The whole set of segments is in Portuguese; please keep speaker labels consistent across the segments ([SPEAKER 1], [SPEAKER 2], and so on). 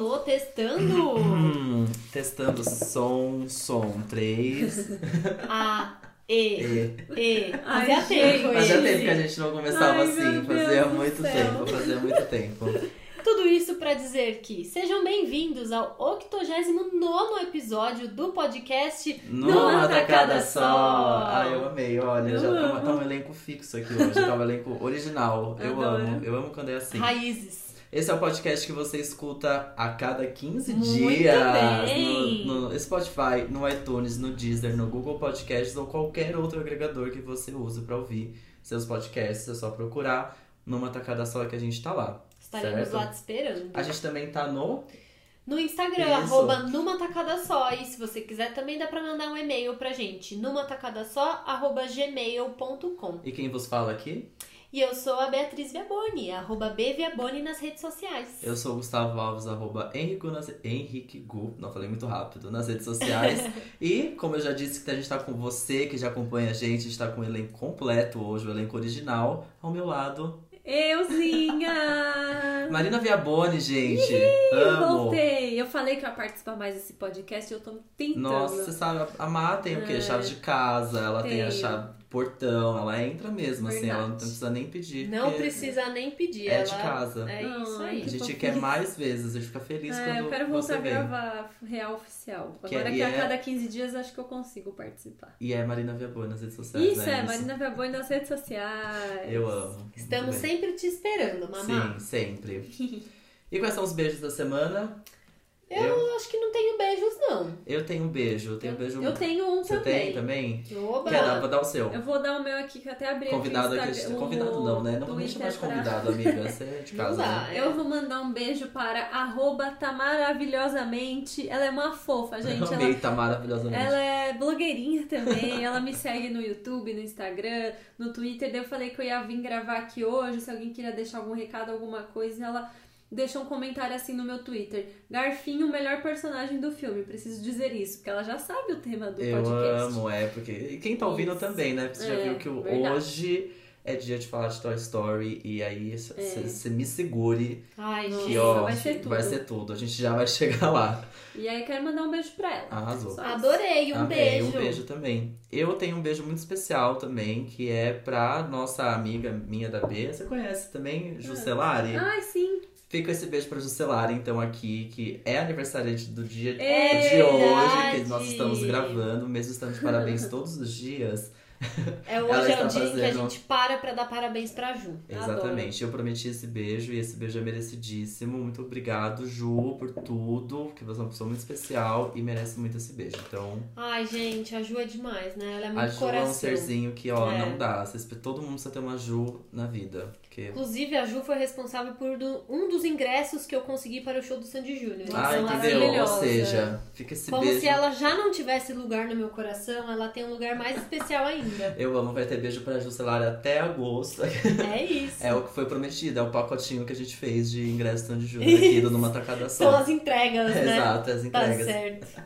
[SPEAKER 1] Pô, testando.
[SPEAKER 2] Hum, testando som, som. Três.
[SPEAKER 1] A, E,
[SPEAKER 2] E.
[SPEAKER 1] E.
[SPEAKER 3] Ai,
[SPEAKER 1] Fazia tempo,
[SPEAKER 3] gente.
[SPEAKER 2] Mas já
[SPEAKER 1] hein?
[SPEAKER 2] teve que a gente não começava
[SPEAKER 3] Ai,
[SPEAKER 2] assim.
[SPEAKER 3] meu
[SPEAKER 2] Fazia
[SPEAKER 3] Deus do
[SPEAKER 2] muito
[SPEAKER 3] céu.
[SPEAKER 2] tempo, fazia muito tempo.
[SPEAKER 1] Tudo isso pra dizer que sejam bem-vindos ao 89 episódio do podcast
[SPEAKER 2] Numa
[SPEAKER 1] Numa
[SPEAKER 2] tacada
[SPEAKER 1] tacada
[SPEAKER 2] só.
[SPEAKER 1] só.
[SPEAKER 2] Ai, eu amei, olha.
[SPEAKER 3] Eu
[SPEAKER 2] já tá,
[SPEAKER 3] amo.
[SPEAKER 2] tá um elenco fixo aqui hoje. Tá um elenco original. Eu
[SPEAKER 3] Adoro.
[SPEAKER 2] amo. Eu amo quando é assim.
[SPEAKER 1] Raízes.
[SPEAKER 2] Esse é o podcast que você escuta a cada 15
[SPEAKER 1] Muito
[SPEAKER 2] dias
[SPEAKER 1] bem.
[SPEAKER 2] No, no Spotify, no iTunes, no Deezer, no Google Podcasts ou qualquer outro agregador que você usa pra ouvir seus podcasts. É só procurar numa tacada só que a gente tá lá.
[SPEAKER 1] Estaremos
[SPEAKER 2] Certo.
[SPEAKER 1] lá te esperando.
[SPEAKER 2] A gente também tá no
[SPEAKER 1] No Instagram,
[SPEAKER 2] Isso.
[SPEAKER 1] arroba numa tacada só. E se você quiser também dá pra mandar um e-mail pra gente. Numa tacada só, arroba gmail.com.
[SPEAKER 2] e quem vos fala aqui?
[SPEAKER 1] E eu sou a Beatriz Viaboni, arroba B Viaboni nas redes sociais.
[SPEAKER 2] Eu sou o Gustavo Alves, arroba Henrique Gu, nas... Henrique Gu, não falei muito rápido, nas redes sociais. e, como eu já disse, que a gente tá com você, que já acompanha a gente, a gente tá com o elenco completo hoje, o elenco original. Ao meu lado,
[SPEAKER 3] Euzinha!
[SPEAKER 2] Marina Viaboni, gente.
[SPEAKER 3] Eu
[SPEAKER 2] amo.
[SPEAKER 3] voltei! Eu falei que eu ia participar mais desse podcast e eu tô tentando.
[SPEAKER 2] Nossa, você sabe, a Má tem o quê?
[SPEAKER 3] então. É.
[SPEAKER 2] Chave de casa, ela tem, a
[SPEAKER 3] Tenho.
[SPEAKER 2] chave do portão, ela entra mesmo, assim,
[SPEAKER 3] Verdade.
[SPEAKER 2] ela não precisa nem pedir.
[SPEAKER 1] Não
[SPEAKER 2] porque
[SPEAKER 1] precisa nem pedir.
[SPEAKER 2] É
[SPEAKER 1] ela...
[SPEAKER 2] de casa.
[SPEAKER 1] É
[SPEAKER 3] Ai,
[SPEAKER 1] isso
[SPEAKER 2] A
[SPEAKER 1] aí.
[SPEAKER 3] que
[SPEAKER 2] gente
[SPEAKER 3] fofinho.
[SPEAKER 2] quer mais vezes, a gente fica feliz
[SPEAKER 3] É,
[SPEAKER 2] quando
[SPEAKER 3] tipo eu quero
[SPEAKER 2] você
[SPEAKER 3] voltar a
[SPEAKER 2] vem.
[SPEAKER 3] gravar real oficial.
[SPEAKER 2] Que
[SPEAKER 3] Agora
[SPEAKER 2] aí
[SPEAKER 3] que a
[SPEAKER 2] é-
[SPEAKER 3] cada 15 dias acho que eu consigo participar.
[SPEAKER 2] E é Marina Viaboni nas redes sociais,
[SPEAKER 3] Isso
[SPEAKER 2] né?
[SPEAKER 3] é, Marina Viaboni nas redes sociais.
[SPEAKER 2] Eu amo.
[SPEAKER 1] Estamos
[SPEAKER 2] Muito bem.
[SPEAKER 1] sempre te esperando, mamá.
[SPEAKER 2] Sim, sempre. E quais são os beijos da semana?
[SPEAKER 1] Eu,
[SPEAKER 2] Eu-
[SPEAKER 1] acho que não tenho beijos, não.
[SPEAKER 2] Eu tenho um beijo, eu tenho um beijo...
[SPEAKER 3] Eu tenho um
[SPEAKER 2] Você tem
[SPEAKER 3] também.
[SPEAKER 2] também?
[SPEAKER 1] Oba!
[SPEAKER 2] Quer dar, vou dar o seu.
[SPEAKER 3] Eu vou dar o meu aqui que eu até abri
[SPEAKER 2] Convidado
[SPEAKER 3] aqui o
[SPEAKER 2] aqui.
[SPEAKER 3] Instagram, o
[SPEAKER 2] Convidado não, né? Não vou nem chamar
[SPEAKER 3] Twitter
[SPEAKER 2] de
[SPEAKER 3] pra-
[SPEAKER 2] convidado, amiga. Você é de
[SPEAKER 1] Não
[SPEAKER 2] casa.
[SPEAKER 1] dá.
[SPEAKER 2] né?
[SPEAKER 3] Eu vou mandar um beijo para arroba tá maravilhosamente. Ela é uma fofa, gente.
[SPEAKER 2] eu
[SPEAKER 3] Ela
[SPEAKER 2] amei, tá maravilhosamente.
[SPEAKER 3] Ela é blogueirinha também, ela me segue no YouTube, no Instagram, no Twitter. Daí eu falei que eu ia vir gravar aqui hoje, se alguém queria deixar algum recado, alguma coisa, ela deixou um comentário assim no meu Twitter. Garfinho, o melhor personagem do filme, preciso dizer isso, porque ela já sabe o tema do
[SPEAKER 2] Eu
[SPEAKER 3] podcast.
[SPEAKER 2] amo, é, porque. E quem tá ouvindo
[SPEAKER 3] Isso.
[SPEAKER 2] também, né? Porque você já
[SPEAKER 3] É,
[SPEAKER 2] viu que o-
[SPEAKER 3] verdade.
[SPEAKER 2] hoje é dia de falar de Toy Story. E aí você me segure
[SPEAKER 1] Ai,
[SPEAKER 3] Nossa,
[SPEAKER 2] que,
[SPEAKER 1] gente.
[SPEAKER 2] ó,
[SPEAKER 3] É. vai ser tudo.
[SPEAKER 2] vai ser tudo. A gente já vai chegar lá.
[SPEAKER 3] E aí quero mandar um beijo pra ela.
[SPEAKER 2] Arrasou.
[SPEAKER 3] Só isso.
[SPEAKER 1] Adorei, um
[SPEAKER 2] Amei,
[SPEAKER 1] beijo.
[SPEAKER 2] Um beijo também. Eu tenho um beijo muito especial também, que é pra nossa amiga minha da B. Você conhece
[SPEAKER 3] Ah.
[SPEAKER 2] também, Juscelari?
[SPEAKER 3] Ai, sim.
[SPEAKER 2] Fica esse beijo pra Juscelari, então, aqui, que é aniversariante do dia
[SPEAKER 3] É
[SPEAKER 2] de hoje,
[SPEAKER 1] verdade.
[SPEAKER 2] que nós estamos gravando, mesmo estando de parabéns todos os dias.
[SPEAKER 1] É
[SPEAKER 2] Ela
[SPEAKER 1] hoje é
[SPEAKER 2] está
[SPEAKER 1] o dia em que a
[SPEAKER 2] fazendo-
[SPEAKER 1] gente para pra dar parabéns pra Ju.
[SPEAKER 3] Adoro.
[SPEAKER 2] Exatamente, eu prometi esse beijo e esse beijo é merecidíssimo. Muito obrigado, Ju, por tudo, que você é uma pessoa muito especial e merece muito esse beijo. Então,
[SPEAKER 1] Ai, gente, a Ju é demais, né? Ela é
[SPEAKER 2] a
[SPEAKER 1] muito
[SPEAKER 2] Ju é
[SPEAKER 1] coração.
[SPEAKER 2] um serzinho que, ó,
[SPEAKER 1] É.
[SPEAKER 2] não dá. Vocês- Todo mundo precisa ter uma Ju na vida. Porque...
[SPEAKER 1] Inclusive, a Ju foi responsável por do- um dos ingressos que eu consegui para o show do Sandy Júnior.
[SPEAKER 3] Nossa,
[SPEAKER 2] ah,
[SPEAKER 1] Então, ela-
[SPEAKER 2] entendeu? Ou
[SPEAKER 3] maravilhosa.
[SPEAKER 2] seja, fica esse
[SPEAKER 1] Como
[SPEAKER 2] beijo.
[SPEAKER 1] se ela já não tivesse lugar no meu coração, ela tem um lugar mais especial ainda.
[SPEAKER 2] Eu amo, vai ter beijo pra Juscelari até agosto.
[SPEAKER 1] É isso.
[SPEAKER 2] É o que foi prometido, é o pacotinho que a gente fez de ingresso Sandy Júnior aqui do Numa Tacada
[SPEAKER 1] São
[SPEAKER 2] Só.
[SPEAKER 1] as entregas, né?
[SPEAKER 2] Exato, as
[SPEAKER 1] Tá
[SPEAKER 2] entregas.
[SPEAKER 1] certo.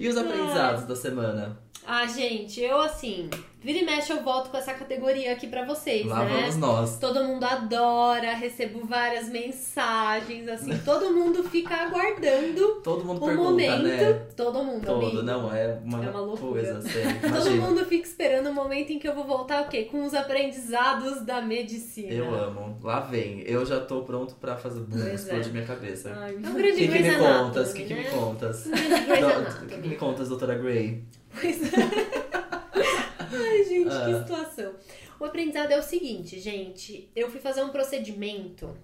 [SPEAKER 2] e os aprendizados da semana?
[SPEAKER 1] Ah, gente, eu assim, vira e mexe eu volto com essa categoria aqui pra vocês,
[SPEAKER 2] Lá
[SPEAKER 1] né?
[SPEAKER 2] vamos nós.
[SPEAKER 1] Todo mundo adora, recebo várias mensagens, assim, todo mundo fica aguardando
[SPEAKER 2] Todo mundo
[SPEAKER 1] o
[SPEAKER 2] pergunta,
[SPEAKER 1] Um momento.
[SPEAKER 2] né?
[SPEAKER 1] Todo mundo,
[SPEAKER 2] Todo,
[SPEAKER 1] amigo.
[SPEAKER 2] não, é uma,
[SPEAKER 3] É uma loucura.
[SPEAKER 2] coisa, assim,
[SPEAKER 1] Todo
[SPEAKER 2] imagina.
[SPEAKER 1] mundo fica esperando o momento em que eu vou voltar, o quê? Com os aprendizados da medicina.
[SPEAKER 2] Eu amo. Lá vem. Eu já tô pronto pra fazer boom,
[SPEAKER 1] Pois
[SPEAKER 2] explode
[SPEAKER 1] é.
[SPEAKER 2] minha cabeça.
[SPEAKER 3] Ai,
[SPEAKER 1] É um
[SPEAKER 2] O
[SPEAKER 1] grande
[SPEAKER 2] que, que
[SPEAKER 1] Grey's
[SPEAKER 2] me
[SPEAKER 1] Anatomy,
[SPEAKER 2] contas? O que, que me
[SPEAKER 1] né?
[SPEAKER 2] contas?
[SPEAKER 1] Um grande Grey's
[SPEAKER 2] Do- O que, que
[SPEAKER 1] Anatomy.
[SPEAKER 2] me contas, doutora Gray?
[SPEAKER 1] Pois é. Ai, gente,
[SPEAKER 2] Ah.
[SPEAKER 1] que situação. O aprendizado é o seguinte, gente. Eu fui fazer um procedimento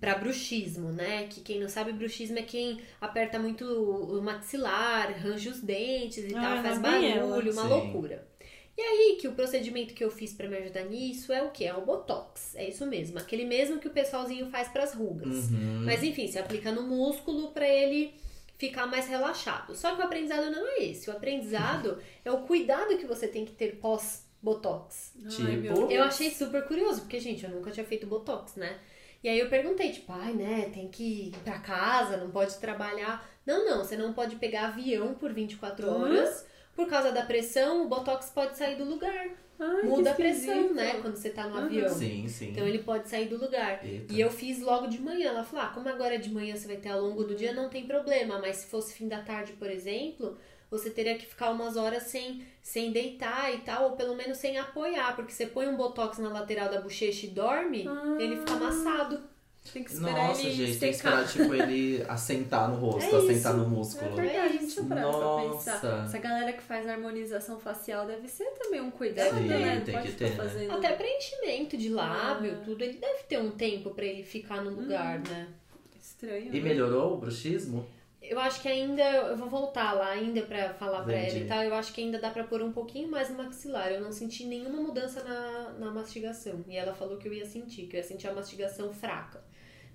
[SPEAKER 1] pra bruxismo, né? Que quem não sabe, bruxismo é quem aperta muito o o maxilar, arranja os dentes e
[SPEAKER 3] Ah,
[SPEAKER 1] tal,
[SPEAKER 3] lá
[SPEAKER 1] faz
[SPEAKER 3] vem
[SPEAKER 1] barulho, uma
[SPEAKER 2] Sim.
[SPEAKER 1] loucura. E aí que o procedimento que eu fiz pra me ajudar nisso é o quê? É o botox. É isso mesmo, aquele mesmo que o pessoalzinho faz pras rugas.
[SPEAKER 2] Uhum.
[SPEAKER 3] Hum.
[SPEAKER 1] Mas enfim, se aplica no músculo pra ele ficar mais relaxado. Só que o aprendizado não é esse. O aprendizado é o cuidado que você tem que ter pós botox.
[SPEAKER 3] Ai, meu
[SPEAKER 2] Tipo?
[SPEAKER 3] Deus.
[SPEAKER 1] Eu achei super curioso, porque gente, eu nunca tinha feito botox, né? E aí eu perguntei, tipo, ai, né, tem que ir pra casa, não pode trabalhar. Não, não, você não pode pegar avião por 24
[SPEAKER 3] Hã?
[SPEAKER 1] horas. Por causa da pressão, o botox pode sair do lugar.
[SPEAKER 3] Ai, que
[SPEAKER 1] muda a pressão,
[SPEAKER 3] esquisito.
[SPEAKER 1] né? Quando você tá no
[SPEAKER 3] Uhum.
[SPEAKER 1] avião.
[SPEAKER 2] Sim, sim.
[SPEAKER 1] Então ele pode sair do lugar.
[SPEAKER 2] Eita.
[SPEAKER 1] E eu fiz logo de manhã. Ela falou: ah, como agora de manhã você vai ter ao longo do dia, não tem problema. Mas se fosse fim da tarde, por exemplo, você teria que ficar umas horas sem, sem deitar e tal, ou pelo menos sem apoiar, porque você põe um botox na lateral da bochecha e dorme,
[SPEAKER 3] Ah.
[SPEAKER 1] ele fica amassado.
[SPEAKER 3] Tem que esperar
[SPEAKER 2] Nossa,
[SPEAKER 3] ele
[SPEAKER 2] gente, tem que
[SPEAKER 3] secar.
[SPEAKER 2] esperar, tipo, ele assentar no rosto,
[SPEAKER 1] É
[SPEAKER 2] assentar
[SPEAKER 1] isso.
[SPEAKER 2] no
[SPEAKER 3] É
[SPEAKER 2] músculo.
[SPEAKER 3] verdade, deixa eu parar pra
[SPEAKER 2] Nossa.
[SPEAKER 3] pensar. Essa galera que faz harmonização facial deve ser também um cuidado,
[SPEAKER 1] Sim,
[SPEAKER 3] né? Não
[SPEAKER 2] tem
[SPEAKER 3] pode
[SPEAKER 2] que
[SPEAKER 3] ficar
[SPEAKER 2] ter, né?
[SPEAKER 3] fazendo.
[SPEAKER 1] Até preenchimento de lábio,
[SPEAKER 3] Ah.
[SPEAKER 1] tudo, ele deve ter um tempo pra ele ficar no lugar, né?
[SPEAKER 3] Estranho.
[SPEAKER 2] E
[SPEAKER 3] né?
[SPEAKER 2] melhorou o bruxismo?
[SPEAKER 1] Eu acho que ainda eu vou voltar lá ainda pra falar pra ela
[SPEAKER 2] Entendi.
[SPEAKER 1] e tal. Eu acho que ainda dá pra pôr um pouquinho mais no maxilar. Eu não senti nenhuma mudança na, na mastigação. E ela falou que eu ia sentir, que eu ia sentir a mastigação fraca.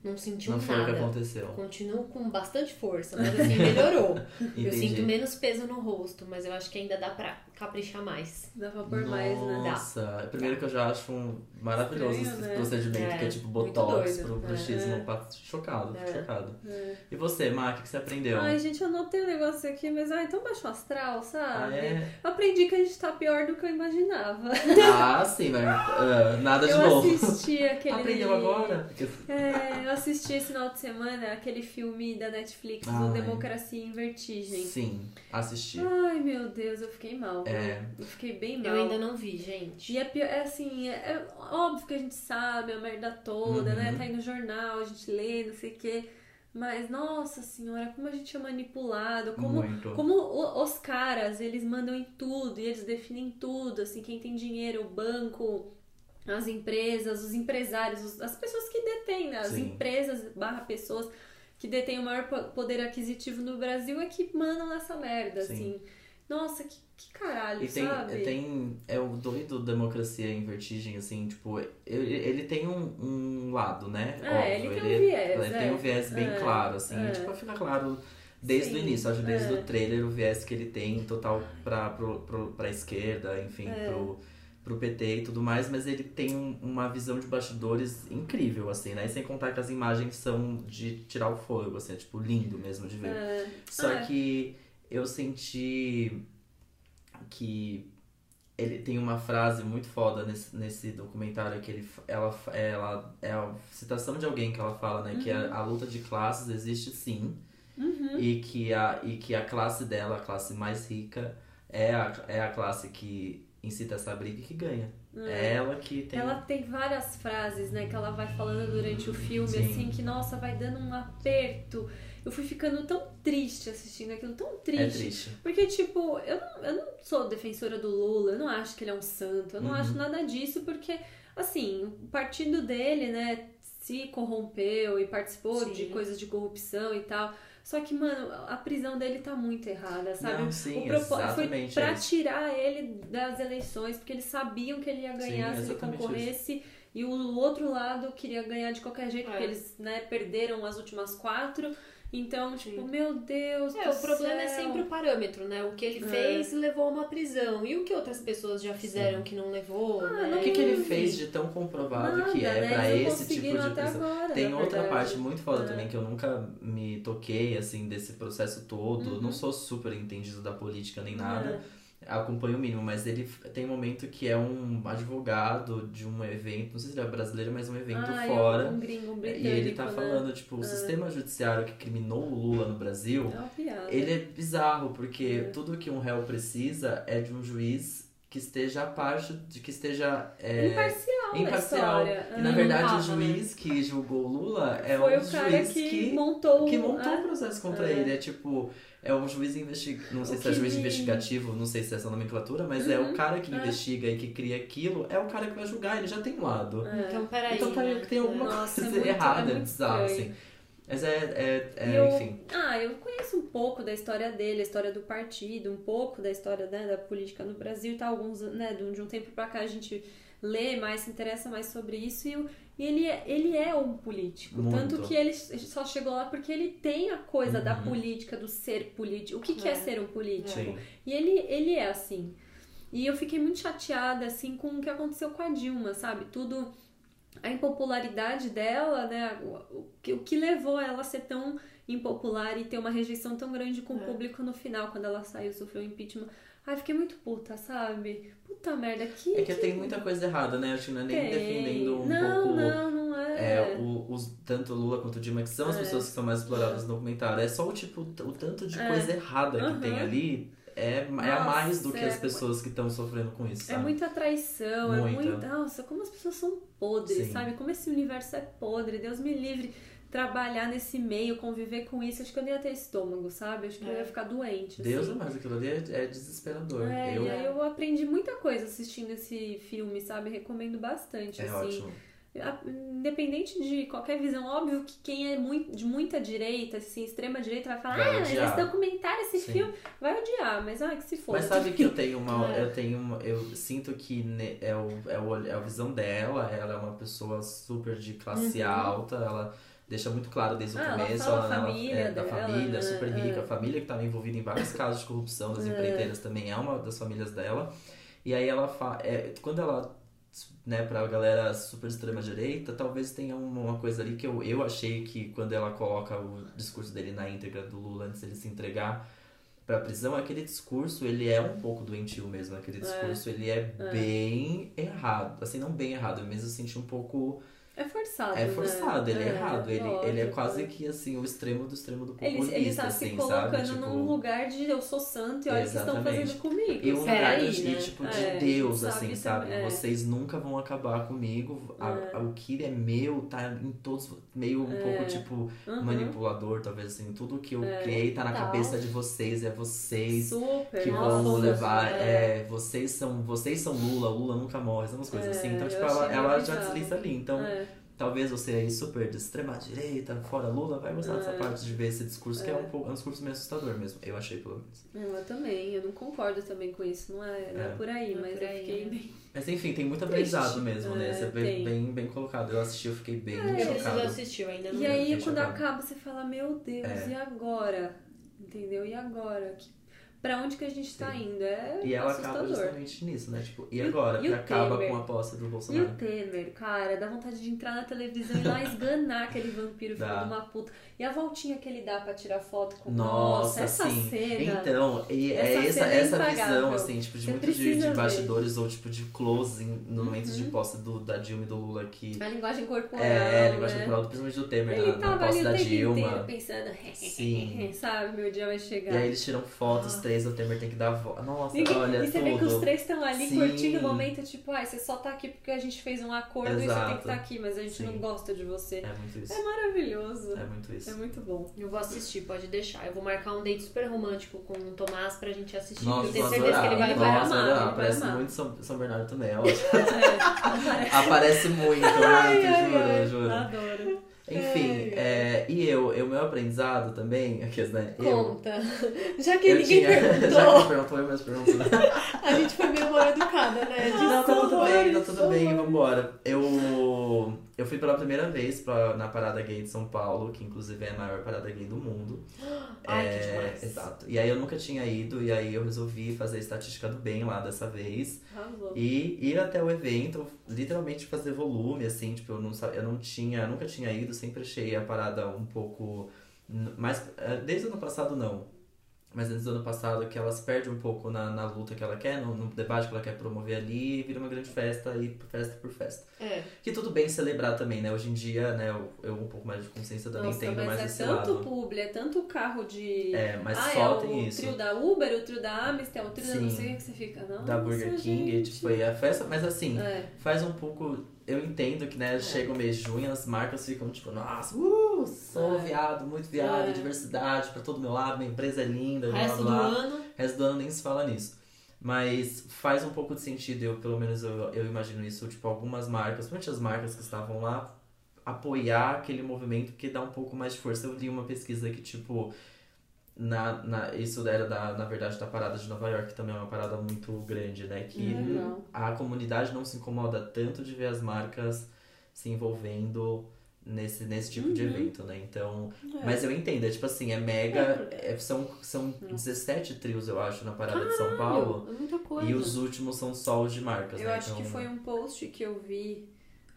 [SPEAKER 1] Não senti
[SPEAKER 2] Não foi o que
[SPEAKER 1] nada.
[SPEAKER 2] aconteceu.
[SPEAKER 1] Continuo com bastante força, mas assim melhorou. eu sinto
[SPEAKER 2] Entendi.
[SPEAKER 1] menos peso no rosto, mas eu acho que ainda dá pra caprichar mais.
[SPEAKER 3] Dá pra pôr mais, né?
[SPEAKER 2] Nossa, é o primeiro que eu já acho um maravilhoso
[SPEAKER 3] Estranho,
[SPEAKER 2] esse
[SPEAKER 3] né?
[SPEAKER 2] procedimento, que é
[SPEAKER 1] É,
[SPEAKER 2] tipo
[SPEAKER 1] muito
[SPEAKER 2] botox
[SPEAKER 1] doido.
[SPEAKER 2] pro bruxismo.
[SPEAKER 3] É.
[SPEAKER 2] Pá, Chocado, fico
[SPEAKER 1] É.
[SPEAKER 2] chocado.
[SPEAKER 3] É.
[SPEAKER 2] E você, Mar, o que que você aprendeu?
[SPEAKER 3] Ai, gente, eu notei um negócio aqui, mas ai, tão baixo astral,
[SPEAKER 2] ah,
[SPEAKER 3] sabe?
[SPEAKER 2] é?
[SPEAKER 3] Aprendi que a gente tá pior do que eu imaginava.
[SPEAKER 2] ah, sim, mas ah, nada de
[SPEAKER 3] Eu
[SPEAKER 2] novo.
[SPEAKER 3] assisti aquele.
[SPEAKER 2] Aprendeu agora?
[SPEAKER 3] É, eu assisti esse final de semana aquele filme da Netflix, o
[SPEAKER 2] Ai.
[SPEAKER 3] Democracia em Vertigem.
[SPEAKER 2] Sim, assisti.
[SPEAKER 3] Ai, meu Deus, eu fiquei mal.
[SPEAKER 2] É.
[SPEAKER 3] Eu fiquei bem mal.
[SPEAKER 1] Eu ainda não vi, gente.
[SPEAKER 3] E é, pior, é assim, é, é óbvio que a gente sabe a merda toda, né?
[SPEAKER 2] Uhum.
[SPEAKER 3] Tá aí no jornal, a gente lê, não sei o quê. Mas, nossa senhora, como a gente é manipulado, como
[SPEAKER 2] Muito.
[SPEAKER 3] como o- os caras, eles mandam em tudo e eles definem tudo, assim, quem tem dinheiro, o banco, as empresas, os empresários, os- as pessoas que detêm, né? as
[SPEAKER 2] Sim.
[SPEAKER 3] empresas barra pessoas que detêm o maior po- poder aquisitivo no Brasil é que mandam nessa merda,
[SPEAKER 2] Sim.
[SPEAKER 3] assim. Nossa, que, que caralho,
[SPEAKER 2] E tem,
[SPEAKER 3] sabe?
[SPEAKER 2] tem. É o doido Democracia em Vertigem, assim, tipo, ele, ele tem um, um lado, né?
[SPEAKER 3] É, ele tem um viés,
[SPEAKER 2] ele tem
[SPEAKER 3] é.
[SPEAKER 2] um viés bem
[SPEAKER 3] É,
[SPEAKER 2] claro, assim,
[SPEAKER 3] é.
[SPEAKER 2] tipo, fica claro desde o
[SPEAKER 3] Sim,
[SPEAKER 2] início, acho desde
[SPEAKER 3] é.
[SPEAKER 2] o trailer o viés que ele tem total pra, pro, pro, pra esquerda, enfim,
[SPEAKER 3] É.
[SPEAKER 2] pro, pro PT e tudo mais, mas ele tem um- uma visão de bastidores incrível, assim, né? E sem contar que as imagens são de tirar o fôlego, assim, é, tipo, lindo mesmo de ver.
[SPEAKER 3] É,
[SPEAKER 2] Só
[SPEAKER 3] Ah, é.
[SPEAKER 2] que eu senti que ele tem uma frase muito foda nesse, nesse documentário que ele, f- ela, f- ela é a citação de alguém que ela fala, né? Que
[SPEAKER 3] Uhum.
[SPEAKER 2] a, a luta de classes existe sim. E, que a, e que a classe dela, a classe mais rica, é a, é a classe que incita essa briga e que ganha. É ela que tem.
[SPEAKER 3] Hum. Ela tem várias frases, né, que ela vai falando durante o filme,
[SPEAKER 2] Sim.
[SPEAKER 3] assim, que, nossa, vai dando um aperto. Eu fui ficando tão triste assistindo aquilo, tão
[SPEAKER 2] É
[SPEAKER 3] triste.
[SPEAKER 2] triste.
[SPEAKER 3] Porque, tipo, eu não, eu não sou defensora do Lula, eu não acho que ele é um santo, eu não
[SPEAKER 2] Uhum.
[SPEAKER 3] acho nada disso, porque, assim, o partido dele, né, se corrompeu e participou
[SPEAKER 1] Sim.
[SPEAKER 3] de coisas de corrupção e tal. Só que, mano, a prisão dele tá muito errada, sabe?
[SPEAKER 2] Não, sim,
[SPEAKER 3] o propósito foi
[SPEAKER 2] exatamente.
[SPEAKER 3] pra
[SPEAKER 2] é isso.
[SPEAKER 3] tirar ele das eleições, porque eles sabiam que ele ia ganhar
[SPEAKER 2] Sim,
[SPEAKER 3] se ele
[SPEAKER 2] exatamente
[SPEAKER 3] concorresse. E o outro lado queria ganhar de qualquer jeito,
[SPEAKER 1] É.
[SPEAKER 3] porque eles né, perderam as últimas quatro. Então, tipo,
[SPEAKER 1] Sim.
[SPEAKER 3] meu Deus
[SPEAKER 1] É,
[SPEAKER 3] do
[SPEAKER 1] o problema é
[SPEAKER 3] céu.
[SPEAKER 1] sempre o parâmetro, né? O que ele
[SPEAKER 3] É.
[SPEAKER 1] fez levou a uma prisão. E o que outras pessoas já fizeram que não levou? né?
[SPEAKER 3] Ah, não
[SPEAKER 2] O que, que ele fez de tão comprovado que é
[SPEAKER 3] né?
[SPEAKER 2] pra
[SPEAKER 3] Eles não
[SPEAKER 2] esse tipo de
[SPEAKER 3] conseguiram até
[SPEAKER 2] pessoa?
[SPEAKER 3] agora,
[SPEAKER 2] Tem
[SPEAKER 3] na
[SPEAKER 2] outra
[SPEAKER 3] É verdade.
[SPEAKER 2] parte muito foda
[SPEAKER 3] É.
[SPEAKER 2] também que eu nunca me toquei, assim, desse processo todo.
[SPEAKER 3] Uhum. É.
[SPEAKER 2] Não sou super entendido da política nem nada. Acompanho o mínimo, mas ele f- tem um momento que é um advogado de um evento, não sei se ele é brasileiro, mas um evento
[SPEAKER 3] Ah, e
[SPEAKER 2] fora.
[SPEAKER 3] Um gringo, um
[SPEAKER 2] e ele tá
[SPEAKER 3] britânico, né?
[SPEAKER 2] falando, tipo, o sistema judiciário que criminou o Lula no Brasil,
[SPEAKER 3] É uma piada.
[SPEAKER 2] ele é bizarro, porque
[SPEAKER 3] É.
[SPEAKER 2] tudo que um réu precisa é de um juiz que esteja a parte, de que esteja. é,
[SPEAKER 3] imparcial, a
[SPEAKER 2] imparcial.
[SPEAKER 3] história.
[SPEAKER 2] E na
[SPEAKER 3] Ah,
[SPEAKER 2] verdade
[SPEAKER 1] tava,
[SPEAKER 2] o
[SPEAKER 1] né?
[SPEAKER 2] juiz que julgou o Lula é
[SPEAKER 3] Foi
[SPEAKER 2] um
[SPEAKER 3] o cara
[SPEAKER 2] juiz
[SPEAKER 3] que,
[SPEAKER 2] que,
[SPEAKER 3] montou
[SPEAKER 2] que montou
[SPEAKER 3] a-
[SPEAKER 2] o processo contra
[SPEAKER 3] É.
[SPEAKER 2] ele. É tipo, é um juiz investigativo. Não sei
[SPEAKER 3] O
[SPEAKER 2] se é
[SPEAKER 3] que
[SPEAKER 2] juiz
[SPEAKER 3] me-
[SPEAKER 2] investigativo, não sei se é essa nomenclatura, mas é
[SPEAKER 3] Uhum,
[SPEAKER 2] o cara que
[SPEAKER 3] é.
[SPEAKER 2] investiga e que cria aquilo, é o cara que vai julgar, ele já tem um lado.
[SPEAKER 3] É.
[SPEAKER 1] Então, peraí.
[SPEAKER 2] então tá,
[SPEAKER 1] né?
[SPEAKER 2] tem alguma
[SPEAKER 3] Nossa, é
[SPEAKER 2] coisa
[SPEAKER 3] muito-
[SPEAKER 2] errada,
[SPEAKER 3] é
[SPEAKER 2] é
[SPEAKER 3] muito
[SPEAKER 2] bizarro,
[SPEAKER 3] estranho.
[SPEAKER 2] assim. Mas é, é, é,
[SPEAKER 3] E eu-
[SPEAKER 2] enfim.
[SPEAKER 3] Ah, eu conheço um pouco da história dele, a história do partido, um pouco da história né, da política no Brasil e tal. Alguns, né, de um de um tempo pra cá a gente lê mais, se interessa mais sobre isso. E, o- e ele, é, ele é um político.
[SPEAKER 2] Muito.
[SPEAKER 3] Tanto que ele só chegou lá porque ele tem a coisa da
[SPEAKER 2] Uhum.
[SPEAKER 3] política, do ser político. O que, que é.
[SPEAKER 1] É.
[SPEAKER 3] ser um político?
[SPEAKER 2] Sim.
[SPEAKER 3] E ele, ele é assim. E eu fiquei muito chateada, assim, com o que aconteceu com a Dilma, sabe? Tudo. A impopularidade dela, né? O, o que- o que levou ela a ser tão impopular e ter uma rejeição tão grande com o
[SPEAKER 1] É.
[SPEAKER 3] público no final, quando ela saiu, sofreu um impeachment. Ai, fiquei muito puta, sabe? Puta merda, que.
[SPEAKER 2] É que tem muita coisa errada, né? Acho que não é nem
[SPEAKER 3] Tem.
[SPEAKER 2] defendendo um
[SPEAKER 3] não,
[SPEAKER 2] pouco
[SPEAKER 3] Não, não, é.
[SPEAKER 2] é, o- os, tanto o Lula quanto o Dilma, que são as
[SPEAKER 3] É.
[SPEAKER 2] pessoas que são mais exploradas no documentário. É só o tipo, o tanto de
[SPEAKER 3] É.
[SPEAKER 2] coisa errada que
[SPEAKER 3] Uhum.
[SPEAKER 2] tem ali é, é a
[SPEAKER 3] Nossa,
[SPEAKER 2] mais do que
[SPEAKER 3] é.
[SPEAKER 2] as pessoas que estão sofrendo com isso,
[SPEAKER 3] É
[SPEAKER 2] sabe?
[SPEAKER 3] muita traição,
[SPEAKER 2] Muita.
[SPEAKER 3] é muita. Nossa, como as pessoas são podres,
[SPEAKER 2] Sim.
[SPEAKER 3] sabe? Como esse universo é podre, Deus me livre. Trabalhar nesse meio, conviver com isso, acho que eu nem ia ter estômago, sabe? Acho que eu
[SPEAKER 1] É.
[SPEAKER 3] ia ficar doente.
[SPEAKER 2] Deus é
[SPEAKER 3] assim.
[SPEAKER 2] mais, aquilo ali é, é desesperador.
[SPEAKER 3] É,
[SPEAKER 2] eu,
[SPEAKER 3] e
[SPEAKER 2] é,
[SPEAKER 3] aí eu aprendi muita coisa assistindo esse filme, sabe? Recomendo bastante, assim.
[SPEAKER 2] é ótimo.
[SPEAKER 3] A- Independente de qualquer visão, óbvio que quem é mui- de muita direita, assim, extrema direita, vai falar,
[SPEAKER 2] Vai
[SPEAKER 3] ah, mas
[SPEAKER 2] odiar."
[SPEAKER 3] esse documentário, esse
[SPEAKER 2] Sim.
[SPEAKER 3] filme, vai odiar, mas ah, que se for.
[SPEAKER 2] Mas sabe que eu tenho uma.
[SPEAKER 1] É.
[SPEAKER 2] Eu tenho uma- Eu sinto que ne- é, o, é, o, olho- é a visão dela. Ela é uma pessoa super de classe
[SPEAKER 1] Uhum.
[SPEAKER 2] alta. Ela deixa muito claro desde o
[SPEAKER 3] Ah, ela
[SPEAKER 2] começo.
[SPEAKER 3] fala a
[SPEAKER 2] ela-
[SPEAKER 3] família
[SPEAKER 2] é, da
[SPEAKER 3] dela,
[SPEAKER 2] família,
[SPEAKER 3] né?
[SPEAKER 2] super
[SPEAKER 3] É.
[SPEAKER 2] rica. A família que estava envolvida em vários casos de corrupção das empreiteiras também é uma das famílias dela. E aí ela fa é, quando ela. Né, pra galera super extrema direita, talvez tenha uma, uma coisa ali que eu, eu achei que quando ela coloca o discurso dele na íntegra do Lula antes dele se entregar, pra prisão, aquele discurso, ele é um pouco doentio mesmo. Aquele discurso, ele é, bem errado. Assim, não bem errado, mas eu senti um pouco...
[SPEAKER 3] É forçado.
[SPEAKER 2] É forçado,
[SPEAKER 3] né?
[SPEAKER 2] ele é, errado. Ele, ele é
[SPEAKER 3] lógico.
[SPEAKER 2] quase que, assim, o extremo do extremo do
[SPEAKER 3] Ele,
[SPEAKER 2] populista,
[SPEAKER 3] ele tá se
[SPEAKER 2] assim,
[SPEAKER 3] colocando
[SPEAKER 2] sabe? Tipo,
[SPEAKER 3] num lugar de eu sou santo e olha o que estão
[SPEAKER 2] Exatamente.
[SPEAKER 3] fazendo comigo.
[SPEAKER 2] e um
[SPEAKER 1] Pera
[SPEAKER 2] lugar
[SPEAKER 1] aí,
[SPEAKER 2] de,
[SPEAKER 1] né?
[SPEAKER 2] tipo, de
[SPEAKER 3] É,
[SPEAKER 2] Deus,
[SPEAKER 3] sabe
[SPEAKER 2] assim,
[SPEAKER 3] também,
[SPEAKER 2] sabe?
[SPEAKER 3] é.
[SPEAKER 2] Vocês nunca vão acabar comigo. A-
[SPEAKER 3] É.
[SPEAKER 2] a- o que é meu tá em todos... Meio um pouco, tipo,
[SPEAKER 3] Uhum. É,
[SPEAKER 2] manipulador, talvez, assim. Tudo que eu criei tá na
[SPEAKER 1] Total.
[SPEAKER 2] cabeça de vocês, é vocês.
[SPEAKER 3] Super.
[SPEAKER 2] que
[SPEAKER 1] Nossa,
[SPEAKER 2] vão levar.
[SPEAKER 1] Lula.
[SPEAKER 2] É, vocês são, vocês são Lula, Lula nunca morre, são umas coisas assim. Então,
[SPEAKER 3] É, eu
[SPEAKER 2] tipo, ela,
[SPEAKER 3] achei
[SPEAKER 2] ela já
[SPEAKER 3] bizarro.
[SPEAKER 2] desliza ali. Então,
[SPEAKER 3] É.
[SPEAKER 2] talvez você aí super de extrema direita, fora Lula, vai gostar
[SPEAKER 3] É.
[SPEAKER 2] dessa parte de ver esse discurso, que é um, pouco, é um discurso meio assustador mesmo. Eu achei, pelo menos.
[SPEAKER 3] Eu também, eu não concordo também com isso, não é, não é
[SPEAKER 2] É.
[SPEAKER 3] por aí,
[SPEAKER 1] Não é
[SPEAKER 3] mas
[SPEAKER 1] por aí,
[SPEAKER 3] eu fiquei
[SPEAKER 1] né?
[SPEAKER 3] bem.
[SPEAKER 2] Mas enfim, tem muito aprendizado mesmo, né?
[SPEAKER 3] É,
[SPEAKER 2] Você é bem,
[SPEAKER 3] tem. É,
[SPEAKER 2] bem, bem colocado. Eu assisti, eu fiquei bem
[SPEAKER 1] Eu preciso
[SPEAKER 2] chocado.
[SPEAKER 1] assistir, eu ainda não
[SPEAKER 3] E
[SPEAKER 1] vi.
[SPEAKER 3] aí
[SPEAKER 2] deixa
[SPEAKER 3] quando
[SPEAKER 2] eu ver.
[SPEAKER 3] acaba, você fala, meu Deus,
[SPEAKER 2] É.
[SPEAKER 3] e agora? Entendeu? E agora? Que... Pra onde que a gente tá
[SPEAKER 2] Sim.
[SPEAKER 3] indo? É
[SPEAKER 2] E ela acaba
[SPEAKER 3] assustador.
[SPEAKER 2] justamente nisso, né? Tipo, e
[SPEAKER 3] E o-
[SPEAKER 2] agora?
[SPEAKER 3] e
[SPEAKER 2] que
[SPEAKER 3] o
[SPEAKER 2] acaba
[SPEAKER 3] Temer?
[SPEAKER 2] com a posse do
[SPEAKER 3] E o
[SPEAKER 2] Bolsonaro.
[SPEAKER 3] Temer, cara, dá vontade de entrar na televisão e lá esganar aquele vampiro filho
[SPEAKER 2] Dá.
[SPEAKER 3] de uma puta. E a voltinha que ele dá pra tirar foto com
[SPEAKER 2] Nossa,
[SPEAKER 3] essa
[SPEAKER 2] sim.
[SPEAKER 3] cena.
[SPEAKER 2] Então, e é
[SPEAKER 3] Essa
[SPEAKER 2] essa,
[SPEAKER 3] cena é
[SPEAKER 2] essa visão,
[SPEAKER 3] impagável.
[SPEAKER 2] assim, tipo, de
[SPEAKER 3] Você
[SPEAKER 2] muito de,
[SPEAKER 3] precisa
[SPEAKER 2] de
[SPEAKER 3] ver.
[SPEAKER 2] bastidores ou tipo de close em- no
[SPEAKER 3] Uhum.
[SPEAKER 2] momento de posse do, da Dilma e do Lula que
[SPEAKER 3] A linguagem corporal.
[SPEAKER 2] é, a linguagem
[SPEAKER 3] né?
[SPEAKER 2] cultural, principalmente do Temer
[SPEAKER 3] Ele
[SPEAKER 2] na, na
[SPEAKER 3] tava
[SPEAKER 2] posse
[SPEAKER 3] ali
[SPEAKER 2] da
[SPEAKER 3] o tempo inteiro
[SPEAKER 2] Dilma.
[SPEAKER 3] pensando,
[SPEAKER 2] Sim.
[SPEAKER 3] sabe, meu dia vai
[SPEAKER 2] E
[SPEAKER 3] chegar.
[SPEAKER 2] aí eles tiram fotos, os três, o Temer tem que dar voz. Nossa,
[SPEAKER 3] Ninguém-
[SPEAKER 2] olha
[SPEAKER 3] Ah. e você vê que os
[SPEAKER 2] tudo.
[SPEAKER 3] três estão ali
[SPEAKER 2] Sim.
[SPEAKER 3] curtindo o momento, tipo, ai, você só tá aqui porque a gente fez um acordo e você tem que
[SPEAKER 2] Exato.
[SPEAKER 3] estar aqui, mas a gente
[SPEAKER 2] Sim.
[SPEAKER 3] não gosta de você.
[SPEAKER 2] É muito isso.
[SPEAKER 3] É maravilhoso.
[SPEAKER 2] É muito
[SPEAKER 3] É
[SPEAKER 2] isso.
[SPEAKER 3] muito bom.
[SPEAKER 1] Eu vou assistir, pode deixar. Eu vou marcar um date super romântico com o Tomás pra gente assistir.
[SPEAKER 2] Nossa,
[SPEAKER 1] eu
[SPEAKER 2] eu
[SPEAKER 1] tenho certeza que ele vai,
[SPEAKER 2] adorava.
[SPEAKER 1] vai
[SPEAKER 2] Nossa,
[SPEAKER 1] amar.
[SPEAKER 2] eu
[SPEAKER 3] ele
[SPEAKER 2] adorava.
[SPEAKER 3] vai
[SPEAKER 2] Parece
[SPEAKER 3] amar.
[SPEAKER 2] muito São, São Bernardo também. ó.
[SPEAKER 3] É,
[SPEAKER 2] Aparece muito, muito, juro, juro.
[SPEAKER 3] adoro.
[SPEAKER 2] Enfim, é, e eu, e o meu aprendizado também, aqueles, né? Eu,
[SPEAKER 1] Conta. Já que
[SPEAKER 2] eu
[SPEAKER 1] ninguém
[SPEAKER 2] tinha. Já que
[SPEAKER 1] perguntou,
[SPEAKER 2] me perguntou, eu mesmo pergunto. né?
[SPEAKER 1] a gente foi meio mal educada, né?
[SPEAKER 2] Não, tá tudo
[SPEAKER 1] Desculpa.
[SPEAKER 2] bem, tá tudo bem, vambora. Eu, eu fui pela primeira vez pra, na Parada Gay de São Paulo, que inclusive é a maior parada gay do mundo.
[SPEAKER 1] Ai,
[SPEAKER 2] É,
[SPEAKER 1] que demais.
[SPEAKER 2] Exato. E aí eu nunca tinha ido, e aí eu resolvi fazer estatística do bem lá dessa vez.
[SPEAKER 3] Arrasou.
[SPEAKER 2] E ir até o evento, literalmente fazer volume, assim, tipo, eu não, sa- eu não tinha, nunca tinha ido, sempre achei a parada um pouco. n- Mas eh, desde o ano passado não. Mas desde o ano passado que ela se perde um pouco na, na luta que ela quer, no, no debate que ela quer promover ali, e vira uma grande festa e festa por festa.
[SPEAKER 1] É.
[SPEAKER 2] Que tudo bem celebrar também, né? Hoje em dia, né, eu, eu um pouco mais de consciência também
[SPEAKER 3] Nossa,
[SPEAKER 2] tendo
[SPEAKER 3] mas
[SPEAKER 2] mais
[SPEAKER 3] é
[SPEAKER 2] esse
[SPEAKER 3] tanto
[SPEAKER 2] lado.
[SPEAKER 3] publi, é tanto carro de.
[SPEAKER 2] É, mas
[SPEAKER 3] ah,
[SPEAKER 2] só
[SPEAKER 3] é
[SPEAKER 2] tem
[SPEAKER 3] o
[SPEAKER 2] isso.
[SPEAKER 3] trio da Uber, o trio da Amstel, o trio da não
[SPEAKER 2] Sim.
[SPEAKER 3] sei o que que você fica. Não,
[SPEAKER 2] Da Burger King,
[SPEAKER 3] gente.
[SPEAKER 2] tipo, e a festa, mas assim.
[SPEAKER 3] É,
[SPEAKER 2] faz um pouco. Eu entendo que, né,
[SPEAKER 1] É.
[SPEAKER 2] chega o mês de junho, as marcas ficam tipo, nossa, uh, sou
[SPEAKER 3] É.
[SPEAKER 2] viado, muito viado,
[SPEAKER 1] É.
[SPEAKER 2] diversidade pra todo meu lado, minha empresa é linda, blá
[SPEAKER 1] Resto do
[SPEAKER 2] blá.
[SPEAKER 1] ano.
[SPEAKER 2] resto do ano nem se fala nisso. Mas faz um pouco de sentido, eu pelo menos eu, eu imagino isso, tipo, algumas marcas, principalmente as marcas que estavam lá, apoiar aquele movimento que dá um pouco mais de força. Eu li uma pesquisa que, tipo, na, na, isso era, da, na verdade, da parada de Nova York, que também é uma parada muito grande, né? Que
[SPEAKER 3] Legal.
[SPEAKER 2] a comunidade não se incomoda tanto de ver as marcas se envolvendo nesse, nesse tipo de evento, né? Então. Mas eu entendo, é tipo assim, é mega. é- são são 17 trios, eu acho, na parada de São Paulo.
[SPEAKER 1] É muita coisa.
[SPEAKER 2] E os últimos são só os de marcas,
[SPEAKER 3] eu
[SPEAKER 2] né?
[SPEAKER 3] acho
[SPEAKER 2] então,
[SPEAKER 3] que foi um post que eu vi.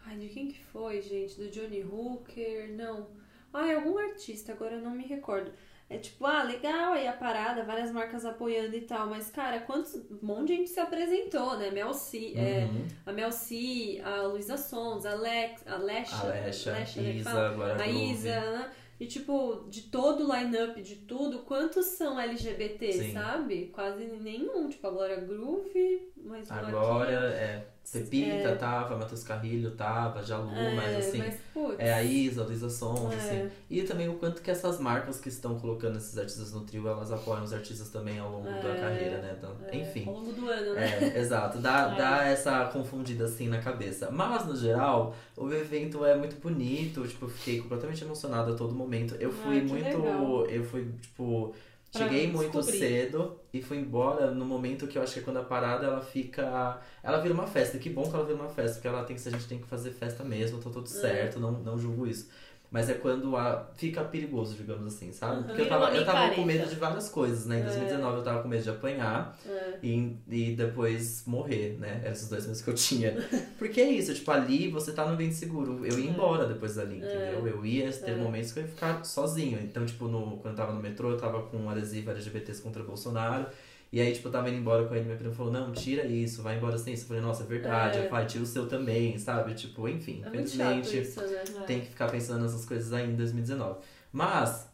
[SPEAKER 3] Ai, de quem que foi, gente? Do Johnny Hooker? Não. Ai, algum artista, agora eu não me recordo. É tipo, ah, legal aí a parada, várias marcas apoiando e tal, mas cara, quantos. Um monte de gente se apresentou, né? Mel C, é,
[SPEAKER 2] Uhum.
[SPEAKER 3] a Mel C, a Luísa Sons, a Lex, a Lesha,
[SPEAKER 2] Alexa,
[SPEAKER 3] Lesha, né, que fala?
[SPEAKER 2] Isa, agora
[SPEAKER 3] a Isa, né? E tipo, de todo o line-up, de tudo, quantos são LGBT,
[SPEAKER 2] Sim.
[SPEAKER 3] sabe? Quase nenhum. Tipo, a Glória Groove, um mas
[SPEAKER 2] Agora, é, Pepita tava, Matheus Carrilho tava, Jalu, mas assim,
[SPEAKER 3] É, mas, putz,
[SPEAKER 2] é a Isa, a Luísa Sons,
[SPEAKER 3] É.
[SPEAKER 2] assim. E também o quanto que essas marcas que estão colocando esses artistas no trio, elas apoiam os artistas também ao longo da
[SPEAKER 3] É,
[SPEAKER 2] carreira, né? Então, Enfim.
[SPEAKER 3] ao longo do ano, né?
[SPEAKER 2] É, exato, dá,
[SPEAKER 1] É.
[SPEAKER 2] dá essa confundida assim na cabeça. Mas, no geral, o evento é muito bonito, tipo, eu fiquei completamente emocionada a todo momento. Eu fui
[SPEAKER 3] Ai, que
[SPEAKER 2] muito.
[SPEAKER 3] legal.
[SPEAKER 2] Eu fui, tipo.
[SPEAKER 1] Pra
[SPEAKER 2] Cheguei muito
[SPEAKER 1] descobrir.
[SPEAKER 2] cedo e fui embora no momento que eu acho que é quando a parada ela fica. Ela vira uma festa. Que bom que ela vira uma festa, porque ela tem que, a gente tem que fazer festa mesmo, tá
[SPEAKER 3] Hum.
[SPEAKER 2] tudo certo, não, não julgo isso. Mas é quando a, fica perigoso, digamos assim, sabe?
[SPEAKER 3] Uhum.
[SPEAKER 2] Porque eu
[SPEAKER 1] Vira
[SPEAKER 2] tava,
[SPEAKER 1] uma
[SPEAKER 2] eu tava com
[SPEAKER 1] micareta.
[SPEAKER 2] medo de várias coisas, né? Em 2019 eu tava com medo de apanhar.
[SPEAKER 3] É.
[SPEAKER 2] E, e depois morrer, né? Eram esses dois meses que eu tinha. Porque é isso, tipo, ali você tá no ambiente seguro. Eu
[SPEAKER 3] Uhum.
[SPEAKER 2] ia embora depois
[SPEAKER 3] É.
[SPEAKER 2] dali, entendeu? Eu ia ter momentos que eu ia ficar sozinho. Então, tipo, no, quando eu tava no metrô, eu tava com um adesivo LGBTs contra Bolsonaro. E aí, tipo, eu tava indo embora com ele, minha prima falou, não, tira isso, vai embora sem isso. Eu falei, nossa, é verdade,
[SPEAKER 3] É.
[SPEAKER 2] eu falei, tira o seu também, sabe? Tipo, enfim,
[SPEAKER 3] É muito chato
[SPEAKER 2] infelizmente
[SPEAKER 3] isso, né?
[SPEAKER 2] tem que ficar pensando nessas coisas ainda em 2019. Mas,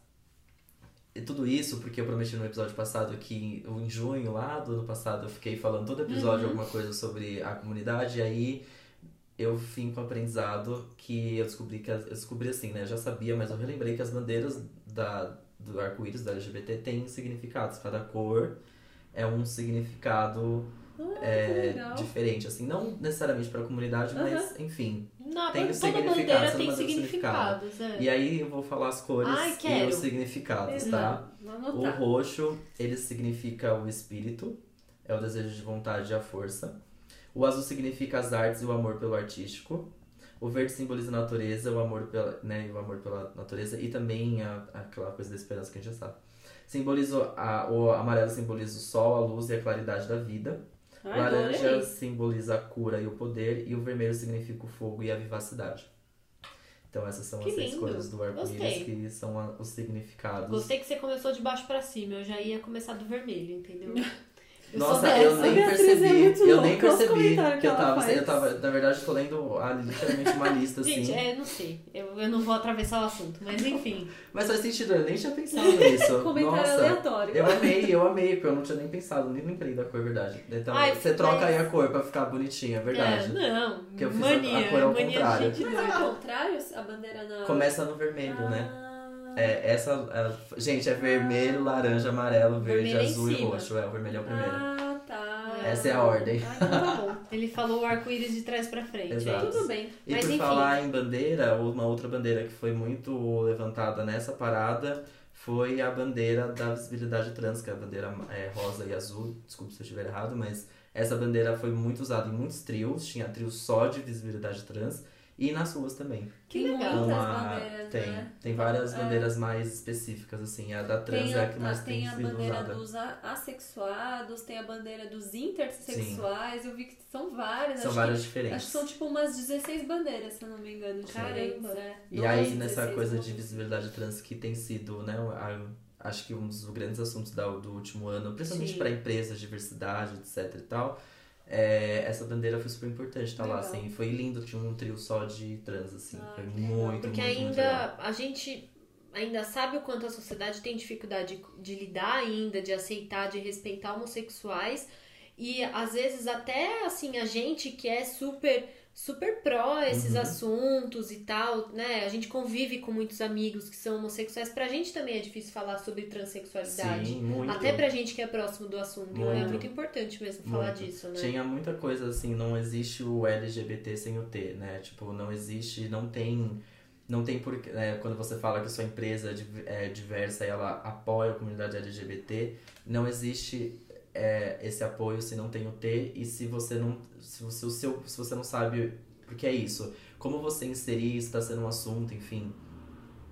[SPEAKER 2] e tudo isso porque eu prometi no episódio passado que em junho lá do ano passado eu fiquei falando todo episódio
[SPEAKER 3] Uhum.
[SPEAKER 2] alguma coisa sobre a comunidade, e aí eu vim com o aprendizado que eu descobri que as- eu descobri assim, né? Eu já sabia, mas eu relembrei que as bandeiras da, do arco-íris da LGBT têm significados. Cada cor é um significado
[SPEAKER 3] Ah, que
[SPEAKER 2] é,
[SPEAKER 3] legal.
[SPEAKER 2] diferente, assim, não necessariamente para a comunidade,
[SPEAKER 3] Aham.
[SPEAKER 2] mas enfim,
[SPEAKER 1] Não,
[SPEAKER 2] Tem
[SPEAKER 1] toda
[SPEAKER 2] significado,
[SPEAKER 1] bandeira tem
[SPEAKER 2] toda bandeira tem um significado.
[SPEAKER 1] significados. É.
[SPEAKER 2] E aí eu vou falar as cores
[SPEAKER 1] Ai,
[SPEAKER 2] e
[SPEAKER 1] quero. Então
[SPEAKER 2] os significados, tá?
[SPEAKER 3] Vou
[SPEAKER 2] O
[SPEAKER 3] anotar.
[SPEAKER 2] roxo, ele significa o espírito, é o desejo de vontade e a força. O azul significa as artes e o amor pelo artístico. O verde simboliza a natureza, o amor pela, né, e o amor pela natureza e também a, aquela coisa da esperança que a gente já sabe. Simboliza a, o amarelo simboliza o sol, a luz e a claridade da vida.
[SPEAKER 3] Ai,
[SPEAKER 2] Laranja
[SPEAKER 3] adorei.
[SPEAKER 2] simboliza a cura e o poder, e o vermelho significa o fogo e a vivacidade. Então essas são
[SPEAKER 1] Que
[SPEAKER 2] as seis
[SPEAKER 1] lindo.
[SPEAKER 2] cores do arco-íris
[SPEAKER 1] Gostei.
[SPEAKER 2] que são a- os significados.
[SPEAKER 1] Gostei que você começou de baixo pra cima, eu já ia começar do vermelho, entendeu? Eu sou
[SPEAKER 2] Nossa,
[SPEAKER 1] dessa.
[SPEAKER 2] eu nem
[SPEAKER 3] Beatriz é
[SPEAKER 2] percebi.
[SPEAKER 3] muito
[SPEAKER 2] eu
[SPEAKER 3] louca,
[SPEAKER 2] nem
[SPEAKER 3] olha os
[SPEAKER 2] percebi
[SPEAKER 3] comentários
[SPEAKER 2] que,
[SPEAKER 3] que
[SPEAKER 2] eu
[SPEAKER 3] ela
[SPEAKER 2] tava, assim,
[SPEAKER 3] faz.
[SPEAKER 2] eu tava. Na verdade, eu tô lendo ah, literalmente uma lista assim.
[SPEAKER 1] Gente, é, não sei. Eu, eu não vou atravessar o assunto, mas enfim.
[SPEAKER 2] Mas faz sentido, eu nem tinha pensado nisso.
[SPEAKER 3] Comentário
[SPEAKER 2] Nossa.
[SPEAKER 3] aleatório.
[SPEAKER 2] Eu amei, eu amei, porque eu não tinha nem pensado, nem lembrei da cor, é verdade. Então,
[SPEAKER 1] Ai,
[SPEAKER 2] você troca
[SPEAKER 1] mas-
[SPEAKER 2] aí a cor pra ficar bonitinha, é
[SPEAKER 1] É,
[SPEAKER 2] verdade.
[SPEAKER 1] não,
[SPEAKER 2] Que eu fiz a- a
[SPEAKER 1] mania.
[SPEAKER 2] cor ao
[SPEAKER 1] mania
[SPEAKER 2] contrário.
[SPEAKER 1] de gente é
[SPEAKER 3] Mas tá
[SPEAKER 1] doida.
[SPEAKER 3] ao contrário, a bandeira na.
[SPEAKER 2] Começa no vermelho, né?
[SPEAKER 3] Ah,
[SPEAKER 2] É, essa. é, gente, é vermelho, laranja, amarelo, verde,
[SPEAKER 1] Vermelho em
[SPEAKER 2] azul e
[SPEAKER 1] cima.
[SPEAKER 2] roxo. É, o vermelho é o primeiro.
[SPEAKER 3] Ah, tá.
[SPEAKER 2] Essa é a ordem.
[SPEAKER 3] Ah, então tá bom.
[SPEAKER 1] Ele falou o arco-íris de trás pra frente.
[SPEAKER 2] Exato.
[SPEAKER 1] é isso.
[SPEAKER 3] tá Tudo bem.
[SPEAKER 2] e
[SPEAKER 1] mas
[SPEAKER 2] por
[SPEAKER 1] enfim.
[SPEAKER 2] falar em bandeira, uma outra bandeira que foi muito levantada nessa parada foi a bandeira da visibilidade trans, que é a bandeira é, rosa e azul. Desculpa se eu estiver errado, mas essa bandeira foi muito usada em muitos trios. Tinha trio só de visibilidade trans. E nas ruas também.
[SPEAKER 1] Que
[SPEAKER 3] Tem
[SPEAKER 1] legal.
[SPEAKER 2] Então,
[SPEAKER 3] muitas
[SPEAKER 2] a-
[SPEAKER 3] bandeiras,
[SPEAKER 2] tem,
[SPEAKER 3] né?
[SPEAKER 2] tem várias
[SPEAKER 3] É.
[SPEAKER 2] bandeiras mais específicas, assim. A da trans
[SPEAKER 3] Tem
[SPEAKER 2] é
[SPEAKER 3] a,
[SPEAKER 2] a que mais
[SPEAKER 3] a-
[SPEAKER 2] tem,
[SPEAKER 3] tem a
[SPEAKER 2] sido
[SPEAKER 3] bandeira
[SPEAKER 2] usada.
[SPEAKER 3] dos a- assexuados, tem a bandeira dos intersexuais. Eu vi que são várias.
[SPEAKER 2] São
[SPEAKER 3] acho
[SPEAKER 2] várias
[SPEAKER 3] que,
[SPEAKER 2] diferentes.
[SPEAKER 3] Acho que são tipo umas 16 bandeiras, se eu não me engano.
[SPEAKER 1] Caramba.
[SPEAKER 3] diferentes, é.
[SPEAKER 2] E aí,
[SPEAKER 3] 12,
[SPEAKER 2] nessa
[SPEAKER 3] 16
[SPEAKER 2] coisa de
[SPEAKER 3] bandeiras.
[SPEAKER 2] visibilidade trans que tem sido, né, a- acho que um dos grandes assuntos da- do último ano, principalmente
[SPEAKER 1] Sim.
[SPEAKER 2] para empresas, diversidade, etc e tal, é, essa bandeira foi super importante, tá lá,
[SPEAKER 3] Legal.
[SPEAKER 2] assim, foi lindo, tinha um trio só de trans, assim,
[SPEAKER 3] Ah,
[SPEAKER 2] foi
[SPEAKER 3] que legal.
[SPEAKER 2] muito,
[SPEAKER 1] Porque
[SPEAKER 2] muito, muito legal.
[SPEAKER 1] ainda a gente ainda sabe o quanto a sociedade tem dificuldade de lidar ainda, de aceitar, de respeitar homossexuais. E às vezes até assim, a gente que é super super pró esses
[SPEAKER 2] Uhum.
[SPEAKER 1] assuntos e tal, né? A gente convive com muitos amigos que são homossexuais. Pra gente também é difícil falar sobre
[SPEAKER 3] é
[SPEAKER 1] transexualidade.
[SPEAKER 2] Sim, muito.
[SPEAKER 1] Até pra gente que é próximo do assunto, né? É
[SPEAKER 2] Muito.
[SPEAKER 1] muito importante mesmo falar
[SPEAKER 2] Muito.
[SPEAKER 1] disso, né?
[SPEAKER 2] Tinha muita coisa assim, não existe o LGBT sem o T, né? Tipo, não existe, não tem. Não tem porquê. né, quando você fala que sua empresa é div- é diversa e ela apoia a comunidade LGBT, não existe é, esse apoio se não tem o T e se você não. Se você, o seu, se você não sabe. Porque é isso. Como você inserir isso, tá sendo um assunto, enfim,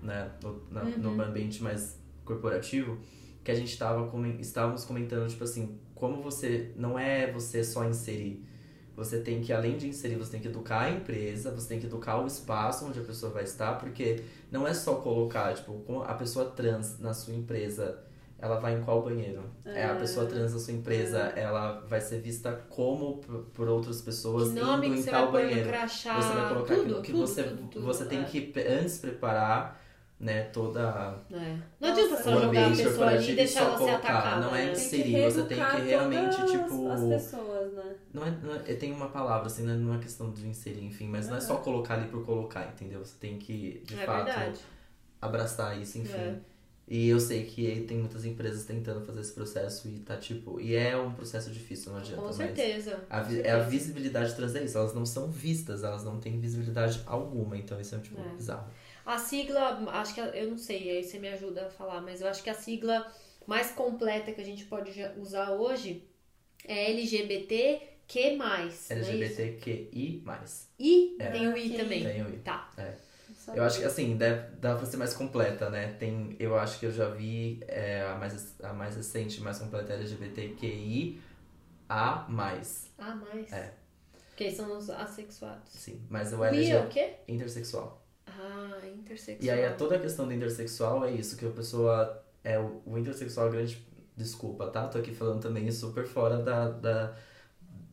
[SPEAKER 2] né? No, na- no ambiente mais corporativo, que a gente tava comen- estávamos comentando, tipo assim, como você. Não é você só inserir. Você tem que, além de inserir, você tem que educar a empresa, você tem que educar o espaço onde a pessoa vai estar, porque não é só colocar, tipo, com a pessoa trans na sua empresa, ela vai em qual banheiro? É, a pessoa trans na sua empresa,
[SPEAKER 1] É.
[SPEAKER 2] ela vai ser vista como por, por outras pessoas
[SPEAKER 1] Que nome
[SPEAKER 2] indo
[SPEAKER 1] que
[SPEAKER 2] em
[SPEAKER 1] você vai
[SPEAKER 2] tal
[SPEAKER 1] pôr no
[SPEAKER 2] banheiro.
[SPEAKER 1] crachá?
[SPEAKER 2] Você vai colocar
[SPEAKER 1] tudo,
[SPEAKER 2] aquilo que
[SPEAKER 1] tudo,
[SPEAKER 2] você,
[SPEAKER 1] tudo, tudo,
[SPEAKER 2] você tem
[SPEAKER 1] é.
[SPEAKER 2] que pe- antes preparar, né, toda a-
[SPEAKER 1] É. Não adianta só
[SPEAKER 2] o
[SPEAKER 1] jogar a pessoa ali
[SPEAKER 2] ambiente
[SPEAKER 1] e
[SPEAKER 2] corporativo e
[SPEAKER 1] deixar
[SPEAKER 2] só
[SPEAKER 1] ela ser
[SPEAKER 2] colocar,
[SPEAKER 1] atacada.
[SPEAKER 2] não é
[SPEAKER 1] né?
[SPEAKER 2] isso. inserir, você tem que
[SPEAKER 3] reeducar
[SPEAKER 2] realmente,
[SPEAKER 3] todas
[SPEAKER 2] tipo,
[SPEAKER 3] As pessoas, né?
[SPEAKER 2] Não é, não é- tem uma palavra, assim, né? não é questão de inserir, enfim, mas não é só colocar ali por colocar, entendeu? Você tem que, de
[SPEAKER 1] É
[SPEAKER 2] fato,
[SPEAKER 1] verdade.
[SPEAKER 2] abraçar isso, enfim.
[SPEAKER 1] É.
[SPEAKER 2] E eu sei que aí tem muitas empresas tentando fazer esse processo e tá tipo. E é um processo difícil, não adianta.
[SPEAKER 1] Com
[SPEAKER 2] mas
[SPEAKER 1] certeza.
[SPEAKER 2] A, vi- é a visibilidade trans é isso, elas não são vistas, elas não têm visibilidade alguma, então isso é tipo
[SPEAKER 1] É.
[SPEAKER 2] bizarro.
[SPEAKER 1] A sigla, acho que eu não sei, aí você me ajuda a falar, mas eu acho que a sigla mais completa que a gente pode já- usar hoje é LGBTQ+, não é isso?
[SPEAKER 2] LGBTQI.
[SPEAKER 1] I,
[SPEAKER 2] É.
[SPEAKER 1] tem o I
[SPEAKER 3] Tem.
[SPEAKER 1] também.
[SPEAKER 2] Tem o I.
[SPEAKER 1] Tá.
[SPEAKER 3] Só
[SPEAKER 2] Eu acho que assim, deve, dá pra ser mais completa, né? Tem, eu acho que eu já vi é, a, mais, a mais recente, mais completa é LGBTQI A.
[SPEAKER 1] Ah, mais.
[SPEAKER 2] É.
[SPEAKER 1] Porque são os assexuados.
[SPEAKER 2] Sim. Mas o
[SPEAKER 1] I é
[SPEAKER 2] LG
[SPEAKER 1] o quê?
[SPEAKER 2] intersexual.
[SPEAKER 1] Ah, intersexual.
[SPEAKER 2] E aí é toda a questão do intersexual é isso, que a pessoa. É, o, o intersexual é a grande. Desculpa, tá? Tô aqui falando também super fora da, da,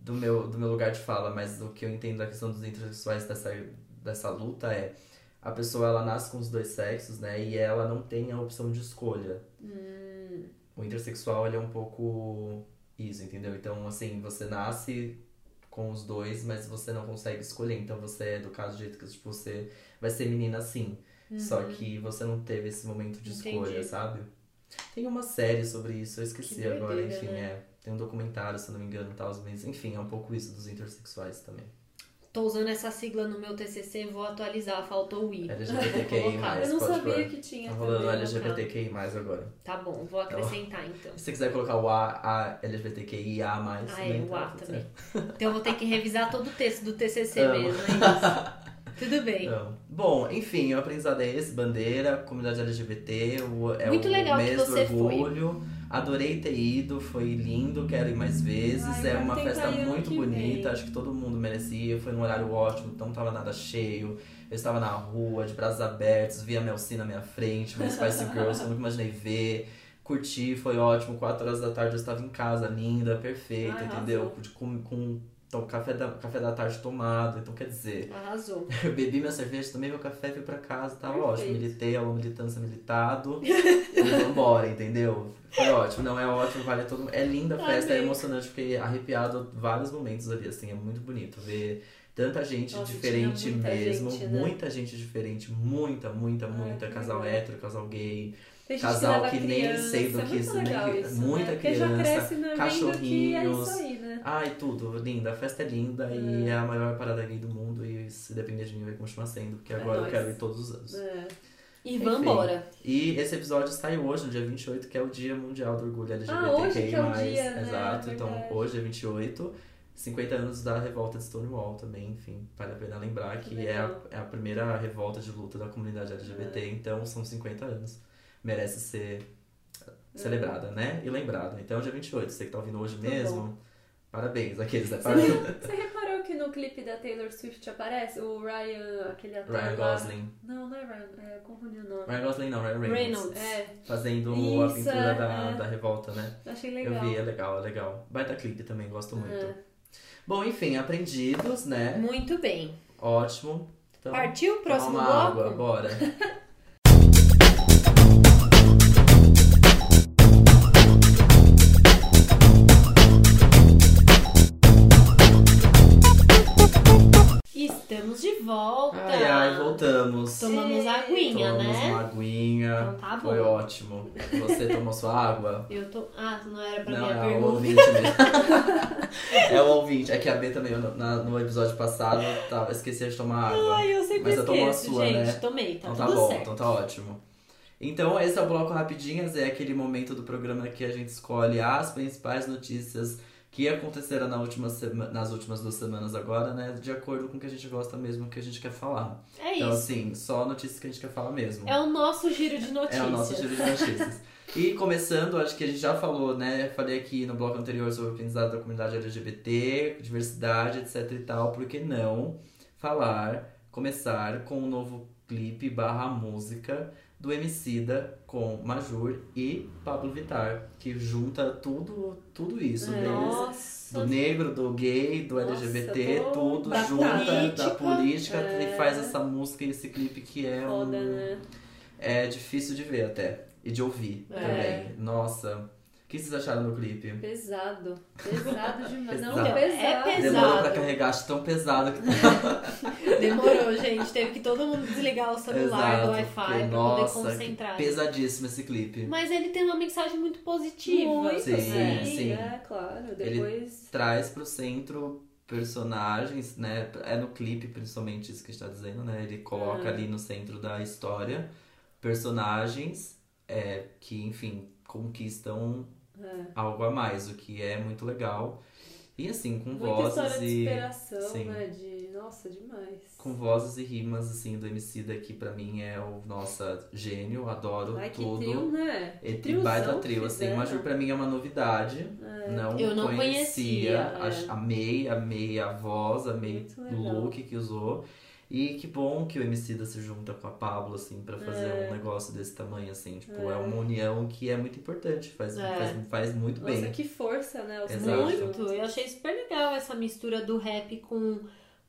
[SPEAKER 2] do, meu, do meu lugar de fala, mas o que eu entendo da questão dos intersexuais dessa, dessa luta é. A pessoa ela nasce com os dois sexos, né? E ela não tem a opção de escolha. O intersexual ele é um pouco isso, entendeu? Então, assim, você nasce com os dois, mas você não consegue escolher. Então, você é educado do jeito que tipo, você vai ser menina assim. Só que você não teve esse momento de
[SPEAKER 1] Uhum. Entendi.
[SPEAKER 2] escolha, sabe? Tem uma série sobre isso, eu esqueci
[SPEAKER 1] Que
[SPEAKER 2] agora,
[SPEAKER 1] doideira,
[SPEAKER 2] enfim,
[SPEAKER 1] né?
[SPEAKER 2] é. Tem um documentário, se eu não me engano, tal, mas enfim, é um pouco isso dos intersexuais também.
[SPEAKER 1] Tô usando essa sigla no meu TCC, vou atualizar, faltou o I.
[SPEAKER 2] É.
[SPEAKER 1] Vou
[SPEAKER 2] LGBTQI+,
[SPEAKER 1] colocar.
[SPEAKER 3] Eu não
[SPEAKER 2] pode
[SPEAKER 3] sabia
[SPEAKER 2] pôr.
[SPEAKER 3] que tinha
[SPEAKER 2] Tá
[SPEAKER 3] também.
[SPEAKER 2] rolando LGBTQI+, agora.
[SPEAKER 1] Tá bom, vou acrescentar então.
[SPEAKER 2] Se você quiser colocar o A, a LGBTQIA+, ah,
[SPEAKER 1] Ah, é, o A também. Então eu vou ter que revisar todo o texto do TCC
[SPEAKER 2] Amo.
[SPEAKER 1] mesmo, é isso. Tudo bem.
[SPEAKER 2] Então, bom, enfim, o aprendizado é esse, bandeira, comunidade LGBT, o, é
[SPEAKER 1] Muito
[SPEAKER 2] o
[SPEAKER 1] legal que
[SPEAKER 2] mês do
[SPEAKER 1] você foi.
[SPEAKER 2] orgulho. Adorei ter ido, foi lindo, quero ir mais vezes.
[SPEAKER 3] Ai,
[SPEAKER 2] é
[SPEAKER 3] quero
[SPEAKER 2] uma
[SPEAKER 3] tentar
[SPEAKER 2] festa
[SPEAKER 3] ir ano
[SPEAKER 2] muito
[SPEAKER 3] que
[SPEAKER 2] bonita,
[SPEAKER 3] vem.
[SPEAKER 2] acho que todo mundo merecia. Foi num horário ótimo, então não tava nada cheio. Eu estava na rua, de braços abertos, vi a Melcy na minha frente, meus Spice Girls, que eu nunca imaginei ver. Curti, foi ótimo. Quatro horas da tarde eu estava em casa, linda, perfeita,
[SPEAKER 3] Ai,
[SPEAKER 2] entendeu?
[SPEAKER 3] arrasou.
[SPEAKER 2] Com, com to- café, da, café da tarde tomado, então quer dizer.
[SPEAKER 1] Arrasou.
[SPEAKER 2] Eu bebi minha cerveja, tomei meu café, fui pra casa, tava
[SPEAKER 3] Perfeito.
[SPEAKER 2] ótimo. Militei, amo militância, militado. e vambora, entendeu? Foi ótimo. Não, é ótimo, vale todo É linda a festa, é
[SPEAKER 1] Amei.
[SPEAKER 2] emocionante. Fiquei arrepiado vários momentos ali, assim. É muito bonito ver tanta gente
[SPEAKER 3] Nossa,
[SPEAKER 2] diferente
[SPEAKER 3] tinha muita
[SPEAKER 2] mesmo.
[SPEAKER 3] gente, né?
[SPEAKER 2] Muita gente diferente. Muita, muita, muita.
[SPEAKER 3] que
[SPEAKER 2] casal
[SPEAKER 3] legal.
[SPEAKER 2] hétero, casal gay.
[SPEAKER 3] Tem gente
[SPEAKER 2] Casal
[SPEAKER 3] leva
[SPEAKER 2] que nem
[SPEAKER 3] criança,
[SPEAKER 2] sei do
[SPEAKER 3] é
[SPEAKER 2] que
[SPEAKER 3] muito
[SPEAKER 2] isso, né?
[SPEAKER 3] legal isso, né?
[SPEAKER 2] Muita
[SPEAKER 3] Porque
[SPEAKER 2] criança,
[SPEAKER 3] já cresce na vendo que é
[SPEAKER 2] cachorrinhos.
[SPEAKER 3] isso aí, né?
[SPEAKER 2] Ai, tudo, linda. A festa é linda e é a maior parada gay do mundo. E se depender de mim, vai continuar sendo, porque
[SPEAKER 3] É
[SPEAKER 2] agora eu
[SPEAKER 3] nóis.
[SPEAKER 2] quero ir todos os anos.
[SPEAKER 3] É.
[SPEAKER 1] E vambora.
[SPEAKER 2] E esse episódio sai hoje, no dia 28, que é o Dia Mundial do Orgulho LGBTQI+.
[SPEAKER 3] Ah, hoje que é o dia, né?
[SPEAKER 2] Exato. Então,
[SPEAKER 3] Verdade.
[SPEAKER 2] hoje é 28, 50 anos da revolta de Stonewall também, enfim. Vale a pena lembrar que,
[SPEAKER 3] Que
[SPEAKER 2] é, a,
[SPEAKER 3] legal. É.
[SPEAKER 2] é a primeira revolta de luta da comunidade LGBT, então são 50 anos. Merece ser celebrada, né? E lembrada. Então, dia 28, você que tá ouvindo hoje
[SPEAKER 3] Tá
[SPEAKER 2] mesmo, parabéns àqueles, né?
[SPEAKER 3] Você, reparou, você reparou que no clipe da Taylor Swift aparece o Ryan, aquele ator
[SPEAKER 2] Ryan
[SPEAKER 3] Tá lá?
[SPEAKER 2] Gosling.
[SPEAKER 3] Não, não é Ryan, é, confundi o nome.
[SPEAKER 2] Ryan Gosling não, Ryan Reynolds.
[SPEAKER 1] Reynolds.
[SPEAKER 3] É,
[SPEAKER 2] Fazendo a
[SPEAKER 3] Isso,
[SPEAKER 2] pintura da,
[SPEAKER 3] é.
[SPEAKER 2] da revolta, né?
[SPEAKER 3] achei legal.
[SPEAKER 2] Eu vi, é legal, é legal. Baita clipe também, gosto muito.
[SPEAKER 3] É.
[SPEAKER 2] Bom, enfim, aprendidos, né?
[SPEAKER 1] Muito bem.
[SPEAKER 2] Ótimo. Então,
[SPEAKER 1] Partiu o
[SPEAKER 2] tomar
[SPEAKER 1] próximo
[SPEAKER 2] uma
[SPEAKER 1] bloco?
[SPEAKER 2] água, bora.
[SPEAKER 1] Estamos de volta.
[SPEAKER 2] Ai, ai, voltamos.
[SPEAKER 1] Tomamos
[SPEAKER 3] Sim.
[SPEAKER 1] aguinha,
[SPEAKER 2] Tomamos
[SPEAKER 1] né?
[SPEAKER 2] uma aguinha.
[SPEAKER 1] Então tá
[SPEAKER 2] Foi
[SPEAKER 1] bom.
[SPEAKER 2] ótimo. Você tomou sua água?
[SPEAKER 1] Eu tô. Ah, não era pra
[SPEAKER 2] Não,
[SPEAKER 1] minha
[SPEAKER 2] é o
[SPEAKER 1] pergunta.
[SPEAKER 2] ouvinte mesmo. é o ouvinte. É que a B também, no, na- no episódio passado, tava, esquecia de tomar água.
[SPEAKER 1] Ai, eu sempre
[SPEAKER 2] Mas eu tomo a
[SPEAKER 1] esqueço,
[SPEAKER 2] sua,
[SPEAKER 1] gente.
[SPEAKER 2] né?
[SPEAKER 1] Tomei, tá
[SPEAKER 2] Então tá
[SPEAKER 1] tudo
[SPEAKER 2] bom,
[SPEAKER 1] certo.
[SPEAKER 2] então tá ótimo. Então, esse é o Bloco Rapidinhas, é aquele momento do programa que a gente escolhe as principais notícias que aconteceram na última sema- nas últimas duas semanas agora, né? De acordo com o que a gente gosta mesmo, o que a gente quer falar.
[SPEAKER 1] É
[SPEAKER 2] Então,
[SPEAKER 1] isso.
[SPEAKER 2] assim, só notícias que a gente quer falar mesmo.
[SPEAKER 1] É o nosso giro de
[SPEAKER 2] É
[SPEAKER 1] notícias.
[SPEAKER 2] o nosso giro de notícias. E começando, acho que a gente já falou, né? Falei aqui no bloco anterior sobre o aprendizado da comunidade LGBT, diversidade, etc e tal. Por que não falar, começar com o um novo clipe barra música do Emicida com Majur e Pablo Vittar, que junta tudo, tudo isso deles.
[SPEAKER 1] É, Nossa.
[SPEAKER 2] Do negro, do gay, do
[SPEAKER 1] Nossa,
[SPEAKER 2] LGBT,
[SPEAKER 1] tô-
[SPEAKER 2] tudo
[SPEAKER 1] da
[SPEAKER 2] junta da
[SPEAKER 1] política.
[SPEAKER 2] política
[SPEAKER 3] É.
[SPEAKER 2] e faz essa música e esse clipe que é um-
[SPEAKER 3] Foda, né?
[SPEAKER 1] Hum.
[SPEAKER 2] é difícil de ver até. E de ouvir
[SPEAKER 1] É.
[SPEAKER 2] também. Nossa. O que vocês acharam do clipe?
[SPEAKER 3] Pesado. Pesado demais. Não,
[SPEAKER 2] Pesado.
[SPEAKER 3] pesado.
[SPEAKER 1] É pesado.
[SPEAKER 2] Demorou pra carregar, acho tão pesado que tá
[SPEAKER 1] Demorou, gente. Teve que todo mundo desligar o celular
[SPEAKER 2] pesado.
[SPEAKER 1] do Wi-Fi pra
[SPEAKER 2] porque, nossa,
[SPEAKER 1] poder
[SPEAKER 2] que
[SPEAKER 1] concentrar. né?
[SPEAKER 2] pesadíssimo esse clipe.
[SPEAKER 1] Mas ele tem uma mensagem muito positiva.
[SPEAKER 3] Muito,
[SPEAKER 2] Sim,
[SPEAKER 3] né?
[SPEAKER 2] sim.
[SPEAKER 3] É, claro.
[SPEAKER 2] Ele-
[SPEAKER 3] Depois...
[SPEAKER 2] Traz pro centro personagens, né? É no clipe, principalmente, isso que a gente tá dizendo, né? Ele coloca
[SPEAKER 3] Ah.
[SPEAKER 2] ali no centro da história personagens é, que, enfim, conquistam
[SPEAKER 3] É.
[SPEAKER 2] algo a mais, o que é muito legal. E assim, com
[SPEAKER 3] Muita
[SPEAKER 2] vozes
[SPEAKER 3] história de
[SPEAKER 2] e.
[SPEAKER 3] inspiração,
[SPEAKER 2] sim.
[SPEAKER 3] né? De... Nossa, demais.
[SPEAKER 2] com vozes e rimas assim do MC daqui pra mim é o nossa gênio, adoro
[SPEAKER 3] Ai, que
[SPEAKER 2] tudo.
[SPEAKER 3] trio, né?
[SPEAKER 2] E- e
[SPEAKER 3] triozão
[SPEAKER 2] baita
[SPEAKER 3] que É,
[SPEAKER 2] trio, assim,
[SPEAKER 3] fizeram.
[SPEAKER 2] mas pra mim é uma novidade. Não,
[SPEAKER 1] Eu não
[SPEAKER 2] conhecia.
[SPEAKER 1] conhecia,
[SPEAKER 2] Ach- Amei, amei a voz, amei
[SPEAKER 3] é. Muito
[SPEAKER 2] o
[SPEAKER 3] legal.
[SPEAKER 2] look que usou. E que bom que o MC da se junta com a Pablo, assim, pra fazer
[SPEAKER 3] É.
[SPEAKER 2] um negócio desse tamanho, assim. Tipo, é, uma união que é muito importante, faz,
[SPEAKER 1] É.
[SPEAKER 2] faz, faz muito
[SPEAKER 3] Nossa,
[SPEAKER 2] bem.
[SPEAKER 3] que força, né? Os
[SPEAKER 2] Exato.
[SPEAKER 3] dois
[SPEAKER 1] Muito.
[SPEAKER 3] juntos.
[SPEAKER 1] Eu achei super legal essa mistura do rap com,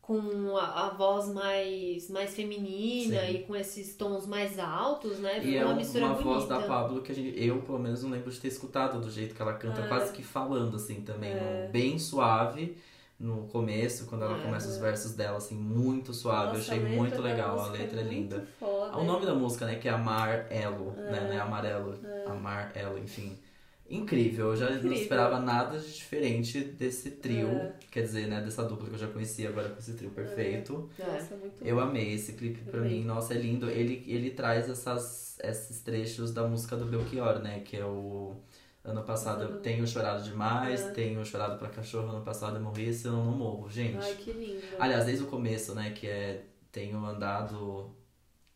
[SPEAKER 1] com a, a voz mais, mais feminina
[SPEAKER 2] Sim.
[SPEAKER 1] e com esses tons mais altos, né?
[SPEAKER 2] E
[SPEAKER 1] Ficou
[SPEAKER 2] é
[SPEAKER 1] uma
[SPEAKER 2] uma,
[SPEAKER 1] mistura bonita.
[SPEAKER 2] voz da Pablo que a gente, eu, pelo menos, não lembro de ter escutado do jeito que ela canta,
[SPEAKER 3] É.
[SPEAKER 2] quase que falando, assim, também.
[SPEAKER 3] É.
[SPEAKER 2] um- bem suave no começo, quando ela
[SPEAKER 1] É.
[SPEAKER 2] começa os versos dela, assim, muito suave. eu
[SPEAKER 3] Nossa, a
[SPEAKER 2] achei
[SPEAKER 3] letra
[SPEAKER 2] muito
[SPEAKER 3] da
[SPEAKER 2] legal, a
[SPEAKER 3] música
[SPEAKER 2] letra é
[SPEAKER 3] muito
[SPEAKER 2] linda.
[SPEAKER 3] Foda. É.
[SPEAKER 2] O nome da música, né, que é Amar Elo, né, né, Amarelo, Amar Elo, enfim. Incrível, eu já não
[SPEAKER 3] Incrível.
[SPEAKER 2] esperava nada de diferente desse trio,
[SPEAKER 3] É.
[SPEAKER 2] quer dizer, né, dessa dupla que eu já conhecia agora com esse trio perfeito.
[SPEAKER 1] É.
[SPEAKER 3] Nossa, muito
[SPEAKER 2] Eu amei esse clipe pra
[SPEAKER 3] Amei.
[SPEAKER 2] mim, nossa, é lindo. Ele, ele traz essas, esses trechos da música do Belchior, né? Que é o. Ano passado eu
[SPEAKER 3] Passado.
[SPEAKER 2] tenho chorado demais,
[SPEAKER 3] É.
[SPEAKER 2] tenho chorado pra cachorro, ano passado eu morri, esse ano eu não morro, gente.
[SPEAKER 3] Ai, que lindo.
[SPEAKER 2] Aliás, desde o começo, né? Que é. Tenho andado.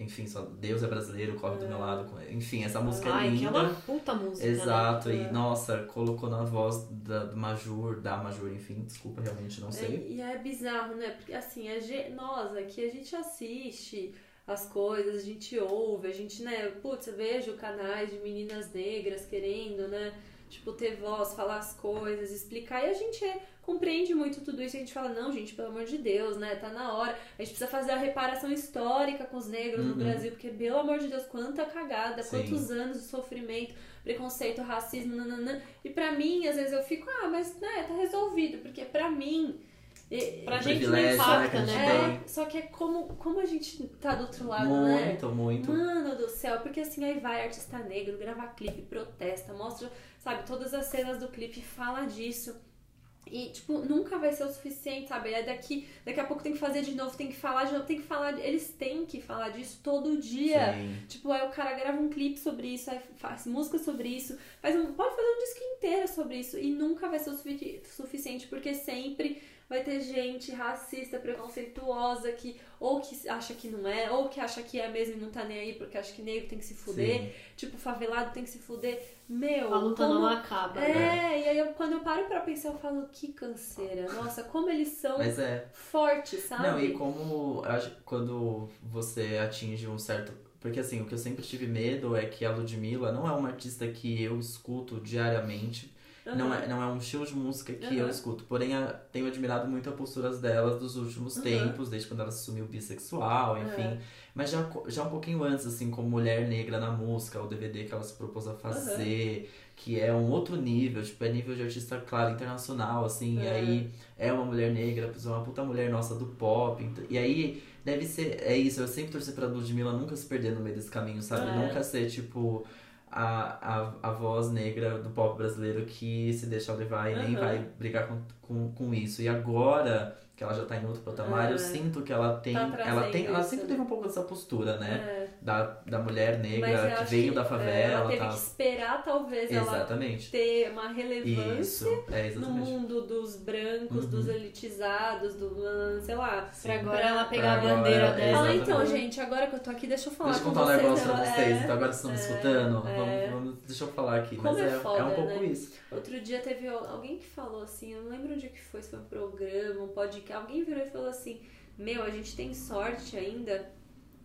[SPEAKER 2] Enfim, só Deus é brasileiro, corre do meu lado. Enfim, essa música é
[SPEAKER 1] Ai, que é
[SPEAKER 2] linda.
[SPEAKER 1] uma puta música. né?
[SPEAKER 2] Exato, e
[SPEAKER 3] É.
[SPEAKER 2] nossa, colocou na voz da do Majur, da Majur, enfim, desculpa, realmente não
[SPEAKER 3] É,
[SPEAKER 2] sei.
[SPEAKER 3] e é bizarro, né? Porque assim, a ge- nós aqui a gente assiste as coisas, a gente ouve, a gente, né? Putz, eu vejo canais de meninas negras querendo, né? Tipo, ter voz, falar as coisas, explicar. E a gente é- compreende muito tudo isso. A gente fala, não, gente, pelo amor de Deus, né? Tá na hora. A gente precisa fazer a reparação histórica com os negros no
[SPEAKER 2] Uhum.
[SPEAKER 3] Brasil, porque, pelo amor de Deus, quanta cagada,
[SPEAKER 2] Sim.
[SPEAKER 3] quantos anos de sofrimento, preconceito, racismo, nananã. E pra mim, às vezes eu fico, ah, mas, né, tá resolvido. Porque pra mim... e-
[SPEAKER 1] Pra
[SPEAKER 2] Um
[SPEAKER 1] gente não
[SPEAKER 2] privilégio,
[SPEAKER 1] impacta,
[SPEAKER 2] né, que a gente
[SPEAKER 1] né?
[SPEAKER 2] tem.
[SPEAKER 3] é, só que é como, como a gente tá do outro lado, né?
[SPEAKER 2] Muito, muito.
[SPEAKER 3] Mano do céu, porque assim, aí vai artista negro, grava clipe, protesta, mostra, sabe, todas as cenas do clipe, fala disso. E, tipo, nunca vai ser o suficiente, sabe? É daqui, daqui a pouco tem que fazer de novo, tem que falar de novo, tem que falar. Eles têm que falar disso todo dia.
[SPEAKER 2] Sim.
[SPEAKER 3] Tipo, aí o cara grava um clipe sobre isso, aí faz música sobre isso, faz um, pode fazer um disco inteiro sobre isso. E nunca vai ser o sufi- suficiente, porque sempre vai ter gente racista, preconceituosa, que ou que acha que não é, ou que acha que é mesmo e não tá nem aí, porque acha que negro tem que se fuder,
[SPEAKER 2] Sim.
[SPEAKER 3] tipo, favelado tem que se fuder. Meu,
[SPEAKER 1] A luta
[SPEAKER 3] como-
[SPEAKER 1] não acaba.
[SPEAKER 3] É, e aí eu- quando eu paro pra pensar, eu falo, que canseira. Nossa, como eles são
[SPEAKER 2] Mas é.
[SPEAKER 3] fortes, então, sabe?
[SPEAKER 2] Não, e como eu acho que quando você atinge um certo. Porque assim, o que eu sempre tive medo é que a Ludmilla não é uma artista que eu escuto diariamente. Não, é, não é um estilo de música que eu
[SPEAKER 3] Aham.
[SPEAKER 2] escuto. Porém, a- tenho admirado muito as posturas dela dos últimos
[SPEAKER 3] Aham.
[SPEAKER 2] tempos, desde quando ela se assumiu bissexual, enfim.
[SPEAKER 3] É.
[SPEAKER 2] Mas já, co- já um pouquinho antes, assim, como mulher negra na música, o DVD que ela se propôs a fazer, que é um outro nível, tipo, é nível de artista, claro, internacional, assim, e
[SPEAKER 3] É.
[SPEAKER 2] aí é uma mulher negra, é uma puta mulher nossa do pop. então- e aí deve ser. É isso, eu sempre torci pra Ludmilla nunca se perder no meio desse caminho, sabe?
[SPEAKER 3] É.
[SPEAKER 2] Nunca ser, tipo. A, a, a voz negra do pop brasileiro que se deixa levar e nem
[SPEAKER 3] Aham.
[SPEAKER 2] vai brigar com, com, com isso. E agora que ela já tá em outro patamar,
[SPEAKER 3] É.
[SPEAKER 2] eu sinto que ela tem.
[SPEAKER 3] Tá
[SPEAKER 2] ela
[SPEAKER 3] trazendo
[SPEAKER 2] tem. Ela
[SPEAKER 3] isso,
[SPEAKER 2] sempre
[SPEAKER 3] né?
[SPEAKER 2] teve um pouco dessa postura, né?
[SPEAKER 3] É.
[SPEAKER 2] da, da mulher
[SPEAKER 3] Mas eu
[SPEAKER 2] negra que
[SPEAKER 3] acho
[SPEAKER 2] veio
[SPEAKER 3] que,
[SPEAKER 2] da
[SPEAKER 3] é,
[SPEAKER 2] favela
[SPEAKER 3] ela teve
[SPEAKER 2] tal.
[SPEAKER 3] que esperar, talvez, ela
[SPEAKER 2] Exatamente.
[SPEAKER 3] ter uma relevância
[SPEAKER 2] Isso, é
[SPEAKER 3] no
[SPEAKER 2] exatamente.
[SPEAKER 3] mundo dos brancos,
[SPEAKER 2] Uhum.
[SPEAKER 3] dos elitizados, do sei lá.
[SPEAKER 2] Sim.
[SPEAKER 1] Pra agora ela pegar
[SPEAKER 2] Pra
[SPEAKER 1] a bandeira
[SPEAKER 2] agora,
[SPEAKER 1] dela.
[SPEAKER 3] Fala
[SPEAKER 2] É, exatamente.
[SPEAKER 3] então, gente, agora que eu tô aqui, deixa eu falar
[SPEAKER 2] Deixa eu
[SPEAKER 3] com
[SPEAKER 2] contar um
[SPEAKER 3] vocês.
[SPEAKER 2] negócio pra
[SPEAKER 3] ela-
[SPEAKER 2] vocês,
[SPEAKER 3] é.
[SPEAKER 2] então agora vocês estão me
[SPEAKER 3] é,
[SPEAKER 2] escutando.
[SPEAKER 3] é.
[SPEAKER 2] Vamos, vamos- deixa eu falar aqui.
[SPEAKER 3] Como
[SPEAKER 2] Mas
[SPEAKER 3] é
[SPEAKER 2] é,
[SPEAKER 3] foda,
[SPEAKER 2] um pouco
[SPEAKER 3] né?
[SPEAKER 2] isso.
[SPEAKER 3] Outro dia teve alguém que falou assim, eu não lembro onde que foi, se foi um programa, um podcast, alguém virou e falou assim, meu, a gente tem sorte ainda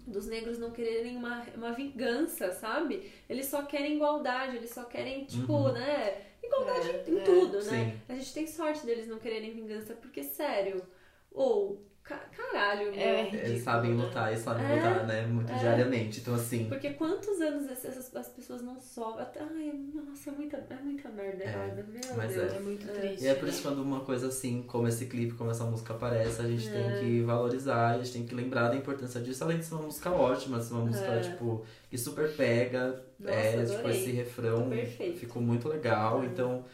[SPEAKER 3] dos negros não quererem uma, uma vingança, sabe? Eles só querem igualdade, eles só querem, tipo,
[SPEAKER 2] Uhum.
[SPEAKER 3] né? Igualdade
[SPEAKER 1] É,
[SPEAKER 3] em
[SPEAKER 1] é.
[SPEAKER 3] tudo, né?
[SPEAKER 2] Sim.
[SPEAKER 3] A gente tem sorte deles não quererem vingança, porque, sério, ou, ca- caralho, meu.
[SPEAKER 1] É.
[SPEAKER 2] Eles
[SPEAKER 1] Ridículo,
[SPEAKER 2] sabem
[SPEAKER 1] né?
[SPEAKER 2] lutar, eles sabem
[SPEAKER 3] É,
[SPEAKER 2] lutar, né? Muito
[SPEAKER 3] é.
[SPEAKER 2] diariamente. Então, assim.
[SPEAKER 3] Porque quantos anos essas, as pessoas não sobem? Até- Ai, nossa, é muita, é muita merda
[SPEAKER 2] É,
[SPEAKER 3] errada, meu
[SPEAKER 2] mas
[SPEAKER 3] Deus.
[SPEAKER 1] É muito
[SPEAKER 3] É.
[SPEAKER 1] triste.
[SPEAKER 2] E é por
[SPEAKER 1] né?
[SPEAKER 2] isso que quando uma coisa assim, como esse clipe, como essa música aparece, a gente
[SPEAKER 3] É.
[SPEAKER 2] tem que valorizar, a gente tem que lembrar da importância disso, além de ser uma música ótima, ser uma música,
[SPEAKER 3] É.
[SPEAKER 2] tipo, que super pega,
[SPEAKER 3] Nossa,
[SPEAKER 2] é,
[SPEAKER 3] adorei.
[SPEAKER 2] tipo, esse refrão
[SPEAKER 3] Perfeito.
[SPEAKER 2] ficou muito legal,
[SPEAKER 3] É.
[SPEAKER 2] então.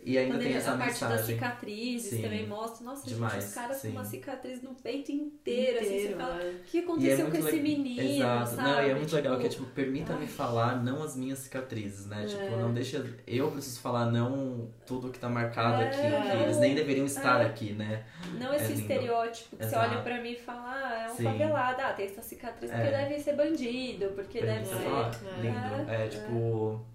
[SPEAKER 2] E ainda
[SPEAKER 3] Quando
[SPEAKER 2] tem
[SPEAKER 3] ele-
[SPEAKER 2] essa
[SPEAKER 3] a parte das
[SPEAKER 2] mensagem.
[SPEAKER 3] cicatrizes
[SPEAKER 2] Sim.
[SPEAKER 3] também mostra. Nossa,
[SPEAKER 2] Demais,
[SPEAKER 3] gente, os caras
[SPEAKER 2] sim.
[SPEAKER 3] com uma cicatriz no peito inteiro, assim, você
[SPEAKER 1] Inteiro,
[SPEAKER 3] fala,
[SPEAKER 1] né?
[SPEAKER 3] o que
[SPEAKER 2] E é
[SPEAKER 3] aconteceu
[SPEAKER 2] muito
[SPEAKER 3] com esse
[SPEAKER 2] le-
[SPEAKER 3] menino,
[SPEAKER 2] Exato.
[SPEAKER 3] sabe?
[SPEAKER 2] Não, e é muito legal que é
[SPEAKER 3] Tipo,
[SPEAKER 2] tipo, permita-me
[SPEAKER 3] ai.
[SPEAKER 2] falar não as minhas cicatrizes, né? Tipo,
[SPEAKER 3] É.
[SPEAKER 2] não deixa. Eu preciso falar não tudo que tá marcado
[SPEAKER 3] É,
[SPEAKER 2] aqui, que
[SPEAKER 1] não.
[SPEAKER 2] eles nem deveriam estar
[SPEAKER 3] É.
[SPEAKER 2] aqui, né?
[SPEAKER 3] Não esse
[SPEAKER 2] lindo.
[SPEAKER 3] estereótipo que
[SPEAKER 2] Exato.
[SPEAKER 3] você olha pra mim e fala, ah, é um
[SPEAKER 2] Sim.
[SPEAKER 3] favelado, ah, tem essa cicatriz porque
[SPEAKER 2] É.
[SPEAKER 3] deve ser bandido, porque deve
[SPEAKER 2] Permita-me
[SPEAKER 3] ser.
[SPEAKER 2] falar.
[SPEAKER 1] é.
[SPEAKER 2] Lindo. É, tipo.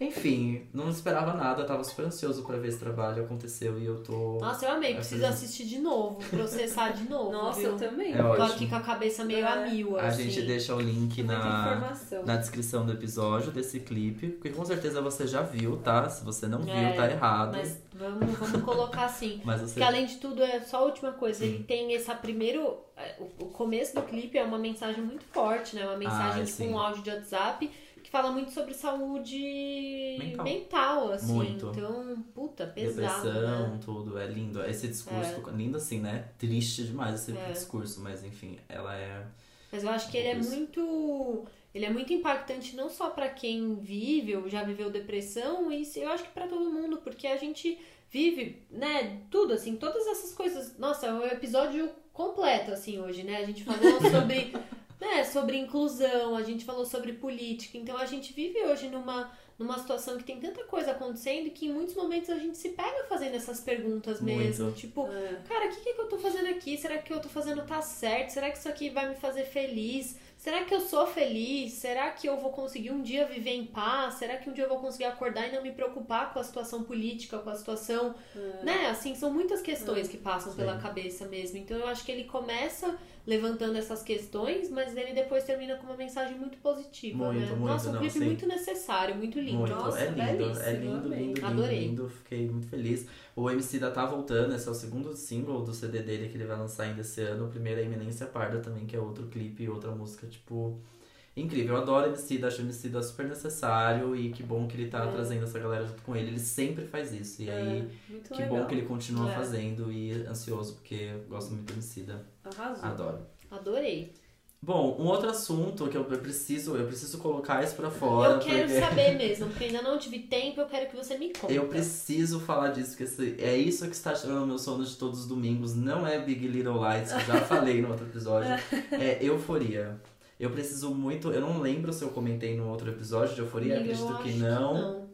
[SPEAKER 2] Enfim, não esperava nada, tava super ansioso pra ver esse trabalho, aconteceu e eu tô.
[SPEAKER 1] Nossa, eu amei.
[SPEAKER 2] É
[SPEAKER 1] Preciso
[SPEAKER 2] preciso-
[SPEAKER 1] assistir de novo, processar de novo.
[SPEAKER 3] Nossa,
[SPEAKER 1] viu?
[SPEAKER 3] eu também.
[SPEAKER 2] É
[SPEAKER 3] Muita
[SPEAKER 1] Tô
[SPEAKER 2] ótimo.
[SPEAKER 1] aqui com a cabeça meio a
[SPEAKER 3] É.
[SPEAKER 1] mil,
[SPEAKER 2] A
[SPEAKER 1] assim.
[SPEAKER 2] gente deixa o link na,
[SPEAKER 3] informação.
[SPEAKER 2] na descrição do episódio desse clipe, que com certeza você já viu, tá? Se você não viu,
[SPEAKER 1] É,
[SPEAKER 2] tá errado.
[SPEAKER 1] Mas vamos, vamos colocar assim.
[SPEAKER 2] Mas você.
[SPEAKER 1] Que
[SPEAKER 2] Hum.
[SPEAKER 1] além de tudo, é só a última coisa. Ele tem essa primeiro. é, O o começo do clipe é uma mensagem muito forte, né? Uma mensagem,
[SPEAKER 2] Ah,
[SPEAKER 1] tipo,
[SPEAKER 2] sim.
[SPEAKER 1] um áudio de WhatsApp que fala muito sobre saúde
[SPEAKER 2] Mental.
[SPEAKER 1] mental, assim.
[SPEAKER 2] Muito.
[SPEAKER 1] Então, puta, pesado.
[SPEAKER 2] Depressão,
[SPEAKER 1] Né?
[SPEAKER 2] tudo, é lindo. Esse discurso, lindo assim, né? Triste demais esse
[SPEAKER 1] É.
[SPEAKER 2] discurso, mas enfim, ela é.
[SPEAKER 1] Mas eu acho que ele é
[SPEAKER 2] Isso.
[SPEAKER 1] muito. Ele é muito impactante não só pra quem vive ou já viveu depressão, e se- eu acho que pra todo mundo, porque a gente vive, né, tudo, assim, todas essas coisas. Nossa, é um episódio completo, assim, hoje, né? A gente falou sobre. Né, sobre inclusão, a gente falou sobre política, então a gente vive hoje numa, numa situação que tem tanta coisa acontecendo que em muitos momentos a gente se pega fazendo essas perguntas mesmo.
[SPEAKER 2] Muito.
[SPEAKER 3] Ah,
[SPEAKER 1] Tipo, Cara, o que, que eu tô fazendo aqui? Será que o que eu tô fazendo tá certo? Será que isso aqui vai me fazer feliz? Será que eu sou feliz? Será que eu vou conseguir um dia viver em paz? Será que um dia eu vou conseguir acordar e não me preocupar com a situação política, com a situação.
[SPEAKER 3] É.
[SPEAKER 1] Né? Assim, são muitas questões que passam
[SPEAKER 2] Sim.
[SPEAKER 1] pela cabeça mesmo. Então eu acho que ele começa levantando essas questões, mas ele depois termina com uma mensagem muito positiva.
[SPEAKER 2] Muito,
[SPEAKER 1] né?
[SPEAKER 2] muito,
[SPEAKER 1] Nossa, um
[SPEAKER 2] não,
[SPEAKER 1] clipe
[SPEAKER 2] sim.
[SPEAKER 1] muito necessário, muito lindo.
[SPEAKER 2] muito,
[SPEAKER 3] Nossa,
[SPEAKER 2] é lindo, é
[SPEAKER 3] belíssimo,
[SPEAKER 2] lindo, lindo,
[SPEAKER 3] amei.
[SPEAKER 2] lindo,
[SPEAKER 1] Adorei.
[SPEAKER 2] lindo. Fiquei muito feliz. O MC da tá voltando, esse é o segundo single do CD dele que ele vai lançar ainda esse ano. O primeiro é Eminência Parda também, que é outro clipe, outra música, tipo. Incrível, eu adoro MC da, acho MC da super necessário e que bom que ele tá
[SPEAKER 3] É.
[SPEAKER 2] trazendo essa galera junto com ele. Ele sempre faz isso. E aí,
[SPEAKER 3] Muito
[SPEAKER 2] que
[SPEAKER 3] legal.
[SPEAKER 2] bom que ele continua
[SPEAKER 1] É.
[SPEAKER 2] fazendo e ansioso, porque eu gosto muito do MC da.
[SPEAKER 3] Arrasou.
[SPEAKER 2] Adoro.
[SPEAKER 1] Adorei.
[SPEAKER 2] Bom, um outro assunto que eu preciso, eu preciso colocar isso pra fora,
[SPEAKER 1] eu quero
[SPEAKER 2] porque
[SPEAKER 1] saber mesmo, porque ainda não tive tempo, eu quero que você me conte.
[SPEAKER 2] eu preciso falar disso, porque esse- é isso que está tirando o meu sono de todos os domingos, não é Big Little Lies, que eu já falei no outro episódio, é euforia. Eu preciso muito, eu não lembro se eu comentei no outro episódio de euforia,
[SPEAKER 1] Amiga, eu
[SPEAKER 2] acredito que
[SPEAKER 1] acho
[SPEAKER 2] não,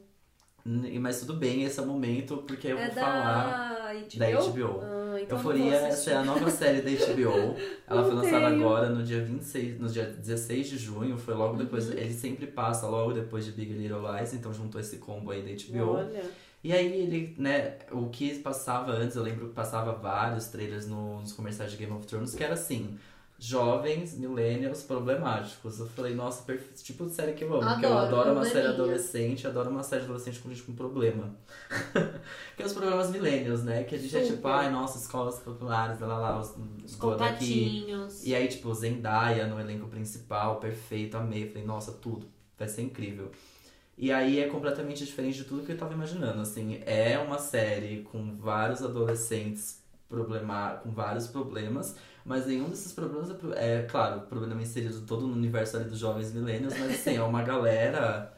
[SPEAKER 2] N- mas tudo bem, esse é o momento, porque eu vou
[SPEAKER 3] É
[SPEAKER 2] falar
[SPEAKER 3] da HBO?
[SPEAKER 2] da HBO.
[SPEAKER 3] Ah, então eu não vou
[SPEAKER 2] Euforia, essa
[SPEAKER 3] assistir.
[SPEAKER 2] é a nova série da HBO. Ela foi
[SPEAKER 3] Não
[SPEAKER 2] lançada
[SPEAKER 3] tenho.
[SPEAKER 2] agora no dia 26, no dia 16 de junho, foi logo depois,
[SPEAKER 1] Uhum.
[SPEAKER 2] ele sempre passa logo depois de Big Little Lies, então juntou esse combo aí da HBO.
[SPEAKER 3] Olha.
[SPEAKER 2] E aí ele, né, o que passava antes, eu lembro que passava vários trailers no- nos comerciais de Game of Thrones, que era assim, jovens, millennials, problemáticos. Eu falei, nossa, perfe- tipo de série que eu amo, porque eu
[SPEAKER 1] Adoro,
[SPEAKER 2] adoro uma série
[SPEAKER 1] probleminha.
[SPEAKER 2] adolescente, eu adoro uma série adolescente com gente com problema. que é os problemas millennials, né, que a gente é tipo,
[SPEAKER 1] Super.
[SPEAKER 2] ai, nossa, escolas populares, lá lá lá, os,
[SPEAKER 1] Os
[SPEAKER 2] do daqui.
[SPEAKER 1] contatinhos.
[SPEAKER 2] E aí, tipo, Zendaya no elenco principal, perfeito, amei. Falei, nossa, tudo, vai ser incrível. E aí é completamente diferente de tudo que eu tava imaginando, assim. É uma série com vários adolescentes problema com vários problemas, mas nenhum desses problemas é, pro- é claro, problema inserido todo no universo ali dos jovens millennials, mas assim, é uma galera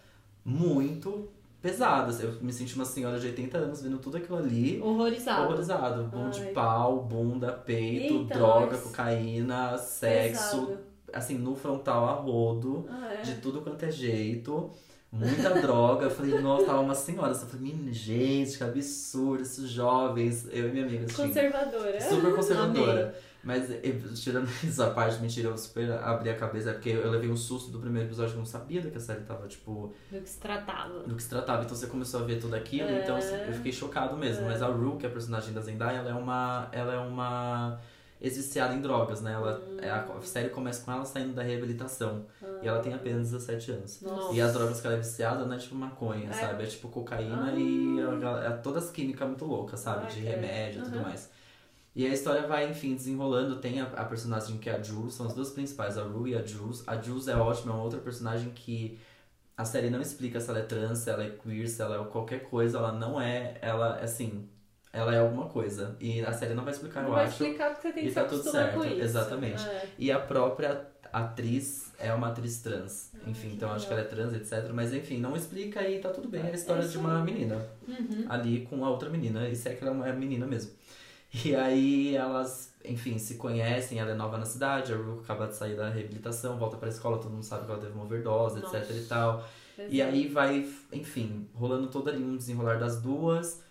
[SPEAKER 2] muito pesada. assim. Eu me senti uma senhora de 80 anos vendo tudo aquilo ali
[SPEAKER 1] Horrorizado.
[SPEAKER 2] horrorizado. Bom de
[SPEAKER 3] Tá. Ai.
[SPEAKER 2] pau, bunda, peito,
[SPEAKER 3] Eita,
[SPEAKER 2] droga,
[SPEAKER 3] nós.
[SPEAKER 2] cocaína, sexo,
[SPEAKER 3] Pesado.
[SPEAKER 2] assim, no frontal a rodo,
[SPEAKER 3] Ah, é.
[SPEAKER 2] de tudo quanto é jeito. Muita droga. Eu falei, nossa, tava uma senhora. Eu falei, menina, gente, que absurdo, esses jovens. Eu e minha amiga, assim,
[SPEAKER 3] Conservadora.
[SPEAKER 2] super conservadora. Mas eu- tirando essa parte, mentira, eu super abri a cabeça, porque eu levei um susto do primeiro episódio, eu não sabia do que a série tava, tipo,
[SPEAKER 1] Do que se tratava.
[SPEAKER 2] do que se tratava. Então você começou a ver tudo aquilo,
[SPEAKER 3] É.
[SPEAKER 2] então eu fiquei chocado mesmo. Mas a Rue, que é a personagem da Zendaya, ela é uma. Ela é uma ex-viciada em drogas, né? Ela, é a, a série começa com ela saindo da reabilitação. E ela tem apenas 17 anos.
[SPEAKER 3] Nossa.
[SPEAKER 2] E as drogas que ela é viciada não é tipo maconha,
[SPEAKER 3] É.
[SPEAKER 2] sabe? É tipo cocaína
[SPEAKER 3] Ah.
[SPEAKER 2] e a- a- todas as químicas muito loucas, sabe?
[SPEAKER 3] Ah,
[SPEAKER 2] de
[SPEAKER 3] credo.
[SPEAKER 2] remédio e tudo
[SPEAKER 3] Uhum.
[SPEAKER 2] mais. E a história vai, enfim, desenrolando. Tem a, a personagem que é a Jules, são as duas principais, a Rue e a Jules. A Jules é ótima, é uma outra personagem que a série não explica se ela é trans, se ela é queer, se ela é qualquer coisa. Ela não é, ela, assim, ela é alguma coisa. E a série não vai explicar,
[SPEAKER 3] Não
[SPEAKER 2] eu
[SPEAKER 3] vai
[SPEAKER 2] acho.
[SPEAKER 3] explicar porque você tem
[SPEAKER 2] E
[SPEAKER 3] que
[SPEAKER 2] tá
[SPEAKER 3] se
[SPEAKER 2] tudo
[SPEAKER 3] acostumar
[SPEAKER 2] certo,
[SPEAKER 3] com isso.
[SPEAKER 2] exatamente.
[SPEAKER 3] É.
[SPEAKER 2] E a própria atriz é uma atriz trans.
[SPEAKER 3] Ah,
[SPEAKER 2] enfim,
[SPEAKER 3] que
[SPEAKER 2] então acho que ela
[SPEAKER 3] legal.
[SPEAKER 2] é trans, etc. Mas enfim, não explica e tá tudo bem. É a
[SPEAKER 3] É
[SPEAKER 2] história
[SPEAKER 3] isso
[SPEAKER 2] de uma
[SPEAKER 3] aí.
[SPEAKER 2] menina
[SPEAKER 1] Uhum.
[SPEAKER 2] ali com a outra menina. E se é que ela é uma menina mesmo. E aí elas, enfim, se conhecem, ela é nova na cidade, a Rue acaba de sair da reabilitação, volta pra escola, todo mundo sabe que ela teve uma overdose, etc e tal. E aí vai, enfim, rolando todo ali um desenrolar das duas.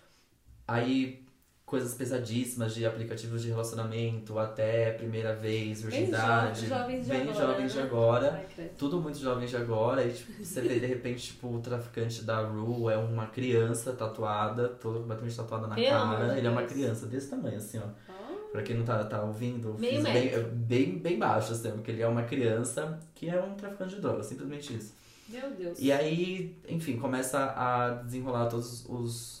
[SPEAKER 2] Aí coisas pesadíssimas de aplicativos de relacionamento, até primeira vez,
[SPEAKER 3] Bem jo-
[SPEAKER 2] virgindade.
[SPEAKER 3] jovens de agora,
[SPEAKER 2] jovens de
[SPEAKER 3] né?
[SPEAKER 2] agora.
[SPEAKER 3] Ai, credo.
[SPEAKER 2] Tudo muito jovem de agora. E tipo, você vê de repente, tipo, o traficante da Rue é uma criança tatuada, toda completamente tatuada na
[SPEAKER 1] Pelo amor
[SPEAKER 2] cara.
[SPEAKER 1] de
[SPEAKER 2] Ele é uma
[SPEAKER 1] Deus.
[SPEAKER 2] criança desse tamanho, assim, ó.
[SPEAKER 3] Ah,
[SPEAKER 2] Pra quem não tá, tá ouvindo, eu
[SPEAKER 1] Meio
[SPEAKER 2] fiz bem,
[SPEAKER 1] metro.
[SPEAKER 2] bem, bem baixo, assim, porque ele é uma criança que é um traficante de drogas, simplesmente isso.
[SPEAKER 3] meu Deus.
[SPEAKER 2] E aí, enfim, começa a desenrolar todos os, os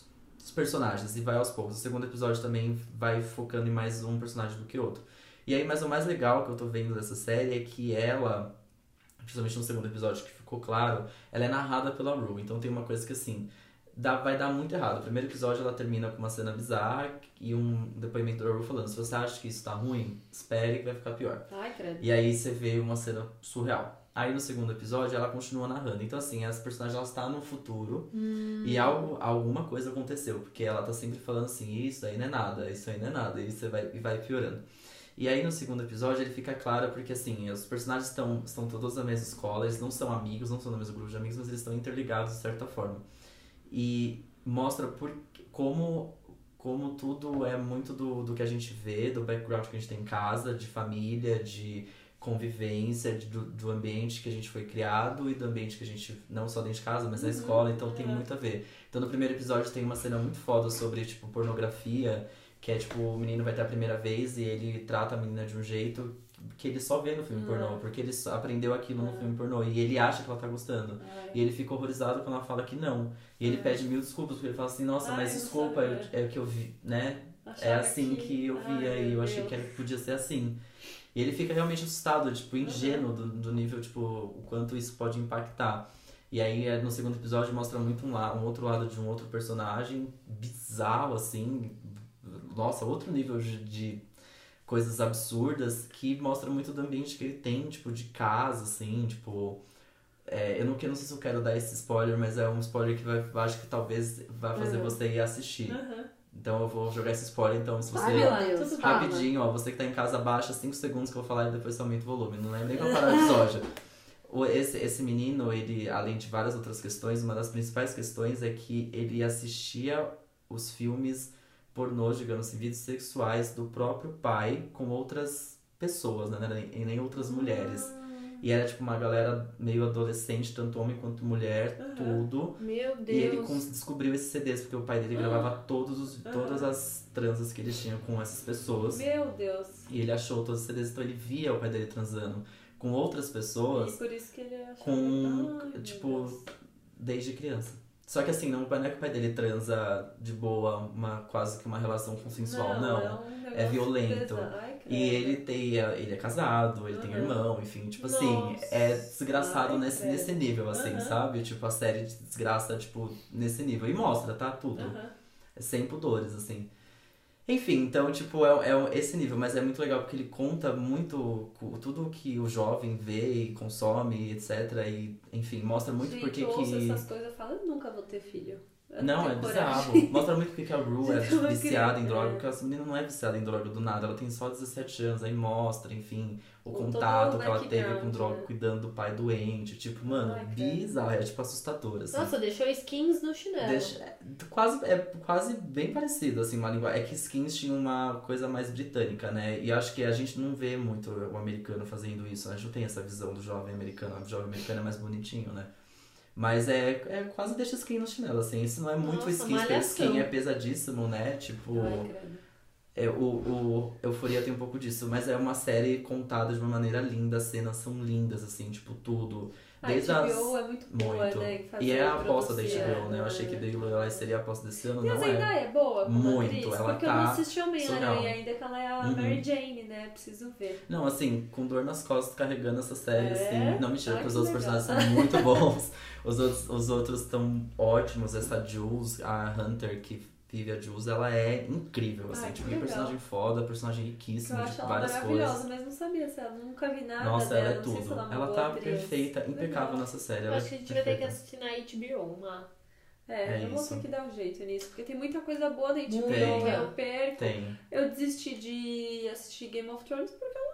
[SPEAKER 2] personagens e vai aos poucos. O segundo episódio também vai focando em mais um personagem do que outro. E aí, mas o mais legal que eu tô vendo dessa série é que ela, principalmente no segundo episódio que ficou claro, ela é narrada pela Rue. Então tem uma coisa que assim. Dá, vai dar muito errado. O primeiro episódio ela termina com uma cena bizarra e um depoimento da Rue falando: se você acha que isso tá ruim, espere que vai ficar pior.
[SPEAKER 3] Ai, credo.
[SPEAKER 2] E aí você vê uma cena surreal. Aí no segundo episódio ela continua narrando. Então assim, as personagens elas estão no futuro e algo, alguma coisa aconteceu. Porque ela tá sempre falando assim, isso aí não é nada, isso aí não é nada. E você vai, e vai piorando. E aí no segundo episódio ele fica claro porque assim, os personagens estão, estão todos na mesma escola, eles não são amigos, não são do mesmo grupo de amigos, mas eles estão interligados de certa forma. E mostra por, como, como tudo é muito do, do que a gente vê, do background que a gente tem em casa, de família, de convivência de- do, do ambiente que a gente foi criado e do ambiente que a gente, não só dentro de casa, mas na
[SPEAKER 3] Uhum,
[SPEAKER 2] escola, então tem
[SPEAKER 3] é.
[SPEAKER 2] muito a ver. Então no primeiro episódio tem uma cena muito foda sobre, tipo, pornografia, que é tipo, o menino vai ter a primeira vez e ele trata a menina de um jeito que ele só vê no filme
[SPEAKER 3] Uhum.
[SPEAKER 2] pornô, porque ele só aprendeu aquilo no
[SPEAKER 3] Uhum.
[SPEAKER 2] filme pornô e ele acha que ela tá gostando.
[SPEAKER 3] Ai.
[SPEAKER 2] E ele fica horrorizado quando ela fala que não. E ele
[SPEAKER 3] É.
[SPEAKER 2] pede mil desculpas, porque ele fala assim, nossa,
[SPEAKER 3] Ai,
[SPEAKER 2] mas
[SPEAKER 3] eu não
[SPEAKER 2] desculpa, eu-
[SPEAKER 3] sabia.
[SPEAKER 2] é o que eu vi, né? É
[SPEAKER 3] Achava
[SPEAKER 2] assim que eu
[SPEAKER 3] Ai,
[SPEAKER 2] via e eu
[SPEAKER 3] meu
[SPEAKER 2] achei que
[SPEAKER 3] Deus.
[SPEAKER 2] era- podia ser assim. E ele fica realmente assustado, tipo, ingênuo do, do nível, tipo, o quanto isso pode impactar. E aí, eh, no segundo episódio, mostra muito um, la- um outro lado de um outro personagem bizarro, assim. Nossa, outro nível de, de coisas absurdas que mostra muito do ambiente que ele tem, tipo, de casa, assim, tipo. eh, eu, não, que- eu não sei se eu quero dar esse spoiler, mas é um spoiler que vai, acho que talvez vai fazer
[SPEAKER 3] Uhum.
[SPEAKER 2] você ir assistir.
[SPEAKER 3] Aham.
[SPEAKER 2] Então eu vou jogar esse spoiler, então se você.
[SPEAKER 1] Vai lá, Deus.
[SPEAKER 3] tudo bala.
[SPEAKER 2] Rapidinho, ó, você que tá em casa, baixa 5 segundos que eu vou falar e depois você aumenta o volume. Não lembro nem qual parar o episódio. O- Esse, esse menino, ele, além de várias outras questões, uma das principais questões é que ele assistia os filmes pornô, digamos assim, vídeos sexuais do próprio pai com outras pessoas, né? Não era nem, nem outras mulheres. E era tipo uma galera meio adolescente, tanto homem quanto mulher,
[SPEAKER 3] Aham.
[SPEAKER 2] tudo.
[SPEAKER 1] Meu Deus.
[SPEAKER 2] E ele cons- descobriu esses CDs, porque o pai dele
[SPEAKER 3] Ah.
[SPEAKER 2] gravava todos os, todas as transas que ele tinha com essas pessoas.
[SPEAKER 3] Meu Deus.
[SPEAKER 2] E ele achou todos os CDs, então ele via o pai dele transando com outras pessoas
[SPEAKER 3] E por isso que ele achava...
[SPEAKER 2] Com,
[SPEAKER 3] Ai, meu
[SPEAKER 2] tipo,
[SPEAKER 3] Deus.
[SPEAKER 2] desde criança. Só que assim, não, não é que o pai dele transa de boa, uma, quase que uma relação consensual, não.
[SPEAKER 3] é um negócio
[SPEAKER 2] violento.
[SPEAKER 3] pesado. Ai, credo.
[SPEAKER 2] E ele tem, ele é casado, ele tem
[SPEAKER 3] Uhum.
[SPEAKER 2] irmão, enfim, tipo assim,
[SPEAKER 3] Nossa.
[SPEAKER 2] é desgraçado
[SPEAKER 3] Ai,
[SPEAKER 2] nesse,
[SPEAKER 3] credo.
[SPEAKER 2] nesse nível, assim,
[SPEAKER 3] Uhum.
[SPEAKER 2] sabe? Tipo, a série desgraça, tipo, nesse nível. E mostra, tá? Tudo.
[SPEAKER 3] Aham.
[SPEAKER 2] sem pudores, É assim. Enfim, então, tipo, é, é esse nível, mas é muito legal porque ele conta muito cu- tudo o que o jovem vê e consome, etc. E, enfim, mostra muito
[SPEAKER 3] Gente,
[SPEAKER 2] porque
[SPEAKER 3] eu ouço
[SPEAKER 2] que.
[SPEAKER 3] essas coisas, eu falo, eu nunca vou ter filho. Eu
[SPEAKER 2] Não, é
[SPEAKER 3] tenho coragem.
[SPEAKER 2] bizarro. Mostra muito porque que a Rue é
[SPEAKER 3] Gente, eu não
[SPEAKER 2] viciada em
[SPEAKER 3] acredito,
[SPEAKER 2] droga,
[SPEAKER 3] né?
[SPEAKER 2] porque essa menina não é viciada em droga do nada, ela tem só 17 anos, aí mostra, enfim, o
[SPEAKER 3] Com todo
[SPEAKER 2] contato
[SPEAKER 3] o
[SPEAKER 2] que ela teve com
[SPEAKER 3] background,
[SPEAKER 2] droga,
[SPEAKER 3] né?
[SPEAKER 2] cuidando do pai doente. Tipo, mano,
[SPEAKER 3] Ai, cara.
[SPEAKER 2] bizarro, é tipo assustador, assim.
[SPEAKER 1] Nossa, deixou skins no chinelo.
[SPEAKER 2] Deixa- é quase, é quase bem parecido, assim, uma língua. É que Skins tinha uma coisa mais britânica, né? E acho que a gente não vê muito o americano fazendo isso. né? A gente não tem essa visão do jovem americano. O jovem americano é mais bonitinho, né? Mas é, é quase deixa skin no chinelo, assim. Isso não é muito
[SPEAKER 1] Nossa,
[SPEAKER 2] skins, porque
[SPEAKER 1] malhação.
[SPEAKER 2] skin é pesadíssimo, né? Tipo.
[SPEAKER 3] Ai, credo.
[SPEAKER 2] É, o, o Euforia tem um pouco disso, mas é uma série contada de uma maneira linda, as cenas são lindas, assim, tipo, tudo.
[SPEAKER 3] A
[SPEAKER 2] Desde
[SPEAKER 1] tipo,
[SPEAKER 2] as-
[SPEAKER 3] HBO é muito boa,
[SPEAKER 2] Muito.
[SPEAKER 3] né? em
[SPEAKER 2] E
[SPEAKER 3] fazer
[SPEAKER 2] é a aposta da
[SPEAKER 3] produzir,
[SPEAKER 2] HBO, né? Eu achei que
[SPEAKER 3] né?
[SPEAKER 2] Big Little Lies seria a aposta desse ano,
[SPEAKER 3] Mas
[SPEAKER 2] não
[SPEAKER 3] ainda
[SPEAKER 2] é?
[SPEAKER 3] é, boa como
[SPEAKER 2] Muito,
[SPEAKER 3] atriz,
[SPEAKER 2] ela
[SPEAKER 3] porque eu
[SPEAKER 2] tá
[SPEAKER 3] não assisti o Miller
[SPEAKER 2] surreal.
[SPEAKER 3] né? e ainda que ela é a
[SPEAKER 2] Uhum.
[SPEAKER 3] Mary Jane, né? Preciso ver.
[SPEAKER 2] Não, assim, com dor nas costas, carregando essa série,
[SPEAKER 3] É?
[SPEAKER 2] assim. Não, mentira,
[SPEAKER 3] Ah,
[SPEAKER 2] porque os
[SPEAKER 3] que
[SPEAKER 2] outros
[SPEAKER 3] legal.
[SPEAKER 2] personagens são muito bons. Os outros os outros estão ótimos. Essa Jules, a Hunter, que vive a Jules, ela é incrível, assim.
[SPEAKER 3] Ah, que
[SPEAKER 2] tipo, um
[SPEAKER 3] legal.
[SPEAKER 2] personagem foda, personagem
[SPEAKER 3] Que eu
[SPEAKER 2] riquíssimo, de
[SPEAKER 3] acho ela
[SPEAKER 2] várias
[SPEAKER 3] maravilhosa,
[SPEAKER 2] coisas.
[SPEAKER 3] mas não sabia se ela nunca vi nada
[SPEAKER 2] Nossa,
[SPEAKER 3] dela.
[SPEAKER 2] ela é
[SPEAKER 3] não sei se
[SPEAKER 2] tudo.
[SPEAKER 3] ela é uma
[SPEAKER 2] Ela
[SPEAKER 3] boa
[SPEAKER 2] tá
[SPEAKER 3] atriz.
[SPEAKER 2] perfeita, impecável
[SPEAKER 3] Legal.
[SPEAKER 2] nessa série.
[SPEAKER 1] Eu
[SPEAKER 2] ela
[SPEAKER 1] acho que
[SPEAKER 2] é
[SPEAKER 1] a gente vai ter que
[SPEAKER 2] perfeita.
[SPEAKER 1] assistir na HBO uma.
[SPEAKER 3] É,
[SPEAKER 2] É
[SPEAKER 3] eu vou
[SPEAKER 2] isso.
[SPEAKER 3] ter que dar um jeito nisso, porque tem muita coisa boa da HBO,
[SPEAKER 2] Tem.
[SPEAKER 3] né? eu perco.
[SPEAKER 2] Tem.
[SPEAKER 3] Eu desisti de assistir Game of Thrones porque eu não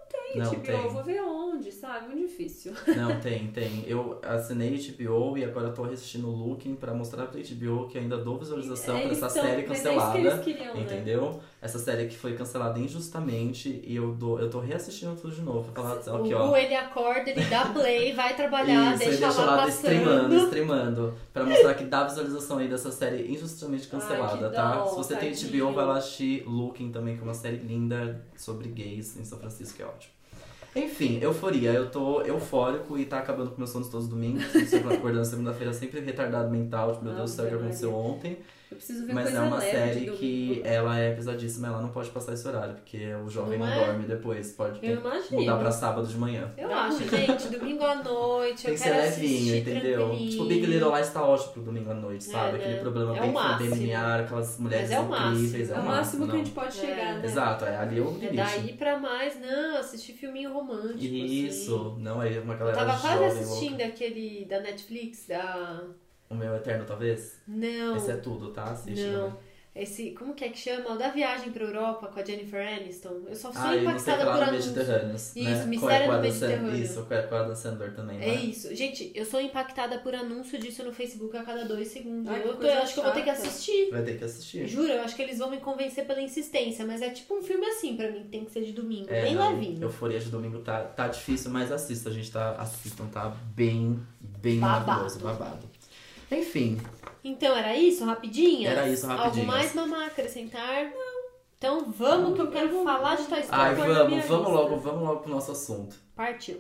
[SPEAKER 2] Não,
[SPEAKER 3] tenho HBO,
[SPEAKER 2] tem.
[SPEAKER 3] eu vou ver onde, sabe? Muito difícil.
[SPEAKER 2] Não, tem, tem. Eu assinei HBO e agora tô assistindo Looking pra mostrar pra HBO que ainda dou visualização pra
[SPEAKER 3] Eles
[SPEAKER 2] essa
[SPEAKER 3] tão-
[SPEAKER 2] série
[SPEAKER 3] mas é isso que eles
[SPEAKER 2] cancelada.
[SPEAKER 3] queriam, né?
[SPEAKER 2] Entendeu? Essa série que foi cancelada injustamente e eu, dou, eu tô reassistindo tudo de novo pra falar,
[SPEAKER 1] o
[SPEAKER 2] aqui, ó.
[SPEAKER 1] Gu, ele acorda, ele dá play, vai trabalhar,
[SPEAKER 2] Isso,
[SPEAKER 1] deixa,
[SPEAKER 2] e deixa
[SPEAKER 1] lá,
[SPEAKER 2] lá streamando,
[SPEAKER 1] passando.
[SPEAKER 2] streamando. Pra mostrar que dá visualização aí dessa série injustamente
[SPEAKER 3] Ai,
[SPEAKER 2] cancelada,
[SPEAKER 3] que
[SPEAKER 2] tá?
[SPEAKER 3] dó,
[SPEAKER 2] Se você tem
[SPEAKER 3] tadinho.
[SPEAKER 2] HBO, vai lá assistir Looking também, que é uma série linda sobre gays em São Francisco, que é ótimo. Enfim, euforia. Eu tô eufórico e tá acabando com meus sonos todos os domingos. Sempre acordando segunda-feira, sempre retardado mental. Tipo, meu Deus do céu, o que
[SPEAKER 3] Ave
[SPEAKER 2] aconteceu ontem?
[SPEAKER 3] Eu preciso ver
[SPEAKER 2] Mas
[SPEAKER 3] coisa
[SPEAKER 2] é uma
[SPEAKER 3] leve
[SPEAKER 2] série
[SPEAKER 3] de
[SPEAKER 2] que
[SPEAKER 3] domingo.
[SPEAKER 2] ela é pesadíssima, ela não pode passar esse horário, porque o jovem não,
[SPEAKER 1] Não é?
[SPEAKER 2] dorme depois, pode
[SPEAKER 1] Eu
[SPEAKER 2] ter que
[SPEAKER 1] imagino.
[SPEAKER 2] mudar pra sábado de manhã.
[SPEAKER 1] Eu
[SPEAKER 3] Dá
[SPEAKER 1] acho, gente, domingo à noite,
[SPEAKER 2] Tem
[SPEAKER 1] eu
[SPEAKER 2] que ser
[SPEAKER 1] quero
[SPEAKER 2] levinho,
[SPEAKER 1] assistir
[SPEAKER 2] entendeu?
[SPEAKER 1] tranquilinho.
[SPEAKER 2] Tipo, Big Little Lies tá ótimo pro domingo à noite,
[SPEAKER 1] É, né?
[SPEAKER 2] sabe? Aquele programa
[SPEAKER 1] É
[SPEAKER 2] bem
[SPEAKER 1] o máximo.
[SPEAKER 2] familiar, aquelas mulheres
[SPEAKER 1] Mas é o
[SPEAKER 2] incríveis.
[SPEAKER 1] máximo.
[SPEAKER 3] É o máximo que a
[SPEAKER 2] não.
[SPEAKER 3] gente pode
[SPEAKER 1] É.
[SPEAKER 3] chegar, né?
[SPEAKER 2] Exato, é ali é o
[SPEAKER 1] É
[SPEAKER 2] limite.
[SPEAKER 1] daí pra mais, não, assistir filminho romântico,
[SPEAKER 2] Isso,
[SPEAKER 1] assim.
[SPEAKER 2] não, aí é uma
[SPEAKER 1] Eu
[SPEAKER 2] galera
[SPEAKER 1] tava quase
[SPEAKER 2] jovem.
[SPEAKER 1] assistindo
[SPEAKER 2] louca.
[SPEAKER 1] aquele da Netflix, da...
[SPEAKER 2] O meu eterno, talvez?
[SPEAKER 1] Não,
[SPEAKER 2] Esse é tudo, tá? Assiste.
[SPEAKER 1] não.
[SPEAKER 2] né?
[SPEAKER 1] Esse, como que é que chama? O da viagem pra Europa com a Jennifer Aniston. Eu só sou
[SPEAKER 2] Ah, e não sei o que
[SPEAKER 1] impactada por
[SPEAKER 2] lá no
[SPEAKER 1] anúncios.
[SPEAKER 2] Mediterrâneo. né?
[SPEAKER 1] Isso, Mistério
[SPEAKER 2] Com a- com a
[SPEAKER 1] no
[SPEAKER 2] Adam Sandler-
[SPEAKER 1] Mediterrâneo.
[SPEAKER 2] Isso, com a com a Adam Sandler também,
[SPEAKER 1] É
[SPEAKER 2] né?
[SPEAKER 1] isso. Gente, eu sou impactada por anúncio disso no Facebook a cada dois segundos.
[SPEAKER 3] Ai, que
[SPEAKER 1] eu, tô- eu
[SPEAKER 3] coisa
[SPEAKER 1] acho que eu vou ter que
[SPEAKER 3] chata.
[SPEAKER 1] assistir.
[SPEAKER 2] Vai ter que assistir.
[SPEAKER 1] Juro, eu acho que eles vão me convencer pela insistência, mas é tipo um filme assim pra mim, que tem que ser de domingo,
[SPEAKER 2] É,
[SPEAKER 1] bem
[SPEAKER 2] não,
[SPEAKER 1] levinho.
[SPEAKER 2] Euforia de domingo tá, tá difícil, mas assista, a gente tá assistam, tá bem, bem
[SPEAKER 1] Babado.
[SPEAKER 2] maravilhoso, babado. Enfim,
[SPEAKER 1] Então era isso, rapidinho?
[SPEAKER 2] Era isso,
[SPEAKER 1] Algo
[SPEAKER 2] rapidinhas.
[SPEAKER 1] mais, mamá, acrescentar? Não. Então vamos, que eu quero falar de Toy Story.
[SPEAKER 2] ai,
[SPEAKER 3] pôr na minha
[SPEAKER 2] vamos, vamos
[SPEAKER 3] lista.
[SPEAKER 2] logo, vamos logo pro nosso assunto.
[SPEAKER 1] Partiu.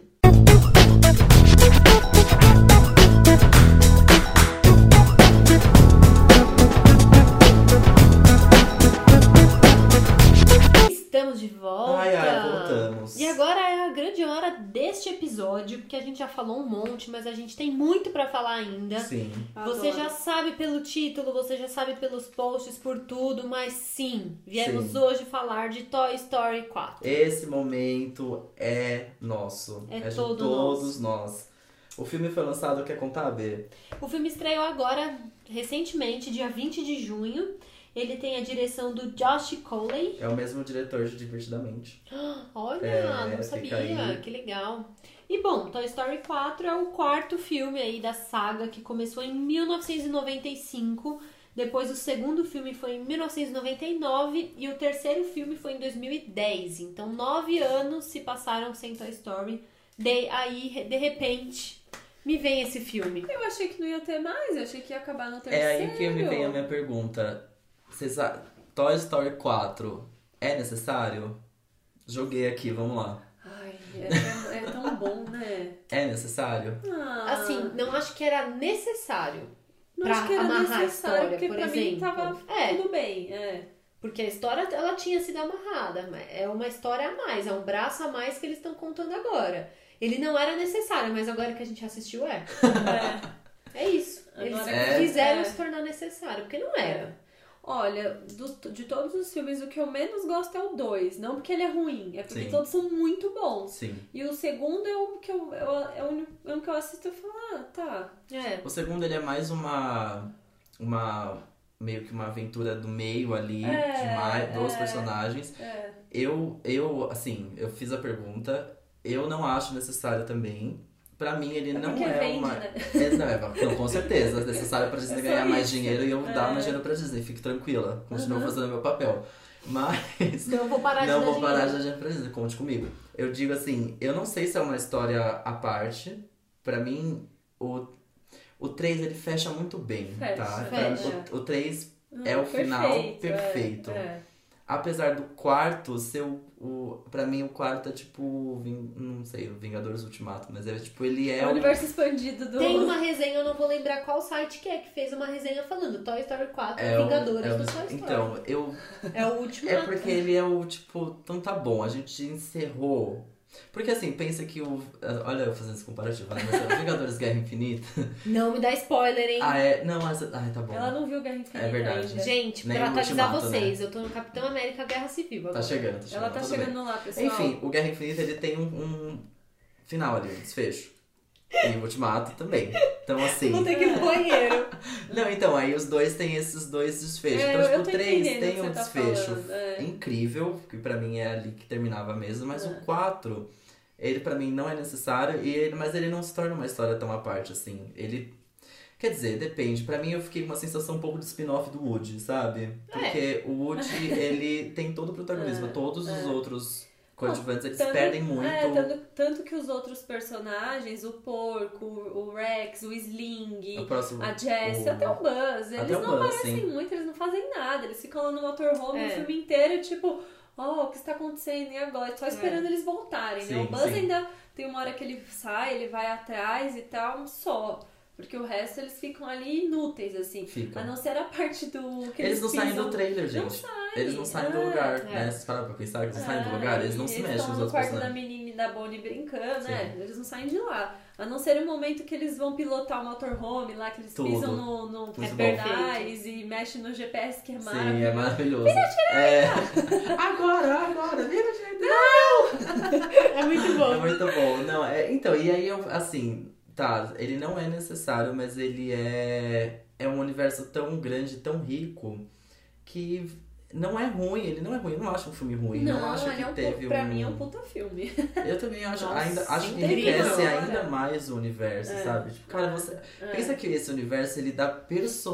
[SPEAKER 1] Estamos de volta.
[SPEAKER 2] Ai, ai, voltamos.
[SPEAKER 1] E agora é a grande hora deste episódio, porque a gente já falou um monte, mas a gente tem muito pra falar ainda.
[SPEAKER 2] Sim,
[SPEAKER 1] Você
[SPEAKER 3] Adoro.
[SPEAKER 1] já sabe pelo título, você já sabe pelos posts, por tudo, mas sim, viemos
[SPEAKER 2] Sim.
[SPEAKER 1] hoje falar de Toy Story 4.
[SPEAKER 2] esse momento é nosso.
[SPEAKER 1] É
[SPEAKER 2] de
[SPEAKER 1] todo
[SPEAKER 2] todos nós. O filme foi lançado, quer contar, B?
[SPEAKER 1] O filme estreou agora, recentemente, dia 20 de junho. Ele tem a direção do Josh Coley.
[SPEAKER 2] É o mesmo diretor de Divertidamente.
[SPEAKER 1] Olha,
[SPEAKER 2] É,
[SPEAKER 1] não
[SPEAKER 2] fica
[SPEAKER 1] sabia,
[SPEAKER 2] aí.
[SPEAKER 1] que legal. E bom, Toy Story 4 é o quarto filme aí da saga que começou em 1995. Depois o segundo filme foi em 1999 e o terceiro filme foi em 2010. Então nove anos se passaram sem Toy Story. De aí, de repente, me vem esse filme.
[SPEAKER 3] Eu achei que não ia ter mais, eu achei que ia
[SPEAKER 1] Tá
[SPEAKER 3] acabar no terceiro.
[SPEAKER 2] É aí que me vem a minha pergunta. Vocês a- Toy Story 4 é necessário? Joguei aqui, vamos lá.
[SPEAKER 3] Ai, é tão, é tão bom, né?
[SPEAKER 2] É necessário?
[SPEAKER 3] Ah,
[SPEAKER 1] Assim, não acho que era necessário
[SPEAKER 3] não
[SPEAKER 1] pra
[SPEAKER 3] acho que era
[SPEAKER 1] amarrar a
[SPEAKER 3] necessário,
[SPEAKER 1] história,
[SPEAKER 3] porque
[SPEAKER 1] por
[SPEAKER 3] pra
[SPEAKER 1] exemplo.
[SPEAKER 3] mim tava
[SPEAKER 1] É.
[SPEAKER 3] tudo bem. É.
[SPEAKER 1] Porque a história ela tinha sido amarrada, mas é uma história a mais, é um braço a mais que eles estão contando agora. Ele não era necessário, mas agora que a gente assistiu é.
[SPEAKER 3] É.
[SPEAKER 1] É isso. Eles
[SPEAKER 3] Agora
[SPEAKER 2] É.
[SPEAKER 1] quiseram
[SPEAKER 3] é.
[SPEAKER 1] se tornar necessário, porque não era.
[SPEAKER 3] Olha, do- de todos os filmes, o que eu menos gosto é o 2. Não porque ele é ruim, é porque
[SPEAKER 2] Sim.
[SPEAKER 3] todos são muito bons.
[SPEAKER 2] Sim.
[SPEAKER 3] E o segundo é o um que eu, eu- é o único- é um que eu assisto e falo, ah, tá.
[SPEAKER 1] É.
[SPEAKER 2] O segundo, ele é mais uma uma meio que uma aventura do meio ali
[SPEAKER 3] É,
[SPEAKER 2] de mais, dos
[SPEAKER 3] é.
[SPEAKER 2] personagens.
[SPEAKER 3] É.
[SPEAKER 2] Eu eu assim, eu fiz a pergunta, eu não acho necessário também. Pra mim ele não
[SPEAKER 3] Porque
[SPEAKER 2] é
[SPEAKER 3] vende,
[SPEAKER 2] uma
[SPEAKER 3] né?
[SPEAKER 2] é, não, é, não, com certeza, é necessário pra Disney
[SPEAKER 3] É só
[SPEAKER 2] ganhar mais
[SPEAKER 3] isso.
[SPEAKER 2] dinheiro e eu
[SPEAKER 3] É.
[SPEAKER 2] dar mais dinheiro pra Disney, fique tranquila, continuo
[SPEAKER 3] Uhum.
[SPEAKER 2] fazendo meu papel. Mas
[SPEAKER 1] Não Então vou parar de
[SPEAKER 2] não
[SPEAKER 1] dar
[SPEAKER 2] vou parar
[SPEAKER 1] dinheiro.
[SPEAKER 2] de dar pra Disney, conte comigo. Eu digo assim, eu não sei se é uma história à parte, Pra mim o, o 3 ele fecha muito bem,
[SPEAKER 3] Fecha,
[SPEAKER 2] tá? Pra-
[SPEAKER 3] fecha.
[SPEAKER 2] O, o 3, É
[SPEAKER 3] Hum,
[SPEAKER 2] o final
[SPEAKER 3] é,
[SPEAKER 2] perfeito.
[SPEAKER 3] é.
[SPEAKER 2] apesar do quarto ser o, o para mim o quarto é tipo, o Ving- não sei, o Vingadores Ultimato, mas é tipo ele é
[SPEAKER 3] o
[SPEAKER 2] o-
[SPEAKER 3] universo expandido do.
[SPEAKER 1] Tem uma resenha, eu não vou lembrar qual site que é, que fez uma resenha falando Toy Story 4,
[SPEAKER 2] é o-
[SPEAKER 1] Vingadores
[SPEAKER 2] é o-
[SPEAKER 1] do Toy Story.
[SPEAKER 2] Então, eu
[SPEAKER 1] é o último.
[SPEAKER 2] É
[SPEAKER 1] ato.
[SPEAKER 2] porque ele é o tipo, então tá bom, a gente encerrou. Porque assim, pensa que o. Olha, eu fazendo esse comparativo, né? Mas o Vingadores Guerra Infinita.
[SPEAKER 1] Não me dá spoiler, hein?
[SPEAKER 2] Ah, é. Não, essa. Ai, tá bom.
[SPEAKER 3] Ela não viu Guerra Infinita
[SPEAKER 2] É verdade.
[SPEAKER 3] ainda.
[SPEAKER 1] Gente,
[SPEAKER 2] Nem
[SPEAKER 1] pra
[SPEAKER 2] o
[SPEAKER 1] atualizar
[SPEAKER 2] Ultimato, né?
[SPEAKER 1] vocês, eu tô no Capitão América Guerra Civil agora.
[SPEAKER 2] Tá chegando, tá chegando.
[SPEAKER 3] Ela tá
[SPEAKER 2] tudo bem.
[SPEAKER 3] chegando lá, pessoal.
[SPEAKER 2] Enfim, o Guerra Infinita ele tem um, um final ali, um desfecho. E o Ultimato também. Então assim.
[SPEAKER 1] Vou ter que ir no banheiro.
[SPEAKER 2] Não, então, aí os dois têm esses dois desfechos.
[SPEAKER 3] É,
[SPEAKER 2] então,
[SPEAKER 3] eu-
[SPEAKER 2] tipo,
[SPEAKER 3] eu tô
[SPEAKER 2] três
[SPEAKER 3] entendendo
[SPEAKER 2] tem
[SPEAKER 3] o que
[SPEAKER 2] um
[SPEAKER 3] você tá
[SPEAKER 2] desfecho
[SPEAKER 3] falando, é.
[SPEAKER 2] incrível, que pra mim é ali que terminava mesmo, mas
[SPEAKER 3] É.
[SPEAKER 2] o quatro, ele pra mim não é necessário, e ele, mas ele não se torna uma história tão à parte, assim. Ele. Quer dizer, depende. Pra mim eu fiquei com uma sensação um pouco de spin-off do Woody, sabe? Porque o Woody, ele tem todo o protagonismo.
[SPEAKER 3] É,
[SPEAKER 2] Todos os
[SPEAKER 3] é.
[SPEAKER 2] outros coadjuvantes, eles
[SPEAKER 3] Tanto-
[SPEAKER 2] perdem muito.
[SPEAKER 3] É, tanto, tanto que os outros personagens, o Porco, o Rex, o Sling,
[SPEAKER 2] o próximo.
[SPEAKER 3] a Jessie,
[SPEAKER 2] o-
[SPEAKER 3] até o Buzz,
[SPEAKER 2] até
[SPEAKER 3] eles
[SPEAKER 2] o Buzz,
[SPEAKER 3] não
[SPEAKER 2] assim,
[SPEAKER 3] aparecem
[SPEAKER 2] sim.
[SPEAKER 3] assim, muito, eles não fazem nada, eles ficam lá no motorhome
[SPEAKER 1] É.
[SPEAKER 3] o filme inteiro, tipo, ó, o que está acontecendo e agora? Só esperando eles voltarem, né?
[SPEAKER 2] É. Sim,
[SPEAKER 3] O Buzz
[SPEAKER 2] sim.
[SPEAKER 3] ainda tem uma hora que ele sai, ele vai atrás e tal, um só. Porque o resto eles ficam ali inúteis, assim.
[SPEAKER 2] Fica.
[SPEAKER 3] A não ser a parte do. Que
[SPEAKER 2] Tá. Eles não saem
[SPEAKER 3] pisam-
[SPEAKER 2] do trailer,
[SPEAKER 3] Não
[SPEAKER 2] gente. Eles não saem do
[SPEAKER 3] É,
[SPEAKER 2] lugar,
[SPEAKER 1] é.
[SPEAKER 2] né? Se parar pra pensar que eles não saem do
[SPEAKER 3] Ah,
[SPEAKER 2] lugar, eles não
[SPEAKER 3] e
[SPEAKER 2] se mexem
[SPEAKER 3] tão
[SPEAKER 2] os
[SPEAKER 3] no
[SPEAKER 2] outros
[SPEAKER 3] quarto da
[SPEAKER 2] personagens.
[SPEAKER 3] menina e da Bonnie brincando,
[SPEAKER 2] Sim.
[SPEAKER 3] né? Eles não saem de lá. A não ser o momento que eles vão pilotar o motorhome lá, que eles
[SPEAKER 2] Tudo.
[SPEAKER 3] pisam no, no
[SPEAKER 2] Tudo
[SPEAKER 3] Pernais e mexem no GPS, que é
[SPEAKER 2] Sim, é
[SPEAKER 3] maravilhoso.
[SPEAKER 2] maravilhoso. É. agora, agora, vira direita.
[SPEAKER 1] É muito
[SPEAKER 2] É
[SPEAKER 1] bom.
[SPEAKER 2] muito bom. Não, é, então, e aí eu, assim, tá, ele não é necessário, mas ele é é um universo tão grande, tão rico que não é ruim, ele não é ruim, eu não acho um filme ruim, não,
[SPEAKER 3] Não,
[SPEAKER 2] acho
[SPEAKER 3] ele
[SPEAKER 2] que
[SPEAKER 3] é um,
[SPEAKER 2] teve
[SPEAKER 3] pu-
[SPEAKER 2] um
[SPEAKER 3] pra mim é um puta filme.
[SPEAKER 2] Eu também acho,
[SPEAKER 1] Nossa,
[SPEAKER 2] ainda acho que
[SPEAKER 1] incrível.
[SPEAKER 2] enriquece
[SPEAKER 3] Olha.
[SPEAKER 2] ainda mais o universo,
[SPEAKER 3] É.
[SPEAKER 2] sabe? Tipo, cara, você Pensa que esse universo ele dá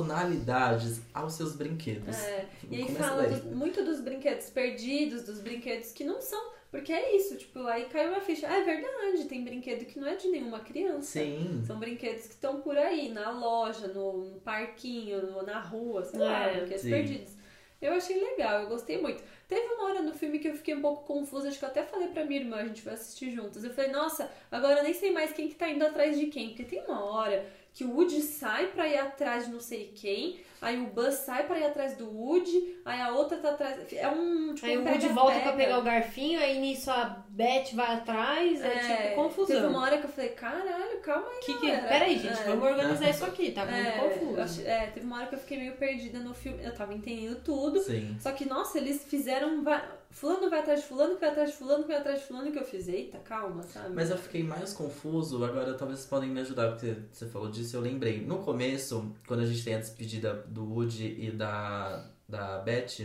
[SPEAKER 2] personalidades aos seus brinquedos.
[SPEAKER 3] É, E aí
[SPEAKER 2] Começa
[SPEAKER 3] fala
[SPEAKER 2] daí.
[SPEAKER 3] do- muito dos brinquedos perdidos, dos brinquedos que não são. Porque é isso, tipo, aí caiu a ficha. Ah, é verdade, tem brinquedo que não é de nenhuma criança.
[SPEAKER 2] Sim.
[SPEAKER 3] São brinquedos que estão por aí, na loja, no, no parquinho, no- na rua, sei lá,
[SPEAKER 1] É.
[SPEAKER 3] brinquedos
[SPEAKER 2] Sim.
[SPEAKER 3] perdidos. Eu achei legal, eu gostei muito. Teve uma hora no filme que eu fiquei um pouco confusa, acho que eu até falei pra minha irmã, a gente vai assistir juntas. Eu falei, nossa, agora eu nem sei mais quem que tá indo atrás de quem, porque tem uma hora que o Woody sai pra ir atrás de não sei quem, aí o Buzz sai pra ir atrás do Woody, aí a outra tá atrás. É um tipo
[SPEAKER 1] Aí o
[SPEAKER 3] um
[SPEAKER 1] Woody
[SPEAKER 3] pega-pega.
[SPEAKER 1] volta pra pegar o garfinho, aí nisso a Beth vai atrás, é, tipo
[SPEAKER 3] Teve
[SPEAKER 1] confusão.
[SPEAKER 3] uma hora que eu falei, caralho, calma aí,
[SPEAKER 1] Que que...
[SPEAKER 3] galera.
[SPEAKER 1] Peraí, gente,
[SPEAKER 3] É.
[SPEAKER 1] vamos organizar isso aqui, tá muito
[SPEAKER 3] É,
[SPEAKER 1] confuso.
[SPEAKER 3] eu achei- é, teve uma hora que eu fiquei meio perdida no filme. Eu tava entendendo tudo.
[SPEAKER 2] Sim.
[SPEAKER 3] Só que, nossa, eles fizeram. um va- Fulano vai atrás de fulano, que vai atrás de fulano, que vai atrás de fulano, que eu fiz. Eita, calma, sabe?
[SPEAKER 2] Mas eu fiquei mais confuso, agora talvez vocês podem me ajudar, porque você falou disso, eu lembrei. No começo, quando a gente tem a despedida do Woody e da, da Beth,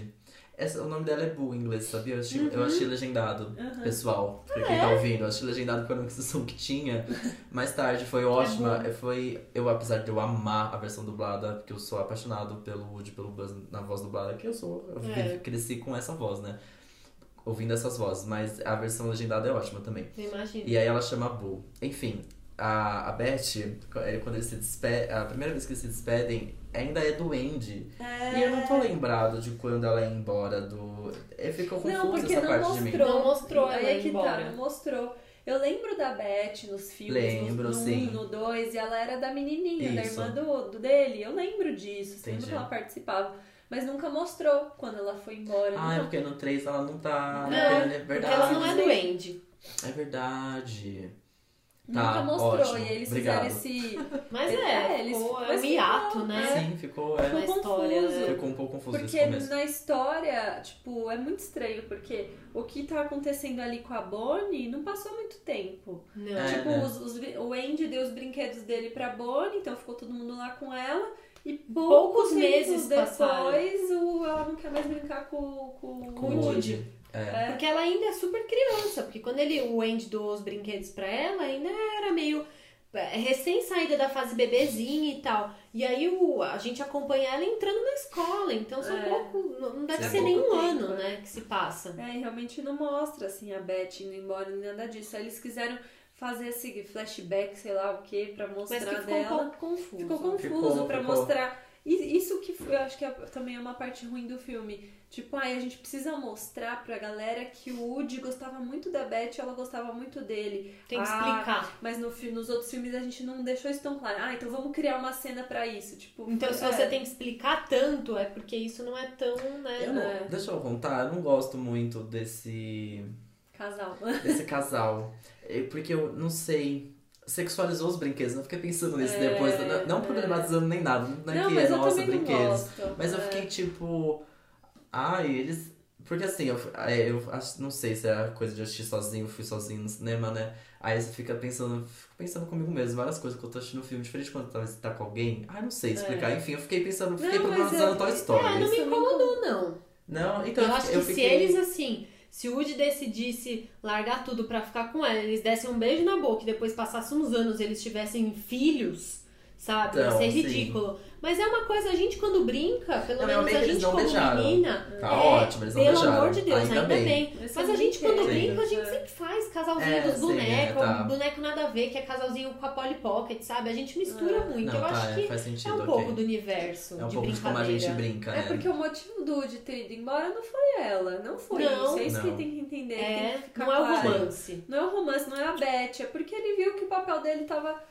[SPEAKER 2] essa, o nome dela é Boo em inglês, sabia? Eu achei,
[SPEAKER 3] Uhum.
[SPEAKER 2] eu achei legendado.
[SPEAKER 3] Aham.
[SPEAKER 2] Pessoal, pra
[SPEAKER 3] Ah,
[SPEAKER 2] quem
[SPEAKER 3] é?
[SPEAKER 2] tá ouvindo, eu achei legendado porque eu não sei o que tinha. Mais tarde
[SPEAKER 3] É
[SPEAKER 2] foi ótima. eu- foi, eu, apesar de eu amar a versão dublada, porque eu sou apaixonado pelo Woody, pelo Buzz na voz dublada, que eu sou. Eu
[SPEAKER 1] É.
[SPEAKER 2] vivi- cresci com essa voz, né? Ouvindo essas vozes, mas a versão legendada é ótima também.
[SPEAKER 1] Eu imagino.
[SPEAKER 2] E aí ela chama Boo. Enfim, a, a Beth, eh, quando eles se despedem, a primeira vez que eles se despedem, ainda é doente.
[SPEAKER 3] É.
[SPEAKER 2] E eu não tô lembrado de quando ela ia embora do. eh, Ficou confuso
[SPEAKER 3] Não, porque
[SPEAKER 2] essa
[SPEAKER 3] não
[SPEAKER 2] parte
[SPEAKER 3] mostrou.
[SPEAKER 2] de mim.
[SPEAKER 1] Não mostrou
[SPEAKER 3] Aí
[SPEAKER 1] ela
[SPEAKER 3] é
[SPEAKER 1] ir
[SPEAKER 3] que tá,
[SPEAKER 1] embora.
[SPEAKER 3] não mostrou. Eu lembro da Beth nos filmes,
[SPEAKER 2] Lembro,
[SPEAKER 3] no, no
[SPEAKER 2] sim.
[SPEAKER 3] um, no 2, e ela era da menininha, da
[SPEAKER 2] Isso.
[SPEAKER 3] irmã do, do dele. Eu lembro disso, eu lembro
[SPEAKER 2] Entendi.
[SPEAKER 3] que ela participava. Mas nunca mostrou quando ela foi embora.
[SPEAKER 2] Ah, é
[SPEAKER 3] nunca
[SPEAKER 2] porque no 3 ela não tá.
[SPEAKER 1] Não,
[SPEAKER 2] é
[SPEAKER 1] Porque
[SPEAKER 2] verdade.
[SPEAKER 1] ela não é doente.
[SPEAKER 2] É verdade.
[SPEAKER 3] Nunca
[SPEAKER 2] Tá,
[SPEAKER 3] mostrou.
[SPEAKER 2] ótimo.
[SPEAKER 3] E aí eles
[SPEAKER 2] Obrigado.
[SPEAKER 3] fizeram esse.
[SPEAKER 1] Mas
[SPEAKER 3] É,
[SPEAKER 1] é,
[SPEAKER 3] eles-
[SPEAKER 1] ficou- é um
[SPEAKER 3] mas ficou,
[SPEAKER 1] hiato, né?
[SPEAKER 2] Sim, ficou. é.
[SPEAKER 1] Na
[SPEAKER 3] Ficou
[SPEAKER 1] história, né?
[SPEAKER 3] confuso.
[SPEAKER 2] Ficou um pouco confuso esse
[SPEAKER 3] Porque
[SPEAKER 2] começo.
[SPEAKER 3] na história, tipo, é muito estranho, porque o que tá acontecendo ali com a Bonnie não passou muito tempo.
[SPEAKER 1] Não.
[SPEAKER 2] É,
[SPEAKER 3] tipo,
[SPEAKER 2] né?
[SPEAKER 3] os- os brin- o Andy deu os brinquedos dele pra Bonnie, então ficou todo mundo lá com ela. E
[SPEAKER 1] poucos meses
[SPEAKER 3] depois,
[SPEAKER 1] passaram.
[SPEAKER 3] o- ela não quer mais brincar com, com,
[SPEAKER 2] Com
[SPEAKER 3] o
[SPEAKER 2] o
[SPEAKER 3] Woody.
[SPEAKER 2] Woody. É.
[SPEAKER 3] É.
[SPEAKER 1] Porque ela ainda é super criança, porque quando ele, o Andy doou os brinquedos pra ela, ainda era meio é, recém saída da fase bebezinha e tal. E aí o, a gente acompanha ela entrando na escola, então são
[SPEAKER 3] É.
[SPEAKER 1] pouco, não não deve
[SPEAKER 2] É
[SPEAKER 1] ser
[SPEAKER 2] pouco
[SPEAKER 1] nem um
[SPEAKER 3] tempo,
[SPEAKER 1] ano,
[SPEAKER 3] né?
[SPEAKER 1] né, que se passa.
[SPEAKER 3] É, e realmente não mostra, assim, a Beth indo embora, nem nada disso. Aí eles quiseram fazer esse flashback, sei lá o que, pra mostrar
[SPEAKER 1] Mas que ficou um
[SPEAKER 3] dela.
[SPEAKER 1] pouco confuso.
[SPEAKER 3] Ficou confuso
[SPEAKER 2] Ficou,
[SPEAKER 3] pra
[SPEAKER 2] ficou.
[SPEAKER 3] mostrar. E Isso que eu acho que é- também é uma parte ruim do filme. Tipo, ai, a gente precisa mostrar pra galera que o Woody gostava muito da Beth e ela gostava muito dele.
[SPEAKER 1] Tem que
[SPEAKER 3] Ah,
[SPEAKER 1] explicar.
[SPEAKER 3] Mas no, fi- nos outros filmes a gente não deixou isso tão claro. Ah, então vamos criar uma cena pra isso. Tipo,
[SPEAKER 1] Então se
[SPEAKER 3] é.
[SPEAKER 1] você tem que explicar tanto, é porque isso não é tão, né?
[SPEAKER 2] Eu
[SPEAKER 1] é.
[SPEAKER 2] não, deixa eu contar, eu não gosto muito desse,
[SPEAKER 3] Casal.
[SPEAKER 2] desse casal. É, Porque eu não sei. Sexualizou os brinquedos, não fiquei pensando nisso
[SPEAKER 3] É,
[SPEAKER 2] depois. Não, não problematizando nem nada. Não é
[SPEAKER 3] não,
[SPEAKER 2] que,
[SPEAKER 3] mas eu
[SPEAKER 2] nossa,
[SPEAKER 3] também não
[SPEAKER 2] brinquedos.
[SPEAKER 3] gosto.
[SPEAKER 2] Mas eu
[SPEAKER 3] É.
[SPEAKER 2] fiquei tipo. Ai, eles. Porque assim, eu, é, eu acho- não sei se é coisa de assistir sozinho, eu fui sozinho no cinema, né? Aí você fica pensando, fico pensando comigo mesmo, várias coisas que eu tô assistindo no filme, diferente quando talvez você tá com alguém. Ai, não sei explicar.
[SPEAKER 1] É.
[SPEAKER 2] Enfim, eu fiquei pensando, fiquei
[SPEAKER 3] Não, mas
[SPEAKER 2] problematizando
[SPEAKER 3] eu-
[SPEAKER 2] Toy Story.
[SPEAKER 1] Ah, não me
[SPEAKER 3] Isso me
[SPEAKER 1] incomodou, não.
[SPEAKER 2] Não, então
[SPEAKER 1] Eu acho que
[SPEAKER 2] eu
[SPEAKER 1] se
[SPEAKER 2] fiquei...
[SPEAKER 1] eles, assim, se o Woody decidisse largar tudo pra ficar com ela, eles dessem um beijo na boca e depois passassem uns anos eles tivessem filhos, sabe? Ia
[SPEAKER 2] Então,
[SPEAKER 1] ser
[SPEAKER 2] sim.
[SPEAKER 1] ridículo. Mas é uma coisa, a gente quando brinca, pelo
[SPEAKER 2] Não, eu
[SPEAKER 1] menos
[SPEAKER 2] amei
[SPEAKER 1] a
[SPEAKER 2] que eles
[SPEAKER 1] gente
[SPEAKER 2] não
[SPEAKER 1] como
[SPEAKER 2] beijaram.
[SPEAKER 1] menina.
[SPEAKER 2] Tá
[SPEAKER 1] é,
[SPEAKER 2] ótimo, eles não
[SPEAKER 1] pelo
[SPEAKER 2] beijaram.
[SPEAKER 1] amor de Deus,
[SPEAKER 2] Ainda
[SPEAKER 1] ainda,
[SPEAKER 2] bem.
[SPEAKER 3] Eles são
[SPEAKER 1] Mas a gente, quando
[SPEAKER 2] brinquedos,
[SPEAKER 1] brinca, a gente
[SPEAKER 3] é.
[SPEAKER 1] sempre faz casalzinho
[SPEAKER 2] É,
[SPEAKER 1] dos
[SPEAKER 2] sim, é,
[SPEAKER 1] bonecos,
[SPEAKER 2] tá.
[SPEAKER 1] boneco nada a ver, que é casalzinho com a Polly Pocket, sabe? A gente mistura
[SPEAKER 3] É.
[SPEAKER 1] muito.
[SPEAKER 2] Não,
[SPEAKER 1] eu
[SPEAKER 2] tá,
[SPEAKER 1] acho
[SPEAKER 2] é,
[SPEAKER 1] que
[SPEAKER 2] faz
[SPEAKER 1] é
[SPEAKER 2] sentido,
[SPEAKER 1] um
[SPEAKER 2] ok.
[SPEAKER 1] pouco do universo
[SPEAKER 2] É um
[SPEAKER 1] de
[SPEAKER 2] pouco de como a
[SPEAKER 1] brincadeira.
[SPEAKER 2] gente brinca,
[SPEAKER 3] É
[SPEAKER 2] né?
[SPEAKER 3] porque o motivo do Woody ter ido embora não foi ela, não foi
[SPEAKER 1] Não.
[SPEAKER 3] isso. É isso que
[SPEAKER 2] Não.
[SPEAKER 3] tem que entender. tem que
[SPEAKER 1] É,
[SPEAKER 3] ficar
[SPEAKER 1] não é o
[SPEAKER 3] claro.
[SPEAKER 1] romance.
[SPEAKER 3] Não é o romance, não é a Beth. É porque ele viu que o papel dele tava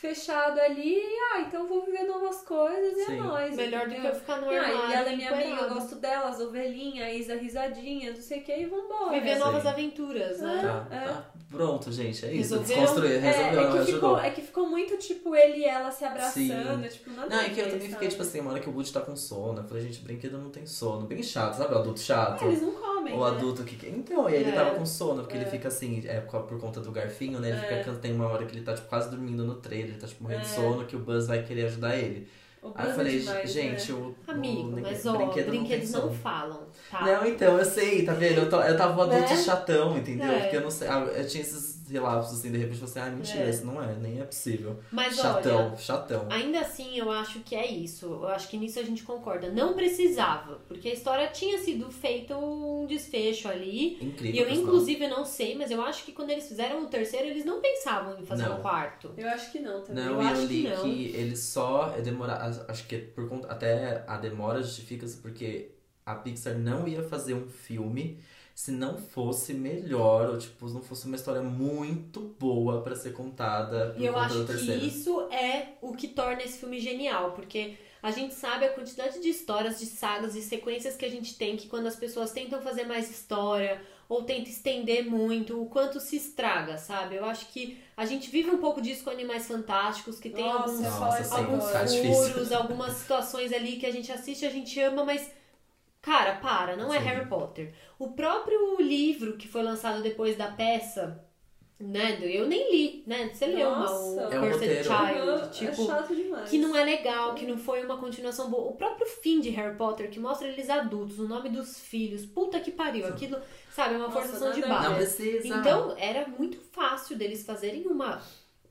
[SPEAKER 3] fechado ali. E, ah, então vou viver novas coisas e é
[SPEAKER 2] Sim.
[SPEAKER 3] nóis.
[SPEAKER 1] Melhor do que eu
[SPEAKER 3] entendeu?
[SPEAKER 1] ficar no armário.
[SPEAKER 3] ah, e ela é minha amiga, eu
[SPEAKER 1] empoeirada.
[SPEAKER 3] gosto dela, as ovelhinhas, a Isa risadinha, não sei o que, e vambora.
[SPEAKER 1] Viver
[SPEAKER 2] Sim.
[SPEAKER 1] novas aventuras, né?
[SPEAKER 2] Tá,
[SPEAKER 3] É.
[SPEAKER 2] tá. Pronto, gente, é isso.
[SPEAKER 1] Resolveu?
[SPEAKER 2] Desconstruir, resolveu,
[SPEAKER 3] É, é, que
[SPEAKER 2] ajudou.
[SPEAKER 3] ficou, é que ficou muito tipo ele e ela se abraçando, tipo, nada
[SPEAKER 2] Não,
[SPEAKER 3] a
[SPEAKER 2] é que eu
[SPEAKER 3] ver,
[SPEAKER 2] também
[SPEAKER 3] sabe?
[SPEAKER 2] fiquei, tipo assim, uma hora que o Woody tá com sono. Eu falei, gente, brinquedo não tem sono. Bem chato, sabe? O adulto chato.
[SPEAKER 3] Ah, eles não comem.
[SPEAKER 2] O
[SPEAKER 3] né?
[SPEAKER 2] adulto que. Então, e ele
[SPEAKER 1] É. É.
[SPEAKER 2] tava com sono, porque ele fica assim, é por por conta do garfinho, né? Ele fica cantando, tem uma hora que ele tá tipo, quase dormindo no trailer, ele tá tipo morrendo de
[SPEAKER 3] É.
[SPEAKER 2] sono, que o Buzz vai querer ajudar ele.
[SPEAKER 3] O
[SPEAKER 2] Aí
[SPEAKER 3] Buzz
[SPEAKER 2] eu
[SPEAKER 3] é
[SPEAKER 2] falei,
[SPEAKER 3] demais,
[SPEAKER 2] gente,
[SPEAKER 3] né?
[SPEAKER 2] o,
[SPEAKER 1] Amigo,
[SPEAKER 2] o
[SPEAKER 1] mas ó,
[SPEAKER 2] brinquedo não tem
[SPEAKER 1] brinquedos não,
[SPEAKER 2] sono.
[SPEAKER 1] falam, tá?
[SPEAKER 2] Não, então, eu sei, tá vendo? Eu, tô- eu tava um adulto
[SPEAKER 1] Né?
[SPEAKER 2] chatão, entendeu?
[SPEAKER 1] É.
[SPEAKER 2] Porque eu não sei. ah, Eu tinha esses relapsos assim, de repente você, ah, mentira,
[SPEAKER 1] É.
[SPEAKER 2] isso não é, nem é possível.
[SPEAKER 1] Mas
[SPEAKER 2] chatão,
[SPEAKER 1] olha,
[SPEAKER 2] chatão.
[SPEAKER 1] ainda assim eu acho que é isso. Eu acho que nisso a gente concorda. Não precisava, porque a história tinha sido feita um desfecho ali.
[SPEAKER 2] Incrível.
[SPEAKER 1] E eu,
[SPEAKER 2] por sinal.
[SPEAKER 1] inclusive, não sei, mas eu acho que quando eles fizeram o terceiro, eles não pensavam em fazer
[SPEAKER 2] Não.
[SPEAKER 1] um quarto.
[SPEAKER 3] né? Eu acho que não também.
[SPEAKER 2] Não,
[SPEAKER 1] Eu
[SPEAKER 2] e
[SPEAKER 1] acho
[SPEAKER 2] eu
[SPEAKER 1] que
[SPEAKER 2] li
[SPEAKER 1] não.
[SPEAKER 2] que, ele só é demora acho que é por conta até a demora justifica-se porque a Pixar não ia fazer um filme se não fosse melhor ou tipo não fosse uma história muito boa pra ser contada por
[SPEAKER 1] E eu
[SPEAKER 2] conta
[SPEAKER 1] acho
[SPEAKER 2] do
[SPEAKER 1] que
[SPEAKER 2] terceiro.
[SPEAKER 1] isso é o que torna esse filme genial, porque a gente sabe a quantidade de histórias, de sagas e sequências que a gente tem, que quando as pessoas tentam fazer mais história ou tentam estender muito, o quanto se estraga, sabe? Eu acho que a gente vive um pouco disso com Animais Fantásticos, que tem
[SPEAKER 3] Nossa,
[SPEAKER 1] alguns
[SPEAKER 3] eu
[SPEAKER 2] Nossa,
[SPEAKER 3] falo
[SPEAKER 2] sim,
[SPEAKER 3] agora.
[SPEAKER 2] tá difícil.
[SPEAKER 1] furos, algumas situações ali que a gente assiste, a gente ama, mas. Cara, para, não é
[SPEAKER 2] Sim.
[SPEAKER 1] Harry Potter. O próprio livro que foi lançado depois da peça, né? do- Eu nem li, né? Você leu uma, o
[SPEAKER 3] Nossa.
[SPEAKER 2] É um
[SPEAKER 1] Cursed
[SPEAKER 2] roteiro.
[SPEAKER 1] Child,
[SPEAKER 3] Aham, é
[SPEAKER 1] tipo,
[SPEAKER 3] chato demais.
[SPEAKER 1] que não é legal, que não foi uma continuação boa. O próprio fim de Harry Potter, que mostra eles adultos, o nome dos filhos, puta que pariu, aquilo, sabe, é uma
[SPEAKER 3] Nossa,
[SPEAKER 1] forçação de
[SPEAKER 3] nada a
[SPEAKER 1] barra.
[SPEAKER 2] Não
[SPEAKER 3] ver.
[SPEAKER 2] precisa.
[SPEAKER 1] Então, era muito fácil deles fazerem uma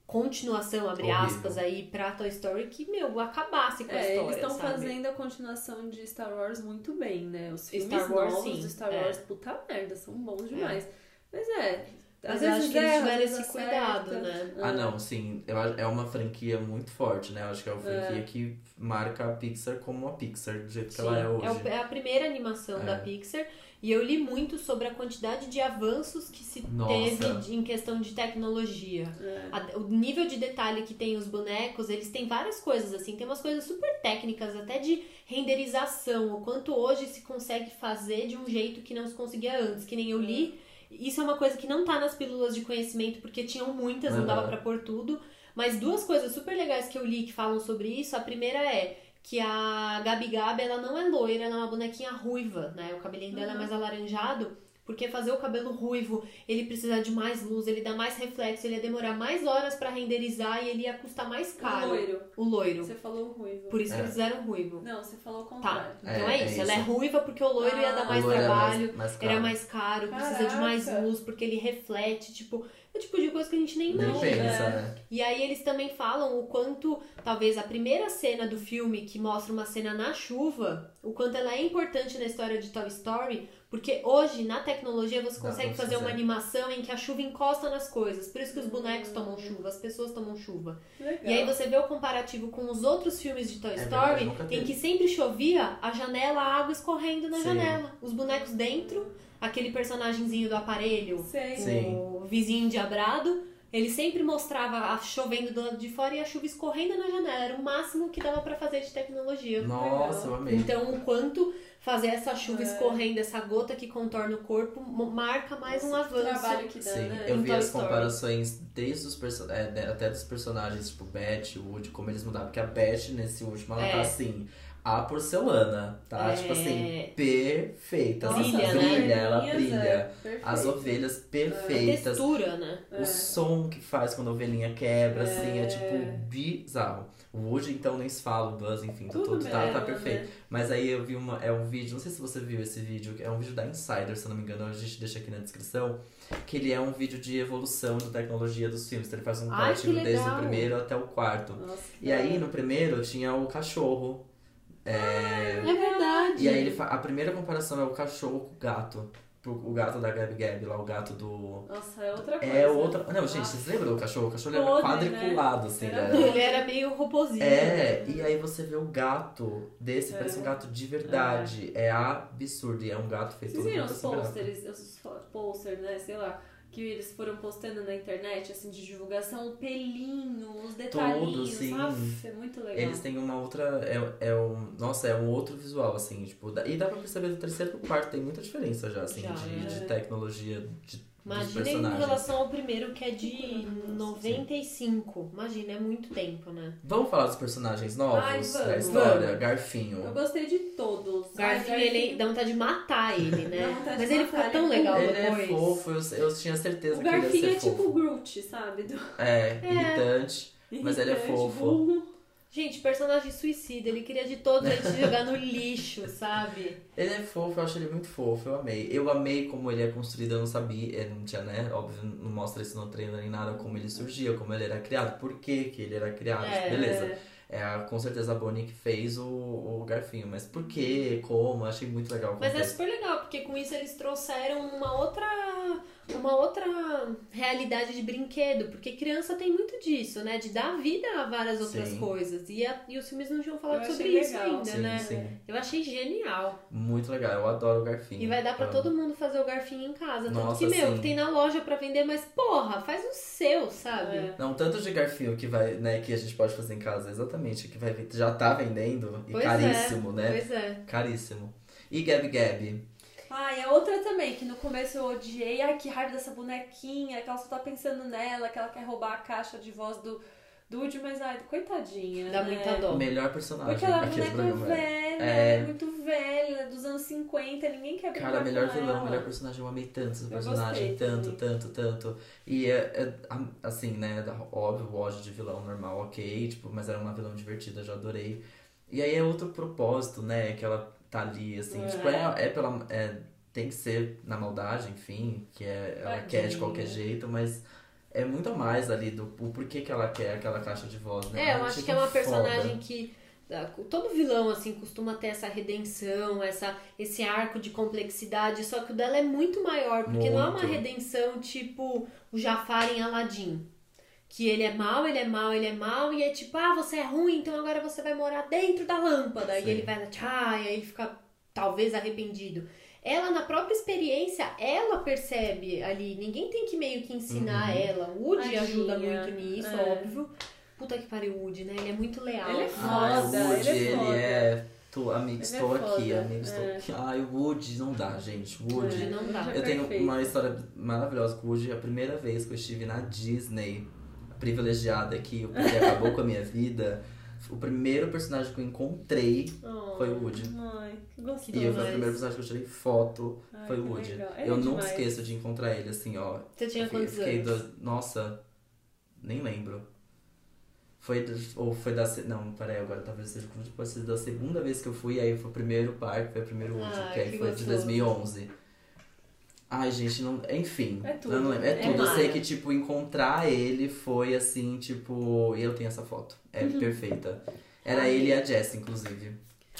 [SPEAKER 1] continuação, abre
[SPEAKER 2] Horrível.
[SPEAKER 1] aspas, aí, pra Toy Story, que, meu, acabasse com a
[SPEAKER 3] É,
[SPEAKER 1] história,
[SPEAKER 3] eles estão
[SPEAKER 1] sabe?
[SPEAKER 3] fazendo a continuação de Star Wars muito bem, né? Os filmes
[SPEAKER 1] Star Wars,
[SPEAKER 3] novos
[SPEAKER 1] sim,
[SPEAKER 3] do Star
[SPEAKER 1] é.
[SPEAKER 3] Wars, puta merda, são bons demais. Mas é,
[SPEAKER 1] Mas
[SPEAKER 3] às
[SPEAKER 1] eu
[SPEAKER 3] vezes
[SPEAKER 1] acho que eles
[SPEAKER 3] erra,
[SPEAKER 1] tiveram
[SPEAKER 3] às vezes
[SPEAKER 1] esse cuidado,
[SPEAKER 3] acerta.
[SPEAKER 1] né?
[SPEAKER 2] Ah, não, sim. eu acho- É uma franquia muito forte, né? Eu acho que é uma franquia que marca a Pixar como a Pixar, do jeito que ela é
[SPEAKER 1] Sim,
[SPEAKER 2] hoje.
[SPEAKER 1] o- é a primeira animação
[SPEAKER 2] É.
[SPEAKER 1] da Pixar e eu li muito sobre a quantidade de avanços que se
[SPEAKER 2] Nossa.
[SPEAKER 1] teve de- em questão de tecnologia.
[SPEAKER 3] É.
[SPEAKER 1] A- o nível de detalhe que tem os bonecos, eles têm várias coisas assim, tem umas coisas super técnicas, até de renderização, o quanto hoje se consegue fazer de um jeito que não se conseguia antes, que nem eu li. Isso é uma coisa que não tá nas pílulas de conhecimento, porque tinham muitas, não dava
[SPEAKER 2] Aham.
[SPEAKER 1] pra pôr tudo. Mas duas coisas super legais que eu li que falam sobre isso. A primeira é que a Gabi Gabi, ela não é loira, ela é uma bonequinha ruiva, né? O cabelinho dela é
[SPEAKER 3] Uhum.
[SPEAKER 1] mais alaranjado. Porque fazer o cabelo ruivo, ele precisa de mais luz, ele dá mais reflexo, ele ia demorar mais horas pra renderizar e ele ia custar mais
[SPEAKER 3] O
[SPEAKER 1] caro.
[SPEAKER 3] loiro.
[SPEAKER 1] O loiro.
[SPEAKER 3] Você falou ruivo.
[SPEAKER 1] Por isso que
[SPEAKER 2] É.
[SPEAKER 1] eles fizeram ruivo.
[SPEAKER 3] Não, você falou o
[SPEAKER 1] Tá,
[SPEAKER 3] contrário.
[SPEAKER 1] então é,
[SPEAKER 2] É, é
[SPEAKER 1] isso. Ela é
[SPEAKER 2] isso.
[SPEAKER 1] ruiva porque o loiro ia
[SPEAKER 3] Ah.
[SPEAKER 1] dar
[SPEAKER 3] O
[SPEAKER 1] mais
[SPEAKER 2] loiro é
[SPEAKER 1] trabalho.
[SPEAKER 2] mais
[SPEAKER 1] Era
[SPEAKER 2] caro.
[SPEAKER 1] mais caro, precisa de mais
[SPEAKER 3] Caraca.
[SPEAKER 1] luz, porque ele reflete, tipo, é o tipo de coisa que a gente nem
[SPEAKER 2] Nem
[SPEAKER 1] imagina.
[SPEAKER 2] pensa, né?
[SPEAKER 1] E aí eles também falam o quanto, talvez a primeira cena do filme, que mostra uma cena na chuva, o quanto ela é importante na história de Toy Story, porque hoje, na tecnologia, você
[SPEAKER 2] Dá
[SPEAKER 1] consegue
[SPEAKER 2] pra
[SPEAKER 1] fazer uma
[SPEAKER 2] fazer.
[SPEAKER 1] animação em que a chuva encosta nas coisas. Por isso que os bonecos tomam chuva, as pessoas tomam chuva.
[SPEAKER 3] Legal.
[SPEAKER 1] E aí você vê o comparativo com os outros filmes de Toy
[SPEAKER 2] É
[SPEAKER 1] Story,
[SPEAKER 2] verdade, nunca
[SPEAKER 1] em
[SPEAKER 2] teve.
[SPEAKER 1] que sempre chovia, a janela, a água escorrendo na
[SPEAKER 2] Sim.
[SPEAKER 1] janela. Os bonecos dentro, aquele personagemzinho do aparelho,
[SPEAKER 3] Sei.
[SPEAKER 2] Sim.
[SPEAKER 1] o vizinho endiabrado, ele sempre mostrava a chovendo do lado de fora e a chuva escorrendo na janela. Era o máximo que dava pra fazer de tecnologia.
[SPEAKER 2] Nossa, eu amei.
[SPEAKER 1] Então, o quanto fazer essa chuva
[SPEAKER 3] É.
[SPEAKER 1] escorrendo, essa gota que contorna o corpo, mo- marca mais um
[SPEAKER 3] Nossa, que
[SPEAKER 1] avanço.
[SPEAKER 3] trabalho que dá,
[SPEAKER 2] Sim,
[SPEAKER 3] né?
[SPEAKER 2] eu
[SPEAKER 1] Em
[SPEAKER 2] vi
[SPEAKER 1] Toy
[SPEAKER 2] as
[SPEAKER 1] Story.
[SPEAKER 2] comparações desde os perso- é, né, até dos personagens, tipo Beth, Woody, como eles mudaram. Porque a Beth, nesse último, ela
[SPEAKER 1] É.
[SPEAKER 2] tá assim, a porcelana, tá?
[SPEAKER 1] É.
[SPEAKER 2] Tipo assim, perfeita. Ela
[SPEAKER 1] Brilha, né?
[SPEAKER 2] brilha, assim, ela
[SPEAKER 3] Linhas,
[SPEAKER 2] brilha.
[SPEAKER 3] é, perfeito.
[SPEAKER 2] As ovelhas
[SPEAKER 1] A
[SPEAKER 2] perfeitas.
[SPEAKER 1] textura, né?
[SPEAKER 3] É.
[SPEAKER 2] O som que faz quando a ovelhinha quebra, assim,
[SPEAKER 3] É.
[SPEAKER 2] é tipo bizarro. O Woody, então, nem se fala, o Buzz, enfim,
[SPEAKER 3] Tudo
[SPEAKER 2] tudo, tá, tá
[SPEAKER 3] mesmo, né?
[SPEAKER 2] perfeito. Mas aí eu vi uma, é um vídeo, não sei se você viu esse vídeo, é um vídeo da Insider, se eu não me engano, a gente deixa aqui na descrição, que ele é um vídeo de evolução da tecnologia dos filmes, então ele faz um
[SPEAKER 1] Ai, que
[SPEAKER 2] comparativo desde
[SPEAKER 1] legal. É.
[SPEAKER 2] o primeiro até o quarto.
[SPEAKER 3] Nossa, que
[SPEAKER 2] E aí,
[SPEAKER 3] da
[SPEAKER 2] no primeiro, tinha o cachorro. É,
[SPEAKER 1] É verdade.
[SPEAKER 2] e aí ele fa- a primeira comparação é o cachorro com o gato. Pro- O gato da Gabi Gabi, lá, o gato do.
[SPEAKER 3] hora. Nossa, é outra coisa.
[SPEAKER 2] É outra. Não, gente,
[SPEAKER 3] Nossa.
[SPEAKER 2] vocês lembram do cachorro? O cachorro ele era
[SPEAKER 3] Podre,
[SPEAKER 2] quadriculado, assim,
[SPEAKER 3] Era
[SPEAKER 2] né?
[SPEAKER 1] Ele era meio robozinho.
[SPEAKER 2] É, e aí você vê o gato desse,
[SPEAKER 3] É.
[SPEAKER 2] parece um gato de verdade. É, absurdo. E é um gato feito
[SPEAKER 3] Vocês viram
[SPEAKER 2] todo
[SPEAKER 3] os
[SPEAKER 2] com gato.
[SPEAKER 3] posters, os fo- posters, né? Sei lá. Que eles foram postando na internet, assim, de divulgação, o pelinho, os detalhinhos.
[SPEAKER 2] sim.
[SPEAKER 3] Aff, é muito legal.
[SPEAKER 2] Eles têm uma outra. É, é um, nossa, é um outro visual, assim, tipo. dá- E dá pra perceber do terceiro pro quarto, tem muita diferença já, assim,
[SPEAKER 1] Já,
[SPEAKER 2] de,
[SPEAKER 3] é.
[SPEAKER 2] de tecnologia de, dos
[SPEAKER 1] Imagina em
[SPEAKER 2] personagens.
[SPEAKER 1] relação ao primeiro, que é de 95. Imagina, é muito tempo, né?
[SPEAKER 2] Vamos falar dos personagens novos?
[SPEAKER 3] Ai,
[SPEAKER 2] da
[SPEAKER 3] vamos.
[SPEAKER 2] história,
[SPEAKER 1] Vamos.
[SPEAKER 2] Garfinho.
[SPEAKER 3] Eu gostei de todos.
[SPEAKER 1] Garfinho,
[SPEAKER 3] Ai,
[SPEAKER 1] ele dá vontade de matar ele, né?
[SPEAKER 3] Dá vontade
[SPEAKER 1] Mas
[SPEAKER 3] de
[SPEAKER 1] ele
[SPEAKER 3] matar,
[SPEAKER 1] fica tão
[SPEAKER 3] ele é
[SPEAKER 1] legal
[SPEAKER 2] Ele
[SPEAKER 1] depois.
[SPEAKER 2] é fofo, eu, eu tinha certeza
[SPEAKER 3] O
[SPEAKER 2] que ele ia
[SPEAKER 3] Garfinho
[SPEAKER 2] ser
[SPEAKER 3] é tipo
[SPEAKER 2] fofo.
[SPEAKER 3] o Groot, sabe? Do... tipo
[SPEAKER 2] É, irritante. Mas ele é
[SPEAKER 3] Irritante,
[SPEAKER 2] fofo.
[SPEAKER 3] burro.
[SPEAKER 1] Gente, personagem suicida, ele queria de todos eles jogar no lixo, sabe?
[SPEAKER 2] Ele é fofo, eu acho ele muito fofo, eu amei. Eu amei como ele é construído, eu não sabia, eu não tinha, né? Óbvio, não mostra isso no trailer nem nada, como ele surgia, como ele era criado, por que que ele era criado,
[SPEAKER 1] É.
[SPEAKER 2] beleza.
[SPEAKER 3] É.
[SPEAKER 2] É, a- com certeza a Bonnie que fez o, o Garfinho, mas por que, como, eu achei muito legal o
[SPEAKER 1] Mas é
[SPEAKER 2] contexto.
[SPEAKER 1] super legal, porque com isso eles trouxeram uma outra uma outra realidade de brinquedo, porque criança tem muito disso, né? De dar vida a várias outras
[SPEAKER 2] Sim.
[SPEAKER 1] coisas. E, a- e os filmes não tinham falado
[SPEAKER 3] Eu
[SPEAKER 1] sobre
[SPEAKER 3] achei
[SPEAKER 1] isso
[SPEAKER 3] legal.
[SPEAKER 1] ainda,
[SPEAKER 2] Sim,
[SPEAKER 1] né?
[SPEAKER 2] sim.
[SPEAKER 1] Eu achei genial.
[SPEAKER 2] Muito legal, eu adoro o Garfinho.
[SPEAKER 1] E vai dar pra
[SPEAKER 2] Eu
[SPEAKER 1] todo mundo fazer o garfinho em casa. Tanto
[SPEAKER 2] Nossa,
[SPEAKER 1] que, meu,
[SPEAKER 2] sim.
[SPEAKER 1] que tem na loja pra vender, mas porra, faz o seu, sabe?
[SPEAKER 3] É.
[SPEAKER 2] Não, tanto de garfinho que vai, né, que a gente pode fazer em casa, exatamente, que vai vir- já tá vendendo e
[SPEAKER 1] Pois é,
[SPEAKER 2] caríssimo, né?
[SPEAKER 1] Pois é.
[SPEAKER 2] Caríssimo. E Gabi Gabi?
[SPEAKER 3] Ai, Ah, a outra também, que no começo eu odiei. Ai, que raiva dessa bonequinha, que ela só tá pensando nela, que ela quer roubar a caixa de voz do Dude, mas ai, coitadinha.
[SPEAKER 1] Dá
[SPEAKER 3] né?
[SPEAKER 1] muita dó.
[SPEAKER 2] Melhor personagem
[SPEAKER 3] Porque ela é
[SPEAKER 2] aqui do
[SPEAKER 3] boneca
[SPEAKER 2] programa.
[SPEAKER 3] velha,
[SPEAKER 2] É.
[SPEAKER 3] é muito velha, dos anos 50, ninguém quer brincar
[SPEAKER 2] Cara, melhor
[SPEAKER 3] com
[SPEAKER 2] vilão,
[SPEAKER 3] ela.
[SPEAKER 2] melhor personagem, eu amei tanto esse
[SPEAKER 3] Eu
[SPEAKER 2] personagem,
[SPEAKER 3] gostei
[SPEAKER 2] tanto,
[SPEAKER 3] também.
[SPEAKER 2] tanto, tanto. E é, é, a- assim, né, da- óbvio, o ódio de vilão normal, ok, tipo, mas era uma vilão divertida, eu já adorei. E aí é outro propósito, né, que ela tá ali, assim,
[SPEAKER 3] É.
[SPEAKER 2] tipo, é, é pela. é, tem que ser na maldade, enfim, que é, ela quer de
[SPEAKER 3] Tadinha.
[SPEAKER 2] qualquer jeito, mas é muito a mais ali do o porquê que ela quer aquela caixa de voz, né?
[SPEAKER 1] É, eu
[SPEAKER 2] Ai,
[SPEAKER 1] acho
[SPEAKER 2] achei
[SPEAKER 1] que é uma
[SPEAKER 2] tão foda.
[SPEAKER 1] personagem que. ah, Todo vilão, assim, costuma ter essa redenção, essa, esse arco de complexidade, só que o dela é muito maior, porque não é uma
[SPEAKER 2] Muito.
[SPEAKER 1] redenção tipo o Jafar em Aladdin. Que ele é mal, ele é mal, ele é mal, e é tipo, ah, você é ruim, então agora você vai morar dentro da lâmpada. E
[SPEAKER 2] Sim.
[SPEAKER 1] ele vai lá, tchá, e aí fica talvez arrependido. Ela, na própria experiência, ela percebe ali. Ninguém tem que meio que ensinar
[SPEAKER 2] Uhum.
[SPEAKER 1] ela. O Woody
[SPEAKER 3] Tadinha.
[SPEAKER 1] ajuda muito nisso,
[SPEAKER 3] É.
[SPEAKER 1] óbvio. Puta que pariu o Woody, né? Ele é muito leal.
[SPEAKER 3] Ele é
[SPEAKER 2] Ai, o
[SPEAKER 3] Foda,
[SPEAKER 2] Woody,
[SPEAKER 3] ele é foda.
[SPEAKER 2] ele é. Tô, amigo,
[SPEAKER 3] Ele é
[SPEAKER 2] estou aqui,
[SPEAKER 3] foda,
[SPEAKER 2] amigo, estou
[SPEAKER 3] é.
[SPEAKER 2] aqui. Ai, o Woody não dá, gente. O Woody.
[SPEAKER 1] Woody não dá.
[SPEAKER 3] Woody é
[SPEAKER 2] Eu tenho
[SPEAKER 3] perfeito.
[SPEAKER 2] uma história maravilhosa com o Woody. é A primeira vez que eu estive na Disney, privilegiada que o Woody acabou com a minha vida. O primeiro personagem que eu encontrei
[SPEAKER 3] Oh.
[SPEAKER 2] foi o Woody.
[SPEAKER 3] Ai, que gostoso.
[SPEAKER 2] E eu foi o
[SPEAKER 1] Demais.
[SPEAKER 2] primeiro personagem que eu tirei foto,
[SPEAKER 3] Ai,
[SPEAKER 2] foi o
[SPEAKER 3] que
[SPEAKER 2] Woody.
[SPEAKER 3] legal. Ele é
[SPEAKER 2] Eu nunca
[SPEAKER 3] demais.
[SPEAKER 2] esqueço de encontrar ele, assim, ó.
[SPEAKER 1] Você tinha
[SPEAKER 2] Eu fiquei-
[SPEAKER 1] quantos
[SPEAKER 2] fiquei
[SPEAKER 1] anos?
[SPEAKER 2] do- Nossa, nem lembro. Foi, do- ou foi da. se- Não, peraí, agora talvez seja como depois seja da segunda vez que eu fui, aí foi o primeiro parque, foi o primeiro Woody,
[SPEAKER 1] Ai,
[SPEAKER 2] que aí
[SPEAKER 1] que
[SPEAKER 2] foi de
[SPEAKER 1] gostoso.
[SPEAKER 2] 2011. Ai, gente, não. Enfim.
[SPEAKER 3] É tudo.
[SPEAKER 2] Eu não lembro. É
[SPEAKER 3] É
[SPEAKER 2] tudo. eu sei
[SPEAKER 1] mara.
[SPEAKER 2] que, tipo, encontrar ele foi assim, tipo. E eu tenho essa foto. É perfeita. Era
[SPEAKER 1] Uhum. Ai.
[SPEAKER 2] ele e a Jess, inclusive.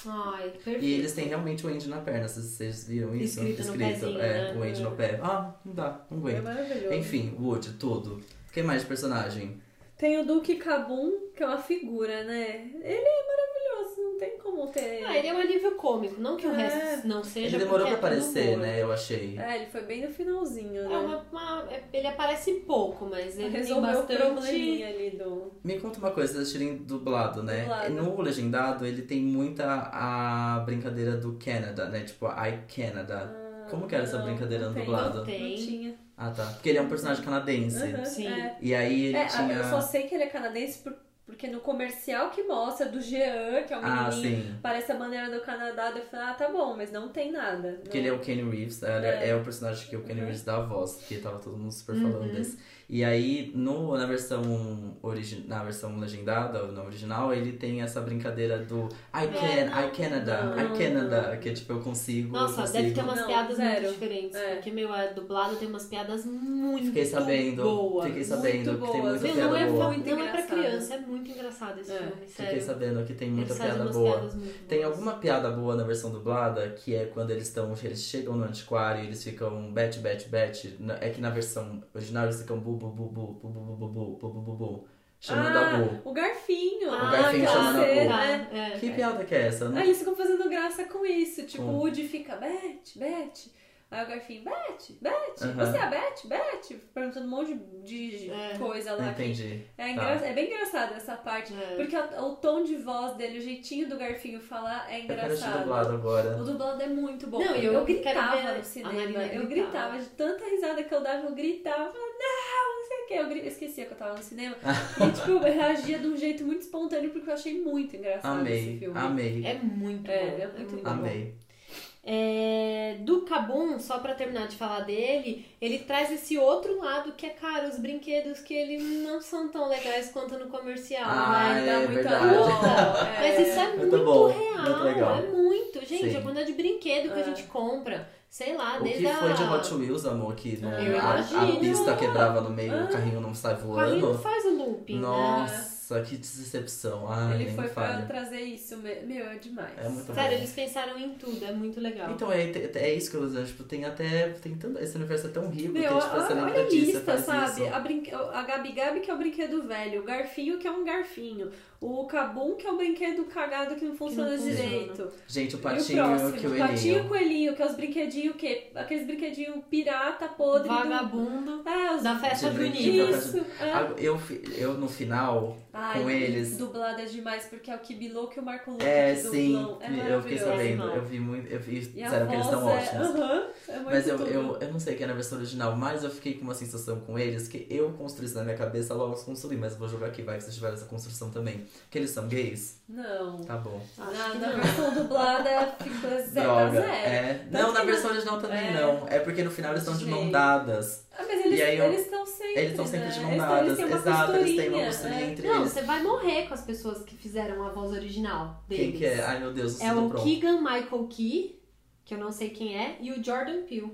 [SPEAKER 1] Ai, perfeito.
[SPEAKER 2] E eles têm realmente o Andy na perna, vocês- vocês viram isso?
[SPEAKER 1] Escrito no pezinho,
[SPEAKER 2] é,
[SPEAKER 1] né?
[SPEAKER 2] o Andy no pé. Ah, não dá, não
[SPEAKER 3] É
[SPEAKER 2] aguento.
[SPEAKER 3] maravilhoso.
[SPEAKER 2] Enfim, Wood, tudo. Quem mais de personagem?
[SPEAKER 3] Tem o Duke Cabum, que é uma figura, né? Ele é maravilhoso, não tem como ter.
[SPEAKER 1] Ah, ele é um alívio cômico, não que o
[SPEAKER 3] É.
[SPEAKER 1] resto não seja.
[SPEAKER 2] Ele demorou
[SPEAKER 1] porque
[SPEAKER 2] pra
[SPEAKER 1] é tudo
[SPEAKER 2] aparecer,
[SPEAKER 1] humor.
[SPEAKER 2] né? Eu achei.
[SPEAKER 3] É, ele foi bem no finalzinho,
[SPEAKER 1] É
[SPEAKER 3] né?
[SPEAKER 1] uma- uma- é- ele aparece pouco, mas ele tem
[SPEAKER 3] Resolveu o
[SPEAKER 1] bastante.
[SPEAKER 3] probleminha ali do.
[SPEAKER 2] Me conta uma coisa, vocês tirem dublado, né?
[SPEAKER 3] Dublado.
[SPEAKER 2] No legendado, ele tem muita a brincadeira do Canada, né? Tipo, I Canada. Como que era essa
[SPEAKER 3] Ah, não,
[SPEAKER 2] brincadeira
[SPEAKER 3] não
[SPEAKER 2] no
[SPEAKER 3] tem.
[SPEAKER 2] dublado?
[SPEAKER 1] Não
[SPEAKER 3] Não
[SPEAKER 1] tem.
[SPEAKER 3] tinha.
[SPEAKER 2] Ah, tá. Porque ele é um personagem canadense.
[SPEAKER 3] Aham,
[SPEAKER 1] Sim.
[SPEAKER 3] é.
[SPEAKER 2] E aí ele
[SPEAKER 3] É,
[SPEAKER 2] tinha...
[SPEAKER 3] eu só sei que ele é canadense por- porque no comercial que mostra do Jean, que é o
[SPEAKER 2] Ah,
[SPEAKER 3] menininho,
[SPEAKER 2] sim.
[SPEAKER 3] parece a bandeira do Canadá. daí Eu falei, ah, tá bom, mas não tem nada. Não.
[SPEAKER 2] Porque ele é o Kenny Reeves, era- é, o personagem que o Kenny
[SPEAKER 3] Uhum.
[SPEAKER 2] Reeves dá a voz, que tava todo mundo super
[SPEAKER 1] Uhum.
[SPEAKER 2] falando desse. E aí, no, na versão origi na versão legendada, ou na original, ele tem essa brincadeira do I can, I Canada,
[SPEAKER 3] não.
[SPEAKER 2] I Canada, que é tipo, eu consigo, eu
[SPEAKER 1] Uhum. Nossa,
[SPEAKER 2] consigo.
[SPEAKER 1] deve ter umas
[SPEAKER 3] Não,
[SPEAKER 1] piadas
[SPEAKER 3] zero.
[SPEAKER 1] muito diferentes.
[SPEAKER 3] É.
[SPEAKER 1] Porque, meu, a dublada tem umas piadas muito
[SPEAKER 2] Fiquei sabendo,
[SPEAKER 1] boas.
[SPEAKER 2] fiquei sabendo
[SPEAKER 3] muito
[SPEAKER 2] que tem
[SPEAKER 3] boa.
[SPEAKER 2] muita
[SPEAKER 1] Meu,
[SPEAKER 2] piada
[SPEAKER 1] não é,
[SPEAKER 2] boa.
[SPEAKER 1] não é pra
[SPEAKER 3] Engraçado.
[SPEAKER 1] criança, é muito engraçado esse
[SPEAKER 3] É,
[SPEAKER 1] filme,
[SPEAKER 2] Fiquei
[SPEAKER 1] sério.
[SPEAKER 2] sabendo que tem muita
[SPEAKER 1] Eles fazem
[SPEAKER 2] piada é
[SPEAKER 1] umas
[SPEAKER 2] boa.
[SPEAKER 1] piadas muito boas.
[SPEAKER 2] Tem alguma piada boa na versão dublada, que é quando eles estão, eles chegam no antiquário e eles ficam bet, bet, bet. Na- É que na versão original eles ficam bu, bu, bu, bu, bu, bu, bu, bu, bu, bu, bu, bu, bu, chamando
[SPEAKER 3] ah,
[SPEAKER 2] a Bu.
[SPEAKER 3] o garfinho.
[SPEAKER 1] Ah,
[SPEAKER 2] O garfinho
[SPEAKER 3] aquela
[SPEAKER 2] chamando a Bu.
[SPEAKER 3] cena, né?
[SPEAKER 1] tá, é.
[SPEAKER 2] Que piada que é essa? Eu não-
[SPEAKER 3] Aí eles ficam fazendo graça com isso. Tipo,
[SPEAKER 2] Hum.
[SPEAKER 3] o Woody fica, Beth, Beth. Aí o Garfinho, Beth, Beth,
[SPEAKER 2] Aham.
[SPEAKER 3] você é a Beth, Beth? Perguntando um monte de de
[SPEAKER 1] É.
[SPEAKER 3] coisa
[SPEAKER 2] Não
[SPEAKER 3] lá. que-
[SPEAKER 2] entendi. Tá.
[SPEAKER 3] É, engra- é bem engraçado essa parte.
[SPEAKER 1] É.
[SPEAKER 3] Porque a- o tom de voz dele, o jeitinho do Garfinho falar é
[SPEAKER 2] Eu quero assistir
[SPEAKER 3] engraçado.
[SPEAKER 2] dublado
[SPEAKER 3] O
[SPEAKER 2] agora.
[SPEAKER 3] dublado é muito bom.
[SPEAKER 1] Não, e eu
[SPEAKER 3] eu, gritava
[SPEAKER 1] quero ver a
[SPEAKER 3] no cinema.
[SPEAKER 1] Marina gritar.
[SPEAKER 3] Eu gritava de tanta risada que eu dava, eu gritava, não, não sei o que. Eu gri- esquecia que eu tava no cinema. E tipo, eu reagia de um jeito muito espontâneo porque eu achei muito engraçado esse
[SPEAKER 2] Amei,
[SPEAKER 3] filme.
[SPEAKER 2] amei,
[SPEAKER 1] É muito
[SPEAKER 3] É,
[SPEAKER 1] bom.
[SPEAKER 3] é muito bom.
[SPEAKER 2] amei.
[SPEAKER 1] É, do Cabum, só pra terminar de falar dele, ele traz esse outro lado que é, cara, os brinquedos que ele não são tão legais quanto no comercial.
[SPEAKER 2] Ah,
[SPEAKER 1] mas-
[SPEAKER 3] Ai, dá
[SPEAKER 2] é
[SPEAKER 3] muita
[SPEAKER 2] verdade.
[SPEAKER 3] dó. É.
[SPEAKER 1] Mas isso é
[SPEAKER 2] Muito
[SPEAKER 1] muito,
[SPEAKER 2] bom,
[SPEAKER 1] real,
[SPEAKER 2] muito legal.
[SPEAKER 1] é muito. Gente,
[SPEAKER 2] Sim.
[SPEAKER 1] a quantidade de brinquedo que
[SPEAKER 3] É.
[SPEAKER 1] a gente compra, sei lá,
[SPEAKER 2] O
[SPEAKER 1] Ah, desde
[SPEAKER 2] que foi
[SPEAKER 1] a...
[SPEAKER 2] de Hot Wheels, amor, que não-
[SPEAKER 1] Eu
[SPEAKER 2] a, a
[SPEAKER 1] imagino.
[SPEAKER 2] pista quebrava no meio, o carrinho não sai
[SPEAKER 1] O carrinho não
[SPEAKER 2] voando?
[SPEAKER 1] faz o looping, né?
[SPEAKER 2] Nossa, que decepção. Ai,
[SPEAKER 3] Ele
[SPEAKER 2] nem
[SPEAKER 3] foi
[SPEAKER 2] me
[SPEAKER 3] pra
[SPEAKER 2] fale.
[SPEAKER 3] trazer isso. me- Meu, é demais.
[SPEAKER 2] É muito bom.
[SPEAKER 1] Sério, eles pensaram em tudo, é muito legal.
[SPEAKER 2] Então, é, é isso que eu uso, tipo, tem até, tem tanto, esse universo é tão rico
[SPEAKER 3] Meu,
[SPEAKER 2] que, tipo, você assim,
[SPEAKER 3] olha
[SPEAKER 2] lembra
[SPEAKER 3] olha a
[SPEAKER 2] disso,
[SPEAKER 3] lista,
[SPEAKER 2] faz
[SPEAKER 3] sabe?
[SPEAKER 2] isso.
[SPEAKER 3] A, brinque... a Gabi Gabi, que é o brinquedo velho, o Garfinho, que é um garfinho, o Cabum, que é o brinquedo cagado que não funciona
[SPEAKER 1] funciona.
[SPEAKER 3] direito.
[SPEAKER 2] Gente, o
[SPEAKER 3] e o
[SPEAKER 2] patinho
[SPEAKER 3] próximo,
[SPEAKER 2] que o
[SPEAKER 3] Patinho e
[SPEAKER 2] Elinho.
[SPEAKER 3] Coelhinho, que é os brinquedinhos, o quê? Aqueles brinquedinhos pirata, podre.
[SPEAKER 1] Vagabundo
[SPEAKER 3] Do... É, os
[SPEAKER 1] da festa
[SPEAKER 2] De
[SPEAKER 1] junina.
[SPEAKER 2] brinquedo.
[SPEAKER 3] Isso, é.
[SPEAKER 2] Ah, Eu, fi- eu, no final,
[SPEAKER 3] Ai,
[SPEAKER 2] com eles.
[SPEAKER 3] dublada é demais, porque é o que bilou que o Marco Lucas
[SPEAKER 2] é,
[SPEAKER 3] dublou.
[SPEAKER 2] sim,
[SPEAKER 3] é
[SPEAKER 2] eu fiquei
[SPEAKER 3] maravilhoso.
[SPEAKER 2] sabendo,
[SPEAKER 1] Não.
[SPEAKER 2] eu vi muito, eu vi,
[SPEAKER 3] E a
[SPEAKER 2] disseram que eles estão
[SPEAKER 3] voz é...
[SPEAKER 2] ótimos.
[SPEAKER 3] aham, é muito
[SPEAKER 2] Mas eu,
[SPEAKER 3] tudo.
[SPEAKER 2] eu, eu não sei o que é na versão original, mas eu fiquei com uma sensação com eles que eu construí isso na minha cabeça, logo eu construí, mas vou jogar aqui, vai que vocês tiveram essa construção também. Que eles são gays?
[SPEAKER 3] Não.
[SPEAKER 2] Tá bom.
[SPEAKER 1] Acho
[SPEAKER 3] Na,
[SPEAKER 1] que
[SPEAKER 3] na
[SPEAKER 1] não.
[SPEAKER 3] versão dublada ficou zero a
[SPEAKER 2] Droga.
[SPEAKER 3] zero.
[SPEAKER 2] É. Não, na
[SPEAKER 3] que
[SPEAKER 2] versão original também
[SPEAKER 3] É.
[SPEAKER 2] não. É porque no final eles estão de mão
[SPEAKER 3] Gente.
[SPEAKER 2] dadas.
[SPEAKER 3] Ah, mas eles
[SPEAKER 2] E aí eu-
[SPEAKER 3] eles estão sempre.
[SPEAKER 2] Eles estão sempre
[SPEAKER 3] né?
[SPEAKER 2] de mão
[SPEAKER 3] Eles tão-
[SPEAKER 2] dadas,
[SPEAKER 3] eles têm uma
[SPEAKER 2] exato, eles têm uma
[SPEAKER 3] costurinha,
[SPEAKER 2] costurinha
[SPEAKER 3] né?
[SPEAKER 2] entre
[SPEAKER 1] Não,
[SPEAKER 2] eles.
[SPEAKER 1] você vai morrer com as pessoas que fizeram a voz original deles.
[SPEAKER 2] Quem que é? Ai meu Deus, o
[SPEAKER 1] É
[SPEAKER 2] Cido
[SPEAKER 1] o
[SPEAKER 2] pronto.
[SPEAKER 1] Keegan Michael Key, que eu não sei quem é, e o Jordan Peele.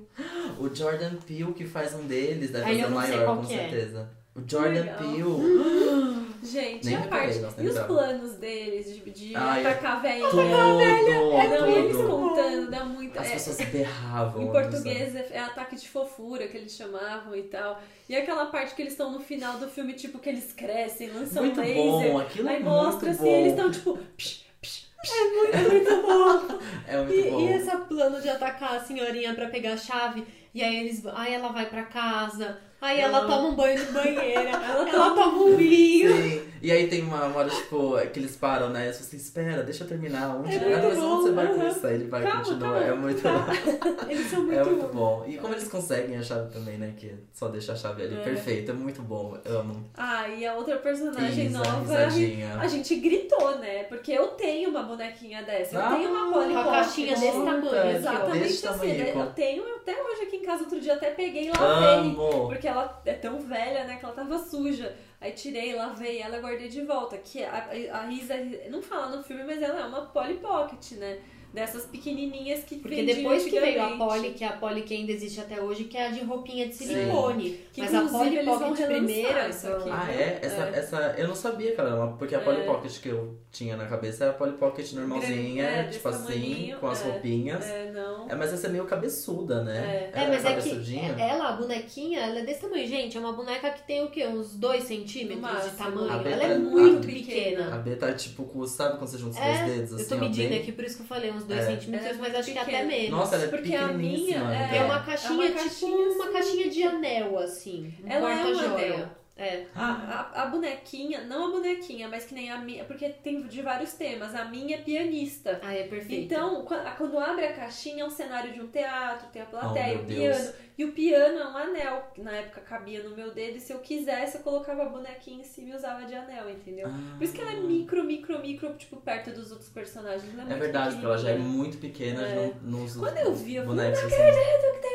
[SPEAKER 2] O Jordan Peele que faz um deles, deve
[SPEAKER 1] Aí
[SPEAKER 2] fazer
[SPEAKER 1] eu
[SPEAKER 2] o
[SPEAKER 1] não sei
[SPEAKER 2] maior,
[SPEAKER 1] qual
[SPEAKER 2] com
[SPEAKER 1] que é.
[SPEAKER 2] certeza. O Jordan
[SPEAKER 3] Legal.
[SPEAKER 2] Peele.
[SPEAKER 3] Gente,
[SPEAKER 2] Nem
[SPEAKER 3] e a
[SPEAKER 2] reparei,
[SPEAKER 3] parte.
[SPEAKER 2] nossa,
[SPEAKER 3] E os
[SPEAKER 2] lembrava.
[SPEAKER 3] planos deles de, de
[SPEAKER 2] Ai,
[SPEAKER 3] atacar a velhinha?
[SPEAKER 2] Tudo,
[SPEAKER 1] é
[SPEAKER 2] É
[SPEAKER 3] Não, eles
[SPEAKER 2] tudo.
[SPEAKER 3] contando, dá muita.
[SPEAKER 2] As
[SPEAKER 3] é,
[SPEAKER 2] pessoas berravam.
[SPEAKER 3] em
[SPEAKER 2] né?
[SPEAKER 3] português é, é ataque de fofura que eles chamavam e tal. E aquela parte que eles estão no final do filme, tipo, que eles crescem, lançam
[SPEAKER 2] Muito
[SPEAKER 3] laser.
[SPEAKER 2] bom, aquilo é
[SPEAKER 3] aí
[SPEAKER 2] muito
[SPEAKER 3] mostra assim,
[SPEAKER 2] bom.
[SPEAKER 3] eles estão tipo. Psh, psh, psh. É muito, é muito bom.
[SPEAKER 2] É muito
[SPEAKER 1] E,
[SPEAKER 2] bom.
[SPEAKER 1] e assim, essa plano de atacar a senhorinha pra pegar a chave, e aí eles. Aí ela vai pra casa, aí ela
[SPEAKER 2] Não.
[SPEAKER 1] toma um banho de banheira,
[SPEAKER 3] Ela
[SPEAKER 1] ela toma um vinho.
[SPEAKER 2] Sim. E aí tem uma uma hora, tipo, que eles param, né? Você assim, espera, deixa eu terminar. Onde,
[SPEAKER 1] É muito
[SPEAKER 2] até
[SPEAKER 1] bom,
[SPEAKER 2] onde você vai
[SPEAKER 1] aham.
[SPEAKER 2] começar? Ele vai
[SPEAKER 3] Calma,
[SPEAKER 2] continuar.
[SPEAKER 3] calma,
[SPEAKER 2] é muito
[SPEAKER 3] calma.
[SPEAKER 2] bom.
[SPEAKER 1] Eles são muito,
[SPEAKER 2] É muito bom. E como eles conseguem a chave também, né? Que só deixa a chave ali.
[SPEAKER 3] É.
[SPEAKER 2] Perfeito, é muito bom. Amo.
[SPEAKER 3] Ah, e a outra personagem
[SPEAKER 2] Isa,
[SPEAKER 3] nova. né? a gente-
[SPEAKER 2] risadinha.
[SPEAKER 3] A gente gritou, né? Porque eu tenho uma bonequinha dessa. Eu
[SPEAKER 2] Ah,
[SPEAKER 3] tenho uma
[SPEAKER 1] uma
[SPEAKER 3] Polly
[SPEAKER 1] caixinha
[SPEAKER 3] Pocket.
[SPEAKER 1] desse tamanho, aqui, ó.
[SPEAKER 3] Exatamente
[SPEAKER 2] Desse Ah,
[SPEAKER 3] assim, né?
[SPEAKER 2] tamanhico.
[SPEAKER 3] Eu tenho até hoje aqui em casa. Outro dia até peguei e lavei.
[SPEAKER 2] Amo.
[SPEAKER 3] Porque ela é tão velha, né? Que ela tava suja. Aí tirei, lavei ela e guardei de volta. Que a, a Isa, não fala no filme, mas ela é uma Polly Pocket, né? Dessas pequenininhas que
[SPEAKER 1] Porque
[SPEAKER 3] vendiam
[SPEAKER 1] depois que veio a
[SPEAKER 3] antigamente.
[SPEAKER 1] Polly, que é a Polly que ainda existe até hoje, que é a de roupinha de silicone.
[SPEAKER 3] Que
[SPEAKER 1] Mas a
[SPEAKER 3] inclusive
[SPEAKER 1] Polly
[SPEAKER 3] eles vão
[SPEAKER 1] Pocket
[SPEAKER 3] relançar
[SPEAKER 1] primeira.
[SPEAKER 3] isso aqui.
[SPEAKER 2] Ah, é? Essa,
[SPEAKER 3] É.
[SPEAKER 2] essa. Eu não sabia, cara. ela- Porque a
[SPEAKER 3] É.
[SPEAKER 2] Polly Pocket que eu tinha na cabeça era a Polly Pocket normalzinha,
[SPEAKER 3] Grande, é, desse
[SPEAKER 2] tipo assim,
[SPEAKER 3] tamaninho,
[SPEAKER 2] com as
[SPEAKER 3] é.
[SPEAKER 2] roupinhas. É.
[SPEAKER 3] É, não.
[SPEAKER 2] mas essa é meio cabeçuda, né?
[SPEAKER 1] É, mas é que
[SPEAKER 2] cabeçudinha.
[SPEAKER 1] ela, a bonequinha, ela é desse tamanho, gente. É uma boneca que tem o quê? Uns 2
[SPEAKER 3] No
[SPEAKER 1] centímetros de
[SPEAKER 3] máximo.
[SPEAKER 1] tamanho.
[SPEAKER 2] A
[SPEAKER 1] Ela é
[SPEAKER 2] beta-
[SPEAKER 1] muito
[SPEAKER 3] a-
[SPEAKER 1] pequena.
[SPEAKER 2] A B tá tipo, com- sabe quando você junta os
[SPEAKER 1] É,
[SPEAKER 2] dois dedos?
[SPEAKER 1] Eu
[SPEAKER 2] Assim,
[SPEAKER 1] tô
[SPEAKER 2] ó,
[SPEAKER 1] medindo
[SPEAKER 2] bem-
[SPEAKER 1] aqui, por isso que eu falei uns 2
[SPEAKER 2] É.
[SPEAKER 1] centímetros,
[SPEAKER 3] É,
[SPEAKER 1] mas acho que
[SPEAKER 3] pequena.
[SPEAKER 1] até menos.
[SPEAKER 2] Nossa, ela é
[SPEAKER 3] Porque a
[SPEAKER 2] pequeniníssima.
[SPEAKER 3] minha
[SPEAKER 2] né?
[SPEAKER 1] é, uma caixinha, tipo
[SPEAKER 3] caixinha,
[SPEAKER 1] uma
[SPEAKER 3] assim.
[SPEAKER 1] caixinha de anel, assim. Um
[SPEAKER 3] Ela é um
[SPEAKER 1] porta-joia.
[SPEAKER 3] anel.
[SPEAKER 1] É.
[SPEAKER 2] Ah,
[SPEAKER 3] A, a bonequinha, não a bonequinha, mas que nem a minha, porque tem de vários temas. A minha é pianista.
[SPEAKER 1] Ah, é perfeito.
[SPEAKER 3] Então, qua- quando abre a caixinha, é um cenário de um teatro, tem a plateia,
[SPEAKER 2] Oh, meu
[SPEAKER 3] o piano.
[SPEAKER 2] Deus.
[SPEAKER 3] E o piano é um anel, que na época cabia no meu dedo, e se eu quisesse, eu colocava a bonequinha em cima e usava de anel, entendeu?
[SPEAKER 2] Ah.
[SPEAKER 3] Por isso que ela é micro, micro, micro, tipo, perto dos outros personagens. Ela é,
[SPEAKER 2] É
[SPEAKER 3] muito
[SPEAKER 2] verdade, porque ela já é
[SPEAKER 3] pequenininha.
[SPEAKER 2] muito pequena,
[SPEAKER 3] É.
[SPEAKER 2] já não usa
[SPEAKER 3] Quando eu vi, eu falei,
[SPEAKER 2] bonecos, assim.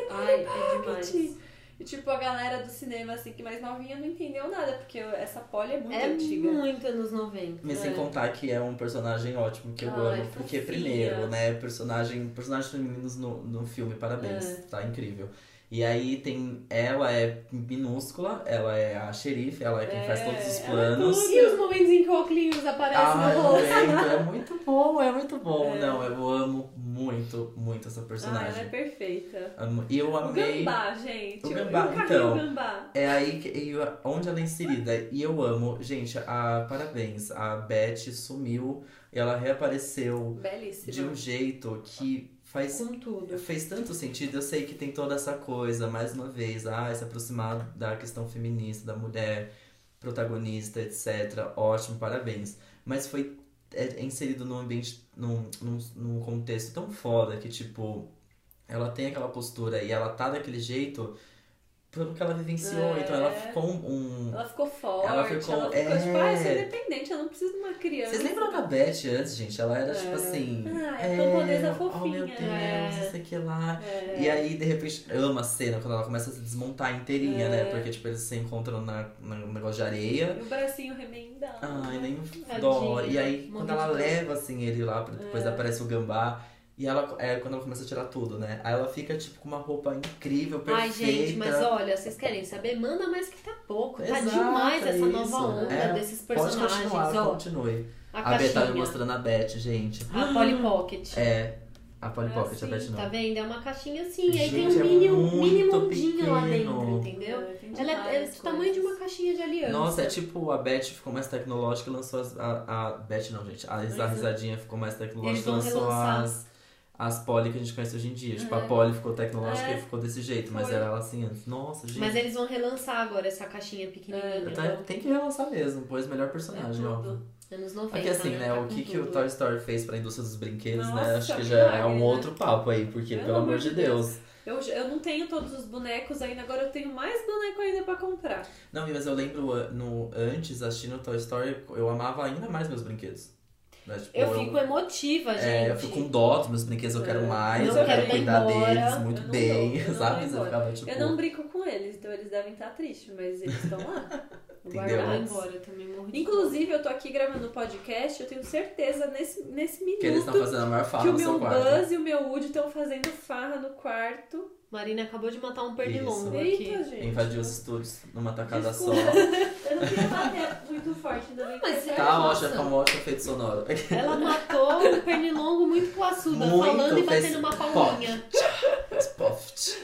[SPEAKER 1] Ai, é demais.
[SPEAKER 3] E tipo, a galera do cinema, assim, que mais novinha não entendeu nada, porque eu- essa poli é muito
[SPEAKER 1] É
[SPEAKER 3] antiga.
[SPEAKER 1] muito anos 90.
[SPEAKER 2] Mas sem
[SPEAKER 3] É.
[SPEAKER 2] contar que é um personagem ótimo que eu
[SPEAKER 3] Ah, é
[SPEAKER 2] amo. Porque,
[SPEAKER 3] fofinha.
[SPEAKER 2] primeiro, né? Personagem, personagens femininos no, no filme, parabéns.
[SPEAKER 3] É.
[SPEAKER 2] Tá incrível. E aí tem. Ela é minúscula, ela é a xerife, ela é quem
[SPEAKER 3] É,
[SPEAKER 2] faz todos os
[SPEAKER 3] ela é
[SPEAKER 2] planos.
[SPEAKER 1] E os momentos em que o Oclinhos aparece
[SPEAKER 2] Ah,
[SPEAKER 1] no rosto.
[SPEAKER 2] é muito bom, é muito bom.
[SPEAKER 3] É.
[SPEAKER 2] Não, eu amo muito, muito essa
[SPEAKER 3] Ah, ela é
[SPEAKER 2] personagem.
[SPEAKER 3] perfeita.
[SPEAKER 2] Amo- E eu
[SPEAKER 3] O
[SPEAKER 2] amei.
[SPEAKER 3] gambá, gente.
[SPEAKER 2] O
[SPEAKER 3] Eu-
[SPEAKER 2] gambá,
[SPEAKER 3] eu nunca vi
[SPEAKER 2] então.
[SPEAKER 3] o gambá.
[SPEAKER 2] É aí que, e onde ela é inserida. E eu amo, gente, a parabéns. A Beth sumiu e ela reapareceu
[SPEAKER 3] Belíssima.
[SPEAKER 2] de um jeito que faz
[SPEAKER 1] Com tudo.
[SPEAKER 2] fez tanto sentido. Eu sei que tem toda essa coisa, mais uma vez, ah, se aproximar da questão feminista, da mulher protagonista, etc. Ótimo, parabéns. Mas foi é, é inserido num ambiente, num, num, num contexto tão foda que, tipo, ela tem aquela postura e ela tá daquele jeito pelo que ela vivenciou.
[SPEAKER 3] É.
[SPEAKER 2] Então ela ficou um. um-
[SPEAKER 3] Ela ficou forte,
[SPEAKER 2] Ela
[SPEAKER 3] ela
[SPEAKER 2] ficou-
[SPEAKER 3] ficou,
[SPEAKER 2] é.
[SPEAKER 3] tipo, ah, eu sou independente, eu não preciso de uma criança.
[SPEAKER 2] Vocês lembram da Beth antes, gente? Ela era
[SPEAKER 3] É.
[SPEAKER 2] tipo assim.
[SPEAKER 3] Ah, é camponesa
[SPEAKER 2] Oh, meu
[SPEAKER 3] fofinha,
[SPEAKER 2] Deus,
[SPEAKER 1] é.
[SPEAKER 2] isso aqui lá.
[SPEAKER 3] É.
[SPEAKER 2] E aí, de repente, eu amo a cena quando ela começa a se desmontar inteirinha,
[SPEAKER 3] É.
[SPEAKER 2] né? Porque, tipo, eles se encontram na, no negócio de areia.
[SPEAKER 3] E o bracinho remendado.
[SPEAKER 2] Ai, nem
[SPEAKER 1] Ah, Tadinha.
[SPEAKER 2] dó. E aí,
[SPEAKER 1] Morrendo
[SPEAKER 2] quando ela
[SPEAKER 1] de É. dó.
[SPEAKER 2] leva, assim, ele lá, pra- depois aparece o gambá. E ela, é quando ela começa a tirar tudo, né? Aí ela fica, tipo, com uma roupa incrível, perfeita.
[SPEAKER 1] Ai, gente, mas olha, vocês querem saber? Manda mais que tá pouco.
[SPEAKER 2] Exato,
[SPEAKER 1] tá demais essa nova
[SPEAKER 2] isso.
[SPEAKER 1] onda
[SPEAKER 2] É,
[SPEAKER 1] desses
[SPEAKER 2] Pode
[SPEAKER 1] personagens.
[SPEAKER 2] continuar,
[SPEAKER 1] Ó,
[SPEAKER 2] continue.
[SPEAKER 1] a
[SPEAKER 2] A, Beth
[SPEAKER 1] caixinha.
[SPEAKER 2] tá me mostrando a Beth, gente.
[SPEAKER 1] A Polly Pocket.
[SPEAKER 2] É, a Polly
[SPEAKER 3] É
[SPEAKER 2] Pocket, a
[SPEAKER 3] assim,
[SPEAKER 2] Beth não.
[SPEAKER 1] Tá vendo? É uma caixinha assim. aí tem um
[SPEAKER 2] Gente, é
[SPEAKER 1] mini, um mini
[SPEAKER 2] muito
[SPEAKER 1] mundinho lá dentro,
[SPEAKER 2] pequeno.
[SPEAKER 1] entendeu?
[SPEAKER 3] É, tem
[SPEAKER 1] Ela é, é
[SPEAKER 3] várias
[SPEAKER 1] do tamanho de uma
[SPEAKER 3] coisas.
[SPEAKER 1] caixinha de aliança.
[SPEAKER 2] Nossa, é tipo a Beth ficou mais tecnológica e lançou as. A, a Beth não, gente. A, Isa
[SPEAKER 3] Mas,
[SPEAKER 2] risadinha ficou mais
[SPEAKER 1] eles
[SPEAKER 2] tecnológica e
[SPEAKER 1] vão
[SPEAKER 2] lançou
[SPEAKER 1] relançar.
[SPEAKER 2] as. As Polly que a gente conhece hoje em dia. Tipo, a
[SPEAKER 3] É.
[SPEAKER 2] Polly ficou tecnológica
[SPEAKER 3] É.
[SPEAKER 2] e ficou desse jeito, mas
[SPEAKER 3] Foi.
[SPEAKER 2] era ela assim antes. Nossa, gente.
[SPEAKER 1] Mas é eles vão relançar agora essa caixinha pequenininha.
[SPEAKER 2] Eu tá- Tem que relançar mesmo, pois melhor personagem,
[SPEAKER 3] É
[SPEAKER 2] ó.
[SPEAKER 3] tudo.
[SPEAKER 1] Anos 90.
[SPEAKER 2] Aqui assim, né?
[SPEAKER 1] Tá
[SPEAKER 2] O
[SPEAKER 1] com
[SPEAKER 2] que, que o
[SPEAKER 1] tudo.
[SPEAKER 2] Toy Story fez pra indústria dos brinquedos, né?
[SPEAKER 3] Nossa,
[SPEAKER 2] Acho que
[SPEAKER 3] que
[SPEAKER 2] já é um
[SPEAKER 3] milagre, né?
[SPEAKER 2] outro papo aí, porque, pelo, amor de Deus.
[SPEAKER 3] Eu, eu não tenho todos os bonecos ainda, agora eu tenho mais boneco ainda pra comprar.
[SPEAKER 2] Não, mas eu lembro ah, no, antes, assistindo Toy Story, eu amava ainda mais meus brinquedos. Né? Tipo,
[SPEAKER 1] Eu fico emotiva, gente.
[SPEAKER 2] É, eu fico com dó dos meus brinquedos, eu quero
[SPEAKER 3] É.
[SPEAKER 2] mais,
[SPEAKER 1] Não
[SPEAKER 2] eu
[SPEAKER 1] quero
[SPEAKER 2] quero
[SPEAKER 1] ir
[SPEAKER 2] cuidar
[SPEAKER 1] embora,
[SPEAKER 2] deles muito
[SPEAKER 3] eu não
[SPEAKER 2] bem,
[SPEAKER 3] dou, eu não
[SPEAKER 2] sabe?
[SPEAKER 3] vou
[SPEAKER 2] eu
[SPEAKER 3] embora.
[SPEAKER 2] ficava tipo.
[SPEAKER 3] Eu não brinco com eles, então eles devem estar tristes, mas eles estão lá.
[SPEAKER 1] Guardar
[SPEAKER 2] Entendeu?
[SPEAKER 1] embora, eu também morro de
[SPEAKER 3] Inclusive, eu tô aqui gravando o podcast, eu tenho certeza nesse, nesse minuto
[SPEAKER 2] Que eles estão fazendo a maior
[SPEAKER 3] que
[SPEAKER 2] fala
[SPEAKER 3] o
[SPEAKER 2] no
[SPEAKER 3] meu
[SPEAKER 2] seu quarto.
[SPEAKER 3] Buzz e o meu Woody estão fazendo farra no quarto.
[SPEAKER 1] Marina acabou de matar um pernilongo aqui.
[SPEAKER 3] Eita, gente.
[SPEAKER 2] Invadiu os estúdios numa tacada só.
[SPEAKER 3] Desculpa. Eu não queria bater muito forte, ainda bem que
[SPEAKER 1] Mas
[SPEAKER 3] você-
[SPEAKER 1] é-
[SPEAKER 2] Tá
[SPEAKER 1] Nossa.
[SPEAKER 2] ótimo, tá um ótimo efeito sonoro.
[SPEAKER 1] Ela matou um pernilongo muito coaçuda,
[SPEAKER 2] Muito,
[SPEAKER 1] falando e
[SPEAKER 2] fez
[SPEAKER 1] batendo uma
[SPEAKER 2] pop.
[SPEAKER 1] palminha.
[SPEAKER 2] Spoft.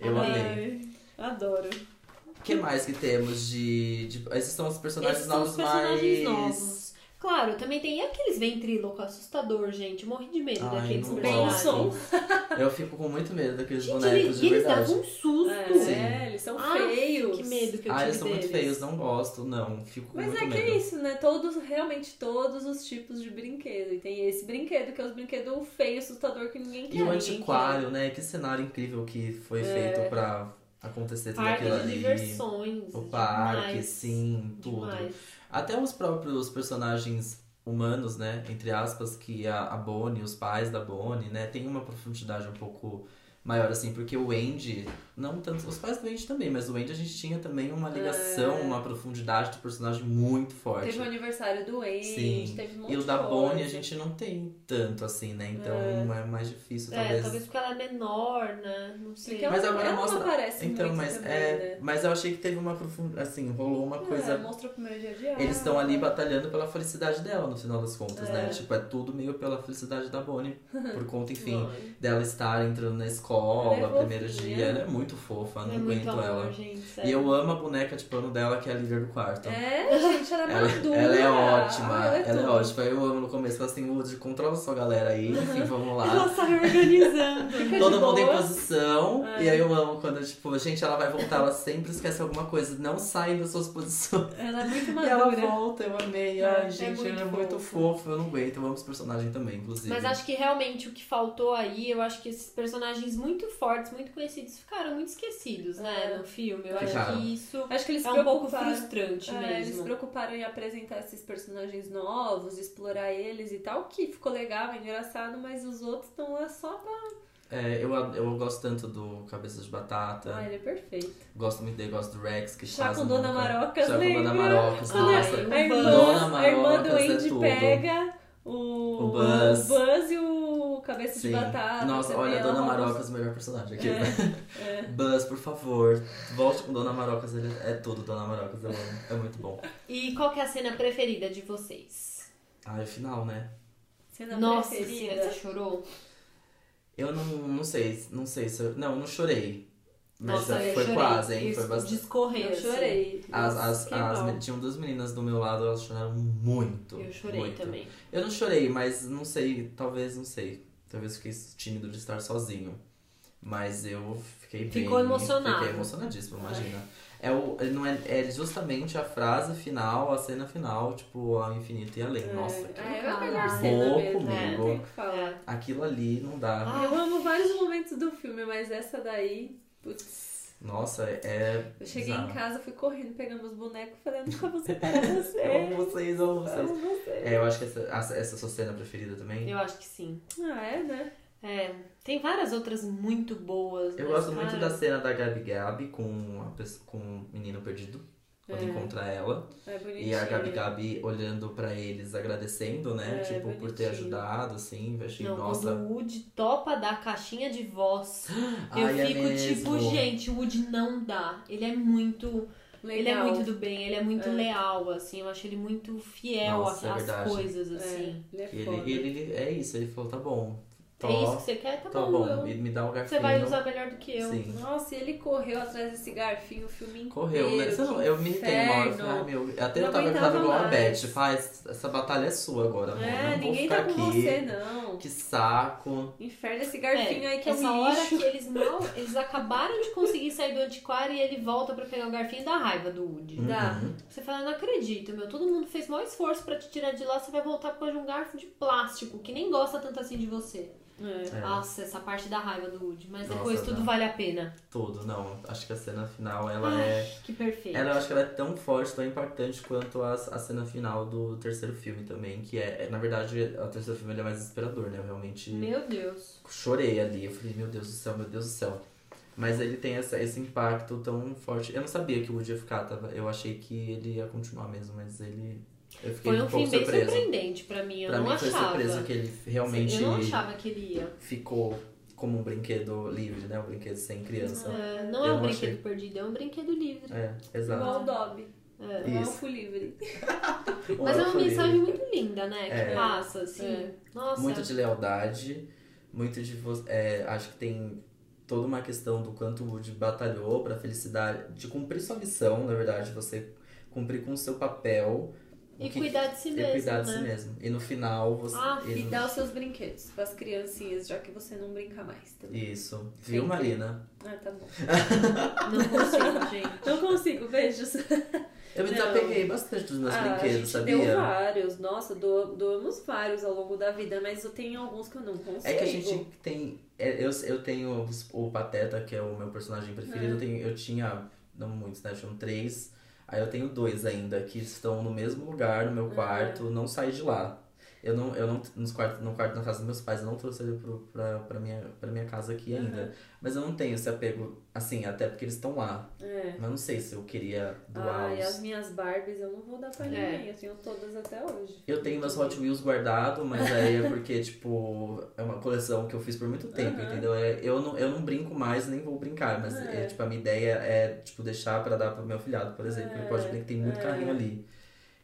[SPEAKER 2] Eu
[SPEAKER 3] Ai,
[SPEAKER 2] amei.
[SPEAKER 3] Adoro.
[SPEAKER 2] O que mais que temos de. de- Esses são os personagens
[SPEAKER 1] Esses são
[SPEAKER 2] novos
[SPEAKER 1] os personagens
[SPEAKER 2] mais.
[SPEAKER 1] novos. Claro, também tem aqueles ventríloco assustador, gente. Eu morri de medo
[SPEAKER 2] Ai,
[SPEAKER 1] daqueles
[SPEAKER 2] não
[SPEAKER 1] personagens.
[SPEAKER 3] gosto.
[SPEAKER 2] Eu fico com muito medo daqueles
[SPEAKER 1] Gente,
[SPEAKER 2] bonecos
[SPEAKER 1] eles,
[SPEAKER 2] de
[SPEAKER 1] e eles
[SPEAKER 2] verdade.
[SPEAKER 1] davam um susto.
[SPEAKER 2] Sim.
[SPEAKER 3] É, eles são
[SPEAKER 1] Ah,
[SPEAKER 3] feios.
[SPEAKER 1] Que medo que eu tive
[SPEAKER 2] Ah, eles são muito
[SPEAKER 1] deles.
[SPEAKER 2] feios, não gosto, não. Fico com
[SPEAKER 3] Mas
[SPEAKER 2] muito
[SPEAKER 3] é que
[SPEAKER 2] medo.
[SPEAKER 3] é isso, né? Todos, realmente todos os tipos de brinquedo. E tem esse brinquedo, que é os brinquedos feio, assustador, que ninguém quer.
[SPEAKER 2] E o
[SPEAKER 3] ninguém
[SPEAKER 2] antiquário, né? Que cenário incrível que foi feito pra acontecer tudo
[SPEAKER 1] É. Parque
[SPEAKER 2] aquilo
[SPEAKER 1] de
[SPEAKER 2] ali.
[SPEAKER 1] diversões.
[SPEAKER 2] O parque,
[SPEAKER 1] demais,
[SPEAKER 2] sim, tudo.
[SPEAKER 1] Demais.
[SPEAKER 2] Até os próprios personagens humanos, né? Entre aspas, que a, a Bonnie, os pais da Bonnie, né? Tem uma profundidade um pouco maior, assim, porque o Andy, não tanto. Os pais do Andy também, mas o Andy a gente tinha também
[SPEAKER 1] É.
[SPEAKER 2] uma ligação, uma profundidade do personagem muito
[SPEAKER 3] quer.
[SPEAKER 2] forte.
[SPEAKER 3] Teve o
[SPEAKER 1] um
[SPEAKER 3] aniversário do Andy,
[SPEAKER 2] Sim.
[SPEAKER 3] teve um monte
[SPEAKER 2] E o da
[SPEAKER 3] de coisa.
[SPEAKER 2] Bonnie a gente não tem tanto, assim, né? Então é, mais difícil,
[SPEAKER 1] É,
[SPEAKER 2] talvez.
[SPEAKER 1] talvez porque ela é menor, né? Não sei.
[SPEAKER 3] Porque ela,
[SPEAKER 2] Mas agora
[SPEAKER 3] ela
[SPEAKER 2] mostra-
[SPEAKER 3] não aparece
[SPEAKER 2] Então,
[SPEAKER 3] muito
[SPEAKER 2] mas
[SPEAKER 3] também,
[SPEAKER 2] é.
[SPEAKER 3] né?
[SPEAKER 2] Mas eu achei que teve uma profunda. Assim, rolou uma coisa.
[SPEAKER 3] É, mostra o primeiro dia de aula.
[SPEAKER 2] Eles estão ali batalhando pela felicidade dela, no final das contas, né? Tipo, é tudo meio pela felicidade da Bonnie. Por conta, enfim,
[SPEAKER 1] Ai,
[SPEAKER 2] dela estar entrando na escola,
[SPEAKER 3] Ela é
[SPEAKER 2] primeiro
[SPEAKER 3] fofinha.
[SPEAKER 2] dia. Ela é muito fofa, não
[SPEAKER 1] é
[SPEAKER 2] aguento
[SPEAKER 1] muito amor,
[SPEAKER 2] ela.
[SPEAKER 1] gente.
[SPEAKER 2] E
[SPEAKER 1] sério.
[SPEAKER 2] eu amo a boneca de pano dela, que é a líder do quarto.
[SPEAKER 3] É, gente, é. ela é
[SPEAKER 2] Ela,
[SPEAKER 3] madura.
[SPEAKER 2] ela é ótima,
[SPEAKER 3] Ah,
[SPEAKER 2] ela é
[SPEAKER 3] tudo.
[SPEAKER 2] ótima. Eu amo no começo, ela assim, Woody, controla sua galera aí, enfim, vamos lá.
[SPEAKER 1] Ela tá reorganizando.
[SPEAKER 3] Fica de
[SPEAKER 2] Todo mundo em
[SPEAKER 3] boa.
[SPEAKER 2] posição.
[SPEAKER 3] É.
[SPEAKER 2] E aí eu amo quando, tipo, gente, ela vai voltar, ela sempre esquece alguma coisa. Não sai das suas posições.
[SPEAKER 3] Ela é muito
[SPEAKER 2] E ela
[SPEAKER 3] madura.
[SPEAKER 2] volta, eu amei.
[SPEAKER 1] É,
[SPEAKER 2] Ai,
[SPEAKER 1] é
[SPEAKER 2] gente,
[SPEAKER 1] muito
[SPEAKER 2] ela é muito
[SPEAKER 1] fofa.
[SPEAKER 2] fofa. Eu não aguento, eu amo esse personagem também, inclusive.
[SPEAKER 1] Mas acho que realmente o que faltou aí, eu acho que esses personagens muito fortes, muito conhecidos, ficaram muito esquecidos, né,
[SPEAKER 3] É.
[SPEAKER 1] no filme. Eu acho
[SPEAKER 2] Ficaram.
[SPEAKER 1] que isso
[SPEAKER 3] Acho que eles se
[SPEAKER 1] é um pouco
[SPEAKER 3] preocuparam.
[SPEAKER 1] frustrante
[SPEAKER 3] É, eles se
[SPEAKER 1] mesmo.
[SPEAKER 3] preocuparam em apresentar esses personagens novos, explorar eles e tal, que ficou legal, é engraçado, mas os outros estão lá só pra.
[SPEAKER 2] É, eu, ad- eu gosto tanto do Cabeça de Batata.
[SPEAKER 3] Ah, ele é perfeito.
[SPEAKER 2] Gosto muito dele, gosto do Rex, que
[SPEAKER 3] Chá
[SPEAKER 2] Tá. quase
[SPEAKER 3] com Dona
[SPEAKER 2] nunca-
[SPEAKER 3] Marocas,
[SPEAKER 2] Chá com
[SPEAKER 3] lembra?
[SPEAKER 2] Dona Marocas,
[SPEAKER 1] Quando
[SPEAKER 2] nossa.
[SPEAKER 1] é-
[SPEAKER 3] A irmã,
[SPEAKER 2] Dona
[SPEAKER 3] a irmã do
[SPEAKER 2] Marocas é
[SPEAKER 3] Andy
[SPEAKER 2] tudo.
[SPEAKER 3] pega o,
[SPEAKER 2] O Buzz.
[SPEAKER 3] o Buzz e o Cabeça
[SPEAKER 2] Sim.
[SPEAKER 3] de Batata.
[SPEAKER 2] Nossa,
[SPEAKER 3] também,
[SPEAKER 2] olha,
[SPEAKER 3] ela
[SPEAKER 2] Dona
[SPEAKER 3] rouba-
[SPEAKER 2] Marocas, o melhor personagem aqui.
[SPEAKER 3] É,
[SPEAKER 2] Buzz, por favor, volte com Dona Marocas. Ele é tudo Dona Marocas, eu amo. É muito bom.
[SPEAKER 1] E qual que é a cena preferida de vocês?
[SPEAKER 2] Ah, é o final, né?
[SPEAKER 3] Cena
[SPEAKER 1] Nossa,
[SPEAKER 3] preferida.
[SPEAKER 1] Cena, você chorou?
[SPEAKER 2] Eu não, não sei, não sei se eu, não, eu não chorei. Mas
[SPEAKER 1] Nossa, eu
[SPEAKER 2] foi
[SPEAKER 1] chorei.
[SPEAKER 2] quase, hein?
[SPEAKER 1] Isso,
[SPEAKER 2] Foi bastante.
[SPEAKER 1] Discorrer,
[SPEAKER 3] Eu
[SPEAKER 1] assim.
[SPEAKER 3] chorei. É,
[SPEAKER 2] As, as,
[SPEAKER 1] que
[SPEAKER 2] as,
[SPEAKER 1] mal.
[SPEAKER 2] tinham duas meninas do meu lado, elas choraram muito.
[SPEAKER 1] Eu chorei
[SPEAKER 2] muito.
[SPEAKER 1] também.
[SPEAKER 2] Eu não chorei, mas não sei, talvez, não sei. Talvez fiquei tímido de estar sozinho. Mas eu fiquei bem.
[SPEAKER 1] Ficou emocionado.
[SPEAKER 2] Fiquei emocionadíssimo, imagina. É, o, não é, é justamente a frase final, a cena final, tipo, ao infinito e além. Nossa,
[SPEAKER 3] É,
[SPEAKER 2] que-
[SPEAKER 3] é a
[SPEAKER 1] cara.
[SPEAKER 3] melhor cena
[SPEAKER 2] Vou
[SPEAKER 3] mesmo,
[SPEAKER 2] comigo.
[SPEAKER 3] não tem o que falar.
[SPEAKER 1] É.
[SPEAKER 2] aquilo ali não dá.
[SPEAKER 1] Ah.
[SPEAKER 3] Eu amo vários momentos do filme, mas essa daí, putz.
[SPEAKER 2] Nossa, é.
[SPEAKER 3] Eu cheguei
[SPEAKER 2] bizarro.
[SPEAKER 3] em casa, fui correndo, pegando meus bonecos, falei, eu nunca vou separar
[SPEAKER 2] Eu
[SPEAKER 3] você.
[SPEAKER 2] amo é vocês, eu amo vocês.
[SPEAKER 3] amo você.
[SPEAKER 2] É, eu acho que essa, essa, essa é a sua cena preferida também.
[SPEAKER 1] É, Eu acho que sim.
[SPEAKER 3] Ah, é, né?
[SPEAKER 1] É, tem várias outras muito boas.
[SPEAKER 2] Eu
[SPEAKER 1] mas,
[SPEAKER 2] gosto muito
[SPEAKER 1] cara,
[SPEAKER 2] da cena da Gabi Gabi com, a, pessoa- com o menino perdido, quando
[SPEAKER 1] É.
[SPEAKER 2] encontra ela.
[SPEAKER 3] É bonitinho.
[SPEAKER 2] E a Gabi Gabi olhando pra eles, agradecendo, né?
[SPEAKER 3] É,
[SPEAKER 2] tipo, por ter
[SPEAKER 3] bonitinho.
[SPEAKER 2] ajudado, assim. Eu achei,
[SPEAKER 1] Não,
[SPEAKER 2] nossa.
[SPEAKER 1] quando o Woody topa dar caixinha de voz, eu
[SPEAKER 2] ai, é
[SPEAKER 1] fico tipo,
[SPEAKER 2] mesmo.
[SPEAKER 1] gente, o Woody não dá. Ele é muito.
[SPEAKER 3] Legal.
[SPEAKER 1] Ele é muito do bem, ele é muito
[SPEAKER 3] É.
[SPEAKER 1] leal, assim. Eu acho ele muito fiel
[SPEAKER 2] Nossa, é
[SPEAKER 1] às
[SPEAKER 2] verdade.
[SPEAKER 1] coisas,
[SPEAKER 3] É,
[SPEAKER 1] assim.
[SPEAKER 3] ele é
[SPEAKER 2] Ele,
[SPEAKER 3] foda.
[SPEAKER 2] ele, ele- é isso, ele falou, tá bom. Tó,
[SPEAKER 1] É isso que você quer? Tá,
[SPEAKER 2] tá
[SPEAKER 1] bom.
[SPEAKER 2] bom,
[SPEAKER 1] eu-
[SPEAKER 2] e me dá um
[SPEAKER 1] Você
[SPEAKER 2] garfinho.
[SPEAKER 1] vai usar melhor do que eu.
[SPEAKER 2] Sim.
[SPEAKER 3] Nossa, e ele correu atrás desse garfinho o filme inteiro.
[SPEAKER 2] Correu, né? Você não- eu me irritei uma hora, eu falei, ah, meu. Até eu
[SPEAKER 3] Não
[SPEAKER 2] tava, eu tava
[SPEAKER 3] aguentava
[SPEAKER 2] igual a Beth,
[SPEAKER 3] mais.
[SPEAKER 2] faz, essa batalha é sua agora, amor.
[SPEAKER 3] É,
[SPEAKER 2] não vou
[SPEAKER 3] ninguém
[SPEAKER 2] ficar
[SPEAKER 3] tá com
[SPEAKER 2] aqui.
[SPEAKER 3] você, não.
[SPEAKER 2] Que saco.
[SPEAKER 3] Inferno esse
[SPEAKER 1] É,
[SPEAKER 3] garfinho aí que é um
[SPEAKER 1] essa hora
[SPEAKER 3] lixo.
[SPEAKER 1] que eles mal, eles acabaram de conseguir sair do antiquário e ele volta pra pegar o garfinho e dá raiva do Woody.
[SPEAKER 3] Dá.
[SPEAKER 2] Uhum.
[SPEAKER 1] Você fala, não acredito, meu, todo mundo fez maior esforço pra te tirar de lá, você vai voltar por causa de um garfo de plástico, que nem gosta tanto assim de você.
[SPEAKER 3] É.
[SPEAKER 2] É.
[SPEAKER 1] Nossa, essa parte da raiva do Woody, mas
[SPEAKER 2] Nossa,
[SPEAKER 1] depois tudo
[SPEAKER 2] não.
[SPEAKER 1] vale a pena.
[SPEAKER 2] Tudo, não. Acho que a cena final, ela é.
[SPEAKER 1] Que perfeito.
[SPEAKER 2] Ela, eu acho que ela é tão forte, tão impactante quanto a, a cena final do terceiro filme também, que é, é, na verdade, o terceiro filme ele é mais desesperador, né? Eu realmente
[SPEAKER 1] Meu Deus.
[SPEAKER 2] chorei ali. Eu falei, meu Deus do céu, meu Deus do céu. Mas ele tem essa, esse impacto tão forte. Eu não sabia que o Woody ia ficar, tava, eu achei que ele ia continuar mesmo, mas ele. Eu fiquei
[SPEAKER 1] Foi um,
[SPEAKER 2] um
[SPEAKER 1] fim
[SPEAKER 2] pouco
[SPEAKER 1] bem
[SPEAKER 2] surpreso.
[SPEAKER 1] surpreendente pra mim, eu
[SPEAKER 2] pra
[SPEAKER 1] não
[SPEAKER 2] mim foi
[SPEAKER 1] achava.
[SPEAKER 2] surpresa que ele realmente
[SPEAKER 1] Eu não achava que ele ia.
[SPEAKER 2] ficou como um brinquedo livre, né? Um brinquedo sem criança.
[SPEAKER 1] É, não é
[SPEAKER 2] Eu
[SPEAKER 1] um
[SPEAKER 2] não
[SPEAKER 1] brinquedo
[SPEAKER 2] achei.
[SPEAKER 1] perdido, é um brinquedo livre.
[SPEAKER 2] É, exato.
[SPEAKER 3] Igual o Dobby.
[SPEAKER 1] É.
[SPEAKER 3] Um
[SPEAKER 2] Isso.
[SPEAKER 3] elfo livre.
[SPEAKER 1] Mas é uma
[SPEAKER 2] Orfeu
[SPEAKER 1] mensagem
[SPEAKER 2] livre.
[SPEAKER 1] muito linda, né? Que
[SPEAKER 2] É.
[SPEAKER 1] passa, assim.
[SPEAKER 3] É.
[SPEAKER 1] Nossa.
[SPEAKER 2] muito de lealdade, muito de você. acho que tem toda uma questão do quanto o Woody batalhou pra felicidade, de cumprir sua missão, na verdade, você cumprir com o seu papel
[SPEAKER 1] E
[SPEAKER 2] o que-
[SPEAKER 1] cuidar de si
[SPEAKER 2] e
[SPEAKER 1] mesmo,
[SPEAKER 2] cuidar de
[SPEAKER 1] né?
[SPEAKER 2] si mesmo. E no final você.
[SPEAKER 3] Ah,
[SPEAKER 2] e
[SPEAKER 3] e
[SPEAKER 2] no-
[SPEAKER 3] dá os seus brinquedos pras criancinhas, já que você não brinca mais tá também.
[SPEAKER 2] Isso.
[SPEAKER 3] Sempre.
[SPEAKER 2] Viu, Marina?
[SPEAKER 3] Ah, tá bom.
[SPEAKER 1] Não consigo, gente.
[SPEAKER 3] Não consigo, beijos.
[SPEAKER 2] Eu me
[SPEAKER 3] Não.
[SPEAKER 2] desapeguei bastante dos meus
[SPEAKER 3] ah, a
[SPEAKER 2] brinquedos,
[SPEAKER 3] gente
[SPEAKER 2] sabia?
[SPEAKER 3] deu vários. Nossa, do, doamos vários ao longo da vida, mas eu tenho alguns que eu não consigo.
[SPEAKER 2] É que a gente tem. é, Eu, eu tenho os- o Pateta, que é o meu personagem preferido. Eu, tenho, eu tinha. Não muitos, né? Eu tinha um três. Aí eu tenho dois ainda, que estão no mesmo lugar, no meu
[SPEAKER 3] Ah.
[SPEAKER 2] quarto, não saí de lá. Eu não, eu não nos quartos, no quarto na casa dos meus pais, eu não trouxe ele pro, pra, pra, minha, pra minha casa aqui ainda. Mas eu não tenho esse apego, assim, até porque eles estão lá.
[SPEAKER 3] É.
[SPEAKER 2] Mas eu não sei se eu queria doar
[SPEAKER 3] Ah, e
[SPEAKER 2] os-
[SPEAKER 3] as minhas Barbies eu não vou dar pra
[SPEAKER 1] É.
[SPEAKER 3] ninguém. Eu tenho todas até hoje.
[SPEAKER 2] Eu tenho meus Hot Wheels guardado, mas aí é porque, tipo, é uma coleção que eu fiz por muito tempo,
[SPEAKER 3] Aham.
[SPEAKER 2] entendeu? É, eu, não, eu não brinco mais, nem vou brincar, mas
[SPEAKER 3] É.
[SPEAKER 2] é, tipo, a minha ideia é, tipo, deixar pra dar pro meu filhado, por exemplo.
[SPEAKER 3] É,
[SPEAKER 2] Ele pode ver que tem muito
[SPEAKER 3] é.
[SPEAKER 2] carrinho ali.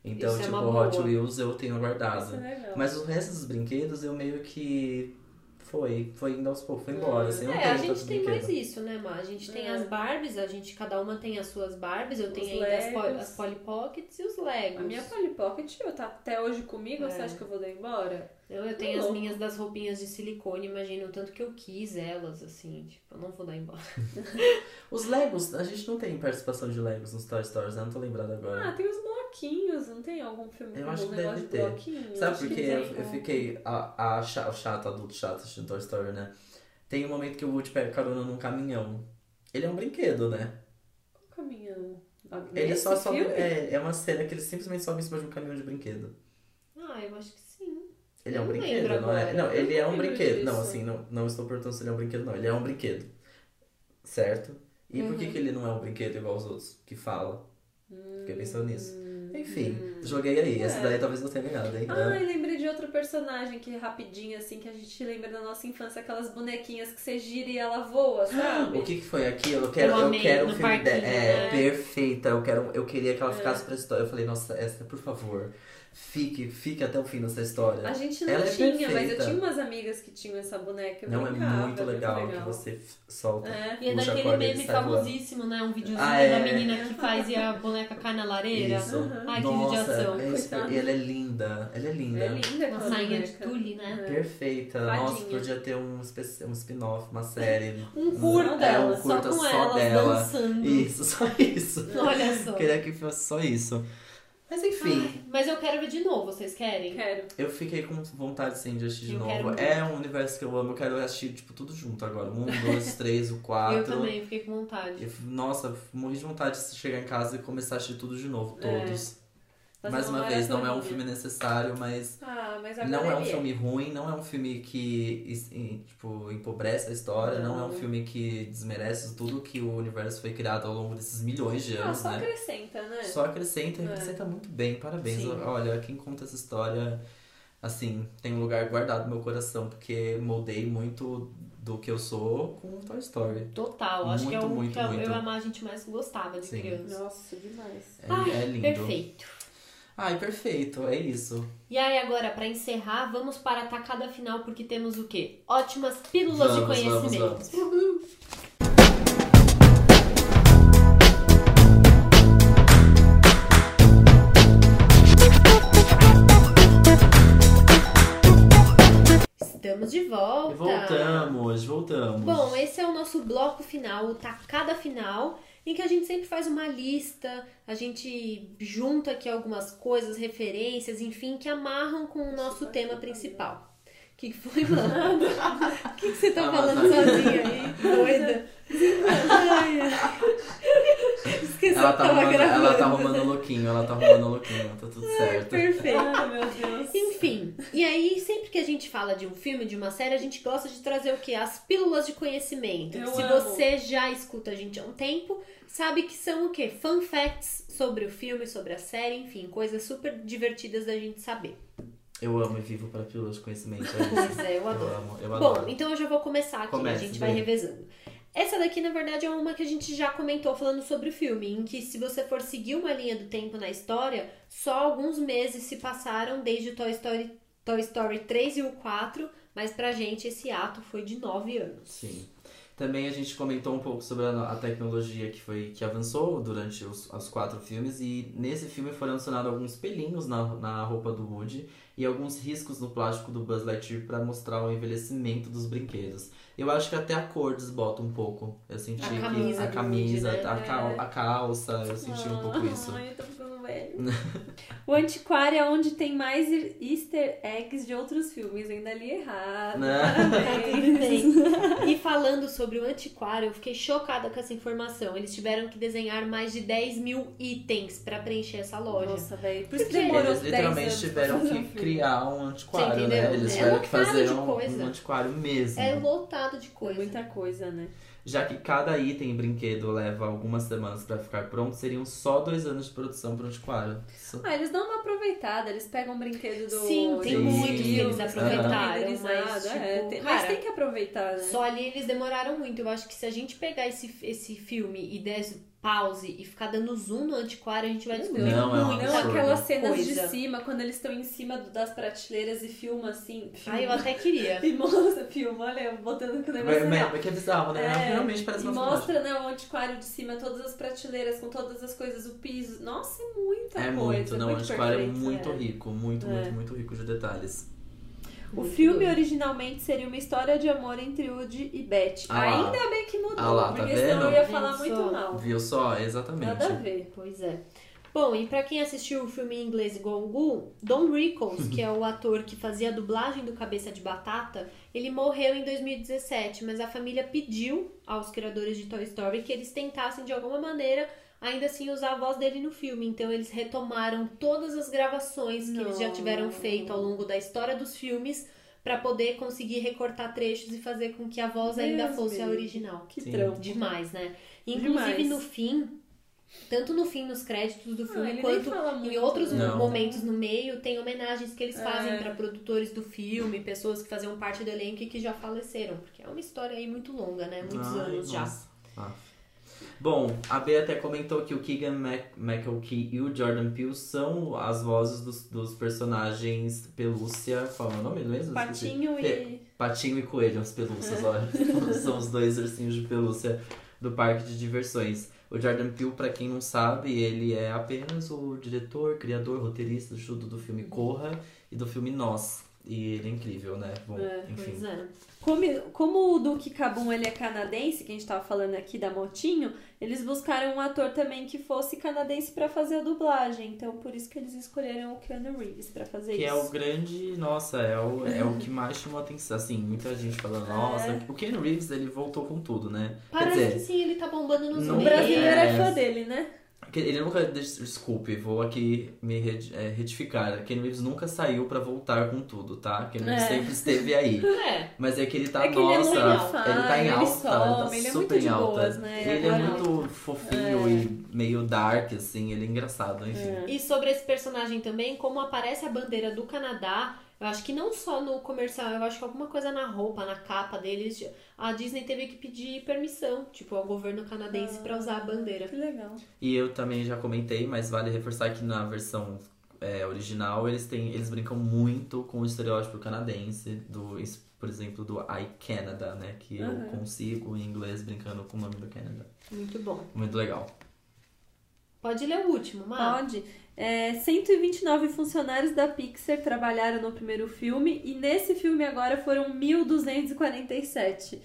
[SPEAKER 2] Então,
[SPEAKER 1] Isso é
[SPEAKER 2] tipo,
[SPEAKER 1] uma boa.
[SPEAKER 2] Hot Wheels eu tenho
[SPEAKER 3] Isso é
[SPEAKER 2] guardado.
[SPEAKER 3] legal.
[SPEAKER 2] Mas o resto dos brinquedos eu meio que foi, foi indo aos poucos, foi embora, assim, eu não
[SPEAKER 1] É,
[SPEAKER 2] tenho
[SPEAKER 1] a gente
[SPEAKER 2] tantos
[SPEAKER 1] tem
[SPEAKER 2] brinquedos.
[SPEAKER 1] mais isso, né, Má? A gente tem
[SPEAKER 3] É.
[SPEAKER 1] as Barbies, a gente, cada uma tem as suas Barbies, eu
[SPEAKER 3] Os
[SPEAKER 1] tenho ainda as, po-
[SPEAKER 3] Legos.
[SPEAKER 1] as Polly Pockets e os Legos.
[SPEAKER 3] A minha Polly Pocket eu tá até hoje comigo,
[SPEAKER 1] É.
[SPEAKER 3] você acha que eu vou dar
[SPEAKER 2] É.
[SPEAKER 3] embora?
[SPEAKER 1] Eu, eu tenho as
[SPEAKER 3] Louco.
[SPEAKER 1] minhas das roupinhas de silicone, imagina o tanto que eu quis elas, assim, tipo, eu não vou dar embora.
[SPEAKER 2] Os Legos, a gente não tem participação de Legos nos Toy Stories, né? não tô lembrado agora.
[SPEAKER 3] Ah, tem os bloquinhos, não tem algum filme
[SPEAKER 2] Eu
[SPEAKER 3] com
[SPEAKER 2] acho
[SPEAKER 3] um
[SPEAKER 2] que
[SPEAKER 3] negócio
[SPEAKER 2] deve
[SPEAKER 3] de
[SPEAKER 2] ter.
[SPEAKER 3] bloquinho?
[SPEAKER 2] Sabe
[SPEAKER 3] Acho que
[SPEAKER 2] porque
[SPEAKER 3] tem é.
[SPEAKER 2] eu, eu
[SPEAKER 3] algum.
[SPEAKER 2] fiquei a, a cha- o chato, adulto chato assistindo Toy Story, né? Tem um momento que o Woody pega carona num caminhão. Ele é um brinquedo, né?
[SPEAKER 3] Qual um Caminhão.
[SPEAKER 2] ele
[SPEAKER 3] Nesse
[SPEAKER 2] só sobe.
[SPEAKER 3] filme?
[SPEAKER 2] É, é uma cena que ele simplesmente sobe em cima de um caminhão de brinquedo.
[SPEAKER 1] Ah, eu acho que sim.
[SPEAKER 2] Ele é
[SPEAKER 1] Eu
[SPEAKER 2] um
[SPEAKER 1] não
[SPEAKER 2] brinquedo,
[SPEAKER 1] lembro
[SPEAKER 2] não é?
[SPEAKER 1] agora.
[SPEAKER 2] Não, ele é
[SPEAKER 3] Eu
[SPEAKER 2] um
[SPEAKER 3] não
[SPEAKER 2] brinquedo. Não,
[SPEAKER 3] lembro
[SPEAKER 2] assim, não, não estou perguntando se ele é um brinquedo, não. Ele é um brinquedo. Certo? E por que,
[SPEAKER 1] Uhum.
[SPEAKER 2] que ele não é um brinquedo igual os outros que fala? Fiquei pensando nisso.
[SPEAKER 3] Hum.
[SPEAKER 2] Enfim, joguei aí. Essa
[SPEAKER 3] É.
[SPEAKER 2] daí talvez não tenha ganhado, hein?
[SPEAKER 3] Ah, e lembrei de outro personagem que rapidinho, assim, que a gente lembra da nossa infância, aquelas bonequinhas que você gira e ela
[SPEAKER 2] Ah,
[SPEAKER 3] voa, sabe?
[SPEAKER 2] O que, que foi aquilo? Eu quero,
[SPEAKER 1] Eu
[SPEAKER 2] eu,
[SPEAKER 1] amei,
[SPEAKER 2] quero um
[SPEAKER 1] no
[SPEAKER 2] filme de...
[SPEAKER 1] parquinho,
[SPEAKER 2] É,
[SPEAKER 1] né?
[SPEAKER 2] perfeita. Eu, quero, eu queria que ela ficasse pra história. Eu falei, nossa, essa, por favor, fique, fique até o fim dessa história.
[SPEAKER 3] A gente não
[SPEAKER 2] Ela é
[SPEAKER 3] tinha, mas eu
[SPEAKER 2] perfeita.
[SPEAKER 3] tinha umas amigas que tinham essa boneca. Eu
[SPEAKER 2] Não, é
[SPEAKER 3] brincava,
[SPEAKER 2] muito legal, que
[SPEAKER 3] legal.
[SPEAKER 2] você f- solta.
[SPEAKER 3] É.
[SPEAKER 1] E é
[SPEAKER 2] Puxa a
[SPEAKER 1] daquele
[SPEAKER 2] corda, ele
[SPEAKER 1] meme
[SPEAKER 2] sai voando.
[SPEAKER 1] famosíssimo, né? Um videozinho
[SPEAKER 2] Ah, é.
[SPEAKER 1] da menina que faz e a boneca cai na lareira.
[SPEAKER 2] Isso.
[SPEAKER 3] Aham.
[SPEAKER 1] Ai, que
[SPEAKER 2] nossa,
[SPEAKER 1] judiação.
[SPEAKER 2] é isso,
[SPEAKER 3] Coitada.
[SPEAKER 2] ela é linda. Ela é linda.
[SPEAKER 3] É linda
[SPEAKER 1] Uma
[SPEAKER 3] aquela
[SPEAKER 1] sainha de
[SPEAKER 3] boneca.
[SPEAKER 1] tule, né?
[SPEAKER 2] Perfeita.
[SPEAKER 3] Tadinha.
[SPEAKER 2] Nossa, podia ter um, espe- um spin-off, uma série.
[SPEAKER 1] Um
[SPEAKER 2] É, um
[SPEAKER 1] curta,
[SPEAKER 2] curta
[SPEAKER 1] só com
[SPEAKER 2] só
[SPEAKER 1] elas
[SPEAKER 2] dela.
[SPEAKER 1] dançando.
[SPEAKER 2] Isso, só isso.
[SPEAKER 1] Olha só.
[SPEAKER 2] Eu queria que fosse só isso. Mas enfim.
[SPEAKER 1] Ai, mas eu quero ver de novo, vocês querem?
[SPEAKER 3] Quero.
[SPEAKER 2] Eu fiquei com vontade sim de assistir de
[SPEAKER 1] Eu quero
[SPEAKER 2] novo.
[SPEAKER 1] muito.
[SPEAKER 2] É um universo que eu amo, eu quero assistir tipo, tudo junto agora. Um, dois, três, o quatro.
[SPEAKER 1] Eu também fiquei com vontade.
[SPEAKER 2] Eu f- nossa, morri de vontade de chegar em casa e começar a assistir tudo de novo,
[SPEAKER 3] É,
[SPEAKER 2] todos.
[SPEAKER 3] Fazer
[SPEAKER 2] Mais uma, vez, não é um
[SPEAKER 3] maratoninha.
[SPEAKER 2] filme necessário, mas
[SPEAKER 3] Ah, mas agora
[SPEAKER 2] não é um
[SPEAKER 3] ele
[SPEAKER 2] filme ruim, não é um filme que es- em- tipo, empobrece a história, não. é um
[SPEAKER 3] Não.
[SPEAKER 2] filme que desmerece tudo que o universo foi criado ao longo desses milhões de
[SPEAKER 3] Ah,
[SPEAKER 2] anos,
[SPEAKER 3] só
[SPEAKER 2] né?
[SPEAKER 3] acrescenta, né?
[SPEAKER 2] Só acrescenta e
[SPEAKER 3] É.
[SPEAKER 2] acrescenta muito bem, parabéns.
[SPEAKER 1] Sim.
[SPEAKER 2] Olha, quem conta essa história, assim, tem um lugar guardado no meu coração, porque moldei muito do que eu sou com Toy Story.
[SPEAKER 1] Total, acho que é
[SPEAKER 2] Muito,
[SPEAKER 1] o
[SPEAKER 2] muito,
[SPEAKER 1] que eu
[SPEAKER 2] muito.
[SPEAKER 1] eu e a Má, a gente mais gostava de
[SPEAKER 2] Sim.
[SPEAKER 1] criança.
[SPEAKER 3] Nossa, demais.
[SPEAKER 2] É,
[SPEAKER 1] Ai,
[SPEAKER 2] é lindo.
[SPEAKER 1] Perfeito.
[SPEAKER 2] Ai, perfeito, é isso.
[SPEAKER 1] E aí, agora, pra encerrar, vamos para a tacada final, porque temos o quê? Ótimas pílulas de
[SPEAKER 2] Vamos, vamos,
[SPEAKER 1] conhecimento.
[SPEAKER 2] vamos.
[SPEAKER 1] Uhul. Estamos de volta.
[SPEAKER 2] E voltamos, voltamos.
[SPEAKER 1] Bom, esse é o nosso bloco final, o tacada final, em que a gente sempre faz uma lista, a gente junta aqui algumas coisas, referências, enfim, que amarram com o nosso tema principal. O que que foi, mano? O que, que você tá
[SPEAKER 2] Ah, mas
[SPEAKER 1] falando
[SPEAKER 2] aí-
[SPEAKER 1] sozinha aí? Doida. Ai, ai. Esqueci que
[SPEAKER 2] ela tá,
[SPEAKER 1] tava
[SPEAKER 2] arrumando,
[SPEAKER 1] gravando.
[SPEAKER 2] ela tá arrumando o lookinho, ela tá arrumando o lookinho, tá tudo certo.
[SPEAKER 1] Perfeito.
[SPEAKER 3] Ai, Ah, meu Deus.
[SPEAKER 1] Enfim, e aí sempre que a gente fala de um filme, de uma série, a gente gosta de trazer o quê? As pílulas de conhecimento.
[SPEAKER 3] Eu
[SPEAKER 1] que se
[SPEAKER 3] amo.
[SPEAKER 1] você já escuta a gente há um tempo, sabe que são o quê? Fun facts sobre o filme, sobre a série, enfim, coisas super divertidas da gente saber.
[SPEAKER 2] Eu amo e vivo para pílulas de conhecimento. É isso.
[SPEAKER 1] Pois é, eu adoro.
[SPEAKER 2] amo, eu
[SPEAKER 1] Bom,
[SPEAKER 2] adoro.
[SPEAKER 1] então eu já vou começar aqui, a
[SPEAKER 2] Comece,
[SPEAKER 1] gente
[SPEAKER 2] Bê.
[SPEAKER 1] vai revezando. Essa daqui, na verdade, é uma que a gente já comentou falando sobre o filme, em que se você for seguir uma linha do tempo na história, só alguns meses se passaram desde o Toy Story, Toy Story 3 e o 4, mas pra gente esse ato foi de 9 anos.
[SPEAKER 2] Sim. Também a gente comentou um pouco sobre a, a tecnologia que foi que avançou durante os, os quatro filmes e nesse filme foram adicionados alguns pelinhos na, na roupa do Woody e alguns riscos no plástico do Buzz Lightyear para mostrar o envelhecimento dos brinquedos. Eu acho que até a cor desbota um pouco. Eu senti
[SPEAKER 1] A
[SPEAKER 2] que
[SPEAKER 1] camisa
[SPEAKER 2] a
[SPEAKER 1] do
[SPEAKER 2] camisa,
[SPEAKER 1] Woody, né? Ah.
[SPEAKER 2] a, cal- a calça, eu senti um pouco isso.
[SPEAKER 3] Ai, eu tô ficando velho. o Antiquário é onde tem mais easter eggs de outros filmes. Ainda li errado.
[SPEAKER 2] Né?
[SPEAKER 1] Tudo
[SPEAKER 3] Parabéns.
[SPEAKER 1] bem. E falando sobre o antiquário, eu fiquei chocada com essa informação. Eles tiveram que desenhar mais de 10 mil itens pra preencher essa loja.
[SPEAKER 3] Nossa, velho. Por
[SPEAKER 1] Porque
[SPEAKER 3] isso que demorou
[SPEAKER 2] Eles
[SPEAKER 3] 10
[SPEAKER 2] literalmente
[SPEAKER 3] anos pra
[SPEAKER 2] tiveram
[SPEAKER 3] fazer
[SPEAKER 2] que
[SPEAKER 3] um filme.
[SPEAKER 2] criar um
[SPEAKER 1] Você
[SPEAKER 2] antiquário,
[SPEAKER 1] entendeu?
[SPEAKER 2] né? Eles
[SPEAKER 1] É
[SPEAKER 2] tiveram que
[SPEAKER 1] lotado
[SPEAKER 2] fazer
[SPEAKER 1] de
[SPEAKER 2] um,
[SPEAKER 1] coisa.
[SPEAKER 2] um antiquário mesmo.
[SPEAKER 1] É lotado de
[SPEAKER 3] É
[SPEAKER 1] coisa.
[SPEAKER 3] muita coisa, né?
[SPEAKER 2] Já que cada item e brinquedo leva algumas semanas pra ficar pronto, seriam só dois anos de produção para o antiquário. Só-
[SPEAKER 3] Ah, eles dão uma aproveitada, eles pegam o brinquedo do.
[SPEAKER 1] Sim, tem
[SPEAKER 2] Sim. muitos que eles
[SPEAKER 1] aproveitaram, mas,
[SPEAKER 3] Mas,
[SPEAKER 1] tipo,
[SPEAKER 3] mas
[SPEAKER 1] cara,
[SPEAKER 3] é, tem que aproveitar, né?
[SPEAKER 1] Só ali eles demoraram muito. Eu acho que se a gente pegar esse, esse filme e der pause e ficar dando zoom no antiquário, a gente vai
[SPEAKER 3] Meu
[SPEAKER 1] descobrir
[SPEAKER 2] Deus. Não, é um
[SPEAKER 1] muita
[SPEAKER 3] Não,
[SPEAKER 2] absurdo.
[SPEAKER 3] aquelas cenas
[SPEAKER 1] coisa.
[SPEAKER 3] de cima, quando eles estão em cima do- das prateleiras e filma assim. Filma,
[SPEAKER 1] Ai, eu até queria.
[SPEAKER 3] E mostra, filma, olha, eu botando com o negócio.
[SPEAKER 2] Mas,
[SPEAKER 3] na-
[SPEAKER 2] mas que é bizarro, né?
[SPEAKER 3] É,
[SPEAKER 2] Realmente parece
[SPEAKER 3] E
[SPEAKER 2] uma
[SPEAKER 3] mostra, né, o antiquário de cima, todas as prateleiras, com todas as coisas, o piso. Nossa, é muita
[SPEAKER 2] É
[SPEAKER 3] coisa.
[SPEAKER 2] muito, não. O
[SPEAKER 3] muito
[SPEAKER 2] antiquário é
[SPEAKER 3] perfeito,
[SPEAKER 2] muito
[SPEAKER 3] né?
[SPEAKER 2] rico, muito, muito,
[SPEAKER 3] É.
[SPEAKER 2] muito rico de detalhes.
[SPEAKER 3] O
[SPEAKER 1] Muito
[SPEAKER 3] filme
[SPEAKER 1] doido.
[SPEAKER 3] originalmente seria uma história de amor entre Woody e Betty.
[SPEAKER 2] Ah lá.
[SPEAKER 3] Ainda bem que mudou,
[SPEAKER 2] Ah lá, tá
[SPEAKER 3] porque senão eu
[SPEAKER 2] vendo?
[SPEAKER 3] ia falar
[SPEAKER 1] Vendo
[SPEAKER 3] muito
[SPEAKER 1] só?
[SPEAKER 3] mal.
[SPEAKER 2] Viu só? Exatamente.
[SPEAKER 3] Então, Nada a ver.
[SPEAKER 1] Pois é. Bom, e pra quem assistiu o filme em inglês igual o Gu, Don Rickles, que é o ator que fazia a dublagem do Cabeça de Batata, ele morreu em 2017, mas a família pediu aos criadores de Toy Story que eles tentassem de alguma maneira ainda assim usar a voz dele no filme. Então eles retomaram todas as gravações que eles já
[SPEAKER 3] Não.
[SPEAKER 1] tiveram feito ao longo da história dos filmes pra poder conseguir recortar trechos e fazer com que a voz ainda
[SPEAKER 3] Deus
[SPEAKER 1] fosse a
[SPEAKER 3] me-
[SPEAKER 1] original.
[SPEAKER 3] Que
[SPEAKER 2] Sim.
[SPEAKER 3] trampo.
[SPEAKER 1] Demais, né? Inclusive
[SPEAKER 3] Demais.
[SPEAKER 1] no fim, tanto no fim, nos créditos do
[SPEAKER 3] Ah,
[SPEAKER 1] filme,
[SPEAKER 3] ele nem
[SPEAKER 1] quanto
[SPEAKER 3] fala
[SPEAKER 1] em
[SPEAKER 3] muito,
[SPEAKER 1] outros
[SPEAKER 3] né?
[SPEAKER 2] Não.
[SPEAKER 1] momentos no meio, tem homenagens que eles
[SPEAKER 3] É.
[SPEAKER 1] fazem pra produtores do filme, pessoas que faziam parte do elenco e que já faleceram, porque é uma história aí muito longa, né? Muitos
[SPEAKER 2] Ai,
[SPEAKER 1] anos já.
[SPEAKER 2] nossa. Ah. Bom, a Bea até comentou que o Keegan Mac McElkey e o Jordan Peele são as vozes dos, dos personagens Pelúcia. Qual é o nome mesmo? Esqueci.
[SPEAKER 3] Patinho e.
[SPEAKER 2] Patinho e Coelho, as pelúcias, olha. São os dois ursinhos de pelúcia do parque de diversões. O Jordan Peele, pra quem não sabe, ele é apenas o diretor, criador, roteirista, tudo do filme Corra e do filme Nós. E ele é incrível, né? Bom,
[SPEAKER 3] É,
[SPEAKER 2] enfim.
[SPEAKER 1] Pois é.
[SPEAKER 3] Como, como o Duke Cabum ele é canadense, que a gente tava falando aqui da Motinho, eles buscaram um ator também que fosse canadense pra fazer a dublagem. Então por isso que eles escolheram o Keanu Reeves pra fazer
[SPEAKER 2] Que é o
[SPEAKER 3] isso.
[SPEAKER 2] grande, nossa, é o, é o que mais chamou a atenção. Assim, muita gente falando, nossa, o Ken Reeves ele voltou com tudo, né?
[SPEAKER 1] Parece
[SPEAKER 2] dizer,
[SPEAKER 1] que sim, ele tá bombando nos
[SPEAKER 2] no
[SPEAKER 3] O
[SPEAKER 1] meios.
[SPEAKER 3] brasileiro é
[SPEAKER 2] É.
[SPEAKER 3] fã dele, né?
[SPEAKER 2] Que Ele nunca. des- Desculpe, vou aqui me re- eh, retificar. Ken Reeves nunca saiu pra voltar com tudo, tá? Ken Reeves
[SPEAKER 3] É.
[SPEAKER 2] sempre esteve aí.
[SPEAKER 1] É.
[SPEAKER 2] Mas é que ele tá,
[SPEAKER 3] é que
[SPEAKER 2] nossa,
[SPEAKER 3] ele é muito fã,
[SPEAKER 2] ele tá em alta, ele tá
[SPEAKER 3] some, ele é
[SPEAKER 2] super
[SPEAKER 3] muito de
[SPEAKER 2] em alta.
[SPEAKER 3] boas, né?
[SPEAKER 2] Ele é
[SPEAKER 3] Agora-
[SPEAKER 2] muito fofinho
[SPEAKER 3] É.
[SPEAKER 2] e meio dark, assim, ele é engraçado, enfim.
[SPEAKER 3] É.
[SPEAKER 1] E sobre esse personagem também, como aparece a bandeira do Canadá, eu acho que não só no comercial, eu acho que alguma coisa na roupa, na capa deles, a Disney teve que pedir permissão, tipo, ao governo canadense pra usar a bandeira.
[SPEAKER 3] Que legal.
[SPEAKER 2] E eu também já comentei, mas vale reforçar que na versão é, original eles têm. Eles brincam muito com o estereótipo canadense, do, es- por exemplo, do I Canada, né? Que
[SPEAKER 3] Uhum.
[SPEAKER 2] eu consigo em inglês brincando com o nome do Canada.
[SPEAKER 1] Muito bom.
[SPEAKER 2] Muito legal.
[SPEAKER 1] Pode ler o último, Mar.
[SPEAKER 3] Pode. É, 129 funcionários da Pixar trabalharam no primeiro filme e nesse filme agora foram 1.247.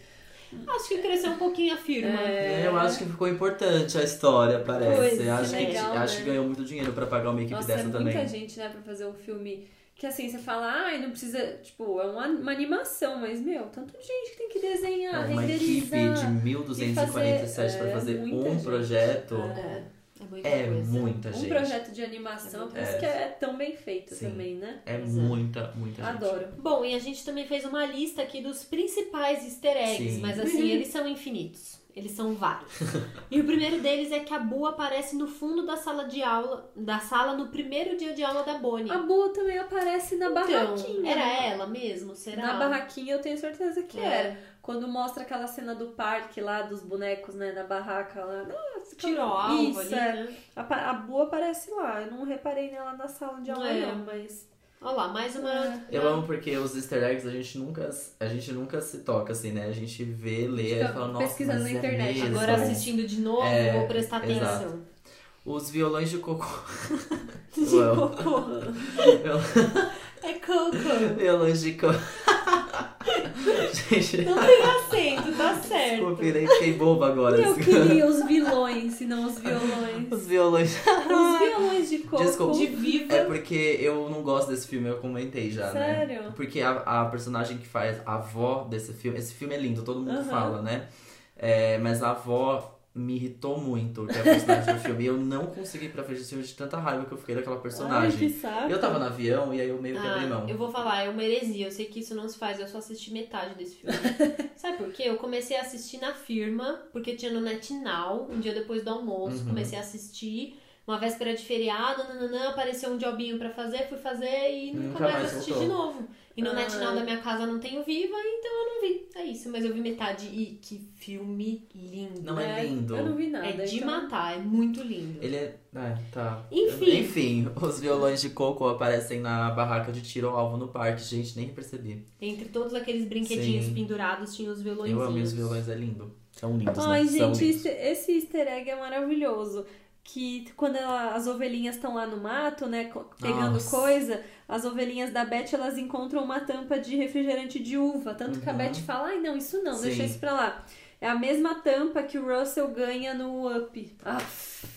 [SPEAKER 1] Acho que cresceu um pouquinho a firma.
[SPEAKER 2] É, Eu acho que ficou importante a história, parece.
[SPEAKER 3] Pois,
[SPEAKER 2] acho,
[SPEAKER 3] que
[SPEAKER 2] que,
[SPEAKER 3] legal,
[SPEAKER 2] acho
[SPEAKER 3] né?
[SPEAKER 2] que ganhou muito dinheiro pra pagar uma equipe
[SPEAKER 3] Nossa, é
[SPEAKER 2] dessa
[SPEAKER 3] muita
[SPEAKER 2] também.
[SPEAKER 3] gente, né, pra fazer um filme que assim, você fala, ai, não precisa. Tipo, é uma, uma animação, mas meu, tanto de gente que tem que
[SPEAKER 2] É
[SPEAKER 3] desenhar,
[SPEAKER 2] uma equipe de
[SPEAKER 3] renderizar.
[SPEAKER 2] 1.247
[SPEAKER 3] e
[SPEAKER 2] pra
[SPEAKER 3] Ah, fazer-
[SPEAKER 2] fazer
[SPEAKER 3] é,
[SPEAKER 2] um
[SPEAKER 3] muita gente.
[SPEAKER 2] projeto.
[SPEAKER 3] É,
[SPEAKER 1] É muita
[SPEAKER 2] É
[SPEAKER 1] coisa.
[SPEAKER 2] muita
[SPEAKER 3] um
[SPEAKER 2] gente.
[SPEAKER 3] projeto de animação, por isso
[SPEAKER 2] É.
[SPEAKER 3] que é tão bem feito
[SPEAKER 2] Sim.
[SPEAKER 3] também, né?
[SPEAKER 2] É
[SPEAKER 1] Pois é.
[SPEAKER 2] muita, muita gente.
[SPEAKER 3] Adoro.
[SPEAKER 1] Bom, e a gente também fez uma lista aqui dos principais easter eggs,
[SPEAKER 2] Sim.
[SPEAKER 1] mas
[SPEAKER 3] Uhum.
[SPEAKER 1] assim, eles são infinitos. Eles são vários. e o primeiro deles é que a Bu aparece no fundo da sala de aula, da sala no primeiro dia de aula da Bonnie.
[SPEAKER 3] A Bu também aparece na
[SPEAKER 1] então,
[SPEAKER 3] barraquinha. né?
[SPEAKER 1] era ela mesmo? Será?
[SPEAKER 3] Na barraquinha eu tenho certeza que
[SPEAKER 1] É.
[SPEAKER 3] era. Quando mostra aquela cena do parque lá, dos bonecos, né, na barraca lá. Nossa,
[SPEAKER 1] Tirou
[SPEAKER 3] como-
[SPEAKER 1] a alvo
[SPEAKER 3] Isso,
[SPEAKER 1] ali,
[SPEAKER 3] é.
[SPEAKER 1] né?
[SPEAKER 3] A, pa- a Bu aparece lá. Eu não reparei nela na sala de aula,
[SPEAKER 1] É.
[SPEAKER 3] não, mas
[SPEAKER 1] Olha lá, mais uma.
[SPEAKER 3] É.
[SPEAKER 2] Eu amo porque os easter eggs a gente nunca, a gente nunca se toca, assim, né? A gente vê, lê e
[SPEAKER 3] Fica
[SPEAKER 2] fala, nossa,
[SPEAKER 3] pesquisando
[SPEAKER 2] mas
[SPEAKER 3] na
[SPEAKER 2] é
[SPEAKER 3] internet.
[SPEAKER 2] mesmo."
[SPEAKER 1] Agora assistindo de novo,
[SPEAKER 2] É,
[SPEAKER 1] vou prestar
[SPEAKER 2] exato.
[SPEAKER 1] atenção.
[SPEAKER 2] Os violões de cocô.
[SPEAKER 1] De
[SPEAKER 2] Eu amo.
[SPEAKER 1] cocô. É coco.
[SPEAKER 2] violões de cocô. gente,
[SPEAKER 1] Não tem acento, tá certo.
[SPEAKER 2] desculpa, irei- fiquei boba agora.
[SPEAKER 3] Eu queria os vilões, se não os violões.
[SPEAKER 2] Os violões.
[SPEAKER 3] Os violões de coco.
[SPEAKER 2] Desculpa.
[SPEAKER 1] De viva.
[SPEAKER 2] É porque eu não gosto desse filme, eu comentei já, né?
[SPEAKER 3] Sério?
[SPEAKER 2] Porque a, a personagem que faz a avó desse filme. Esse filme é lindo, todo mundo
[SPEAKER 3] Aham.
[SPEAKER 2] fala, né? É, mas a avó me irritou muito, que é a personagem do filme. E eu não consegui ir pra frente desse filme de tanta raiva que eu fiquei daquela
[SPEAKER 3] Ai, que
[SPEAKER 2] personagem.
[SPEAKER 3] saco.
[SPEAKER 2] eu tava no avião e aí eu meio quebrei
[SPEAKER 1] Ah,
[SPEAKER 2] mão.
[SPEAKER 1] eu vou falar, é uma heresia. Eu sei que isso não se faz, eu só assisti metade desse filme. Sabe por quê? Eu comecei a assistir na firma, porque tinha no NetNow, um dia depois do almoço.
[SPEAKER 2] Uhum.
[SPEAKER 1] Comecei a assistir, uma véspera de feriado, nananã, apareceu um jobinho pra fazer, fui fazer e nunca,
[SPEAKER 2] Nunca
[SPEAKER 1] mais,
[SPEAKER 2] mais
[SPEAKER 1] assisti
[SPEAKER 2] voltou.
[SPEAKER 1] de novo. E no
[SPEAKER 3] Ah.
[SPEAKER 1] NetNow da minha casa não tenho viva, então eu não vi. É isso, mas eu vi metade. E que filme lindo.
[SPEAKER 2] Não é lindo.
[SPEAKER 3] Eu não vi nada.
[SPEAKER 1] É de
[SPEAKER 3] então.
[SPEAKER 1] matar, é muito lindo.
[SPEAKER 2] Ele é. É, tá.
[SPEAKER 1] Enfim.
[SPEAKER 2] Enfim, os violões de coco aparecem na barraca de tiro ao alvo no parque. Gente, nem percebi.
[SPEAKER 1] Entre todos aqueles brinquedinhos
[SPEAKER 2] Sim.
[SPEAKER 1] pendurados, tinha os violões.
[SPEAKER 2] Eu amei os violões, é lindo. São lindos,
[SPEAKER 3] Ai,
[SPEAKER 2] né? São
[SPEAKER 3] gente,
[SPEAKER 2] lindos.
[SPEAKER 3] esse, esse easter egg é maravilhoso. Que quando ela- as ovelhinhas estão lá no mato, né, co- pegando
[SPEAKER 2] Nossa.
[SPEAKER 3] coisa, as ovelhinhas da Beth, elas encontram uma tampa de refrigerante de uva. Tanto que a
[SPEAKER 2] Uhum.
[SPEAKER 3] Beth fala, ai não, isso não, deixa
[SPEAKER 2] Sim.
[SPEAKER 3] isso pra lá. É a mesma tampa que o Russell ganha no Up. Ah,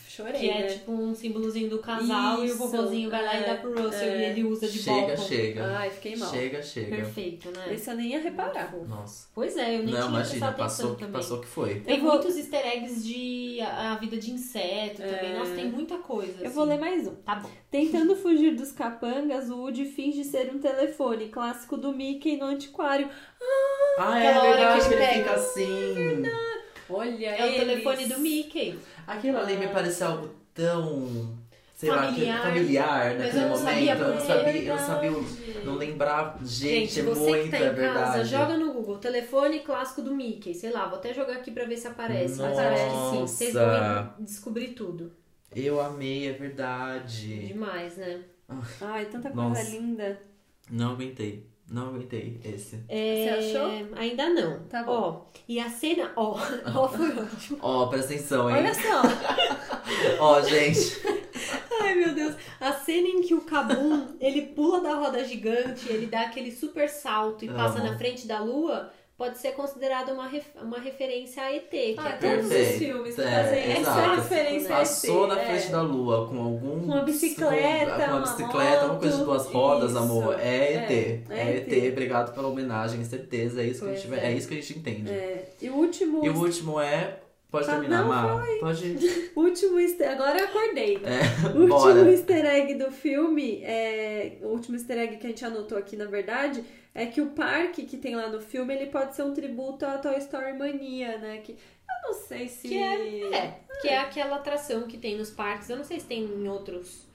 [SPEAKER 3] chorei,
[SPEAKER 1] Que é
[SPEAKER 3] né?
[SPEAKER 1] tipo um símbolozinho do casal e o
[SPEAKER 3] Isso,
[SPEAKER 1] vovozinho vai lá e dá pro Russell
[SPEAKER 3] é.
[SPEAKER 1] e ele usa de
[SPEAKER 2] Chega,
[SPEAKER 1] volta. Ah,
[SPEAKER 2] chega.
[SPEAKER 3] Ai, fiquei mal.
[SPEAKER 2] Chega, chega.
[SPEAKER 1] Perfeito, né?
[SPEAKER 3] Esse eu nem ia reparar.
[SPEAKER 2] Nossa.
[SPEAKER 1] Pois é, eu nem
[SPEAKER 2] Não,
[SPEAKER 1] tinha
[SPEAKER 2] imagina,
[SPEAKER 1] prestado
[SPEAKER 2] passou
[SPEAKER 1] atenção
[SPEAKER 2] que,
[SPEAKER 1] também.
[SPEAKER 2] passou que foi.
[SPEAKER 1] Tem
[SPEAKER 3] Eu vou-
[SPEAKER 1] muitos easter eggs de a, a vida de inseto também.
[SPEAKER 3] É.
[SPEAKER 1] Nossa, tem muita coisa.
[SPEAKER 3] Eu vou
[SPEAKER 1] assim.
[SPEAKER 3] ler mais um.
[SPEAKER 1] Tá bom.
[SPEAKER 3] Tentando fugir dos capangas, o Woody finge ser um telefone, clássico do Mickey no antiquário.
[SPEAKER 2] Ah,
[SPEAKER 1] é Aquela hora verdade, que ele ele pega. fica
[SPEAKER 2] assim.
[SPEAKER 3] Olha,
[SPEAKER 1] É o telefone do Mickey.
[SPEAKER 2] Aquilo ali assim. me pareceu algo tão. Sei lá,
[SPEAKER 1] Familiar.
[SPEAKER 2] que- familiar
[SPEAKER 1] Mas
[SPEAKER 2] naquele
[SPEAKER 1] eu não sabia
[SPEAKER 2] momento. Eu não
[SPEAKER 1] por
[SPEAKER 2] sabia,
[SPEAKER 1] quê.
[SPEAKER 2] eu não sabia, o- não lembrava. Gente, é
[SPEAKER 1] você
[SPEAKER 2] muito,
[SPEAKER 1] que tá
[SPEAKER 2] é
[SPEAKER 1] em
[SPEAKER 2] verdade.
[SPEAKER 1] casa, joga no Google telefone clássico do Mickey. Sei lá, vou até jogar aqui pra ver se aparece. Mas
[SPEAKER 2] Nossa.
[SPEAKER 1] Aparece sim. Vocês vão descobrir tudo.
[SPEAKER 2] Eu amei, é verdade.
[SPEAKER 1] Demais, né?
[SPEAKER 3] Ai, tanta coisa
[SPEAKER 2] Nossa.
[SPEAKER 3] linda.
[SPEAKER 2] Não aguentei. Não aguentei esse.
[SPEAKER 1] É,
[SPEAKER 3] Você achou?
[SPEAKER 1] Ainda não.
[SPEAKER 3] Tá
[SPEAKER 1] Ó, e a cena, ó, ó foi ótimo.
[SPEAKER 2] Ó, presta atenção, hein?
[SPEAKER 3] Olha só.
[SPEAKER 2] Ó, gente.
[SPEAKER 1] Ai, meu Deus. A cena em que o Kabum, ele pula da roda gigante, ele dá aquele super salto e passa
[SPEAKER 2] Amo.
[SPEAKER 1] na frente da lua, pode ser considerada uma, ref- uma referência a ET. Que
[SPEAKER 3] Ah,
[SPEAKER 1] é
[SPEAKER 3] todos
[SPEAKER 1] todo-
[SPEAKER 3] os
[SPEAKER 2] Perfeito.
[SPEAKER 3] filmes que
[SPEAKER 2] É,
[SPEAKER 3] fazem essa
[SPEAKER 2] exato.
[SPEAKER 3] referência. a esse,
[SPEAKER 2] Passou na
[SPEAKER 3] é.
[SPEAKER 2] frente da lua com algum. ah,
[SPEAKER 3] Com uma bicicleta,
[SPEAKER 2] Com uma
[SPEAKER 3] uma
[SPEAKER 2] bicicleta, uma coisa de
[SPEAKER 3] moto.
[SPEAKER 2] duas rodas,
[SPEAKER 3] Isso.
[SPEAKER 2] amor. É ET.
[SPEAKER 3] É,
[SPEAKER 2] É,
[SPEAKER 3] é
[SPEAKER 2] ET.
[SPEAKER 3] ET.
[SPEAKER 2] Obrigado pela homenagem, certeza. É isso, que a gente,
[SPEAKER 1] Pois
[SPEAKER 2] vai-
[SPEAKER 1] é.
[SPEAKER 2] é isso que a gente entende.
[SPEAKER 3] É. E o último,
[SPEAKER 2] E o último é. Pode
[SPEAKER 3] Tá,
[SPEAKER 2] terminar,
[SPEAKER 3] não,
[SPEAKER 2] Mar. Pode.
[SPEAKER 3] último easter... Agora eu acordei.
[SPEAKER 2] É,
[SPEAKER 3] O último
[SPEAKER 2] bora.
[SPEAKER 3] easter egg do filme, é... o último easter egg que a gente anotou aqui, na verdade, é que o parque que tem lá no filme, ele pode ser um tributo à Toy Story Mania, né? Que eu não sei se...
[SPEAKER 1] Que É, que é aquela atração que tem nos parques. Eu não sei se tem em outros.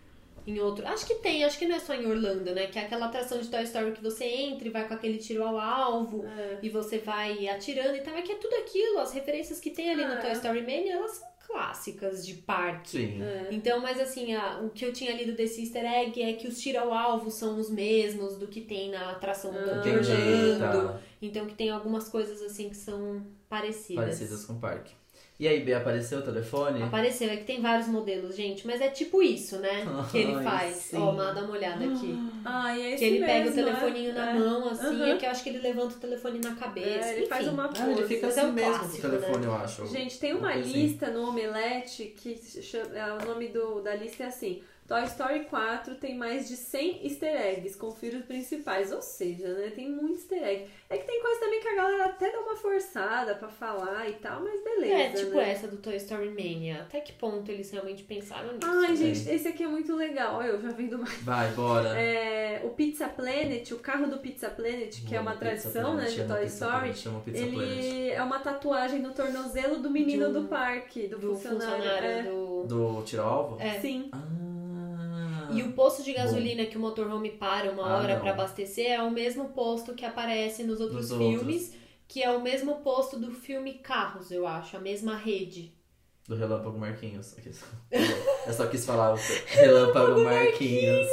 [SPEAKER 1] Em outro. Acho que tem, acho que não é só em Orlando, né? Que é aquela atração de Toy Story que você entra e vai com aquele tiro ao alvo.
[SPEAKER 3] É.
[SPEAKER 1] e você vai atirando e tal. É que é tudo aquilo, as referências que tem ali
[SPEAKER 3] Ah,
[SPEAKER 1] no Toy
[SPEAKER 3] é.
[SPEAKER 1] Story Mania, elas são clássicas de parque.
[SPEAKER 2] Sim.
[SPEAKER 3] É.
[SPEAKER 1] Então, mas assim, a- o que eu tinha lido desse easter egg é que os tiro ao alvo são os mesmos do que tem na atração do
[SPEAKER 3] Ah.
[SPEAKER 1] Orlando.
[SPEAKER 2] Entendi, tá.
[SPEAKER 1] Então, que tem algumas coisas assim que são parecidas.
[SPEAKER 2] Parecidas com o parque. E aí, B, apareceu o telefone?
[SPEAKER 1] Apareceu, é que tem vários modelos, gente, mas é tipo isso, né? Que ele
[SPEAKER 2] Ai,
[SPEAKER 1] faz.
[SPEAKER 2] sim.
[SPEAKER 1] Ó, dá uma olhada aqui.
[SPEAKER 3] Ah, e é
[SPEAKER 1] Que
[SPEAKER 3] esse
[SPEAKER 1] ele
[SPEAKER 3] mesmo,
[SPEAKER 1] pega o telefoninho
[SPEAKER 3] é.
[SPEAKER 1] na
[SPEAKER 3] é.
[SPEAKER 1] mão, assim,
[SPEAKER 3] Aham.
[SPEAKER 1] é que eu acho que ele levanta o telefone na cabeça.
[SPEAKER 3] É, ele faz
[SPEAKER 1] Enfim.
[SPEAKER 3] uma
[SPEAKER 2] Ah, ele
[SPEAKER 3] pose.
[SPEAKER 2] fica
[SPEAKER 1] Mas é
[SPEAKER 2] assim
[SPEAKER 1] um
[SPEAKER 2] mesmo
[SPEAKER 1] clássico,
[SPEAKER 2] com o telefone, eu acho.
[SPEAKER 3] né? Gente, tem uma
[SPEAKER 2] Uma coisa assim.
[SPEAKER 3] lista no Omelete que se chama- é, o nome do- da lista é assim: Toy Story 4 tem mais de 100 easter eggs, confira os principais. Ou seja, né, tem muito easter egg. É que tem coisa também que a galera até dá uma forçada pra falar e tal, mas beleza.
[SPEAKER 1] É, tipo
[SPEAKER 3] né?
[SPEAKER 1] essa do Toy Story Mania. Até que ponto eles realmente pensaram nisso?
[SPEAKER 3] Ai,
[SPEAKER 1] né?
[SPEAKER 3] gente, esse aqui é muito legal. Olha, eu já vendo mais.
[SPEAKER 2] Vai, bora.
[SPEAKER 3] É, o Pizza Planet, o carro do Pizza Planet, que é uma
[SPEAKER 2] Pizza
[SPEAKER 3] tradição, né,
[SPEAKER 2] Planet,
[SPEAKER 3] de
[SPEAKER 2] chama
[SPEAKER 3] Toy
[SPEAKER 2] Pizza
[SPEAKER 3] Story.
[SPEAKER 2] Planet, chama Pizza Planet.
[SPEAKER 3] Ele é uma tatuagem no tornozelo do menino
[SPEAKER 1] De um-
[SPEAKER 3] do parque, do,
[SPEAKER 1] do funcionário,
[SPEAKER 3] funcionário. é.
[SPEAKER 1] do.
[SPEAKER 2] Do tiro-alvo?
[SPEAKER 1] É.
[SPEAKER 3] Sim.
[SPEAKER 2] Ah.
[SPEAKER 1] E o posto de gasolina que o motorhome para uma
[SPEAKER 2] Ah,
[SPEAKER 1] hora
[SPEAKER 2] não.
[SPEAKER 1] pra abastecer é o mesmo posto que aparece nos outros
[SPEAKER 2] Nos
[SPEAKER 1] filmes, que é o mesmo posto do filme Carros, eu acho, a mesma rede.
[SPEAKER 2] Do Relâmpago Marquinhos. Aqui, só- Eu só quis falar o Relâmpago Marquinhos.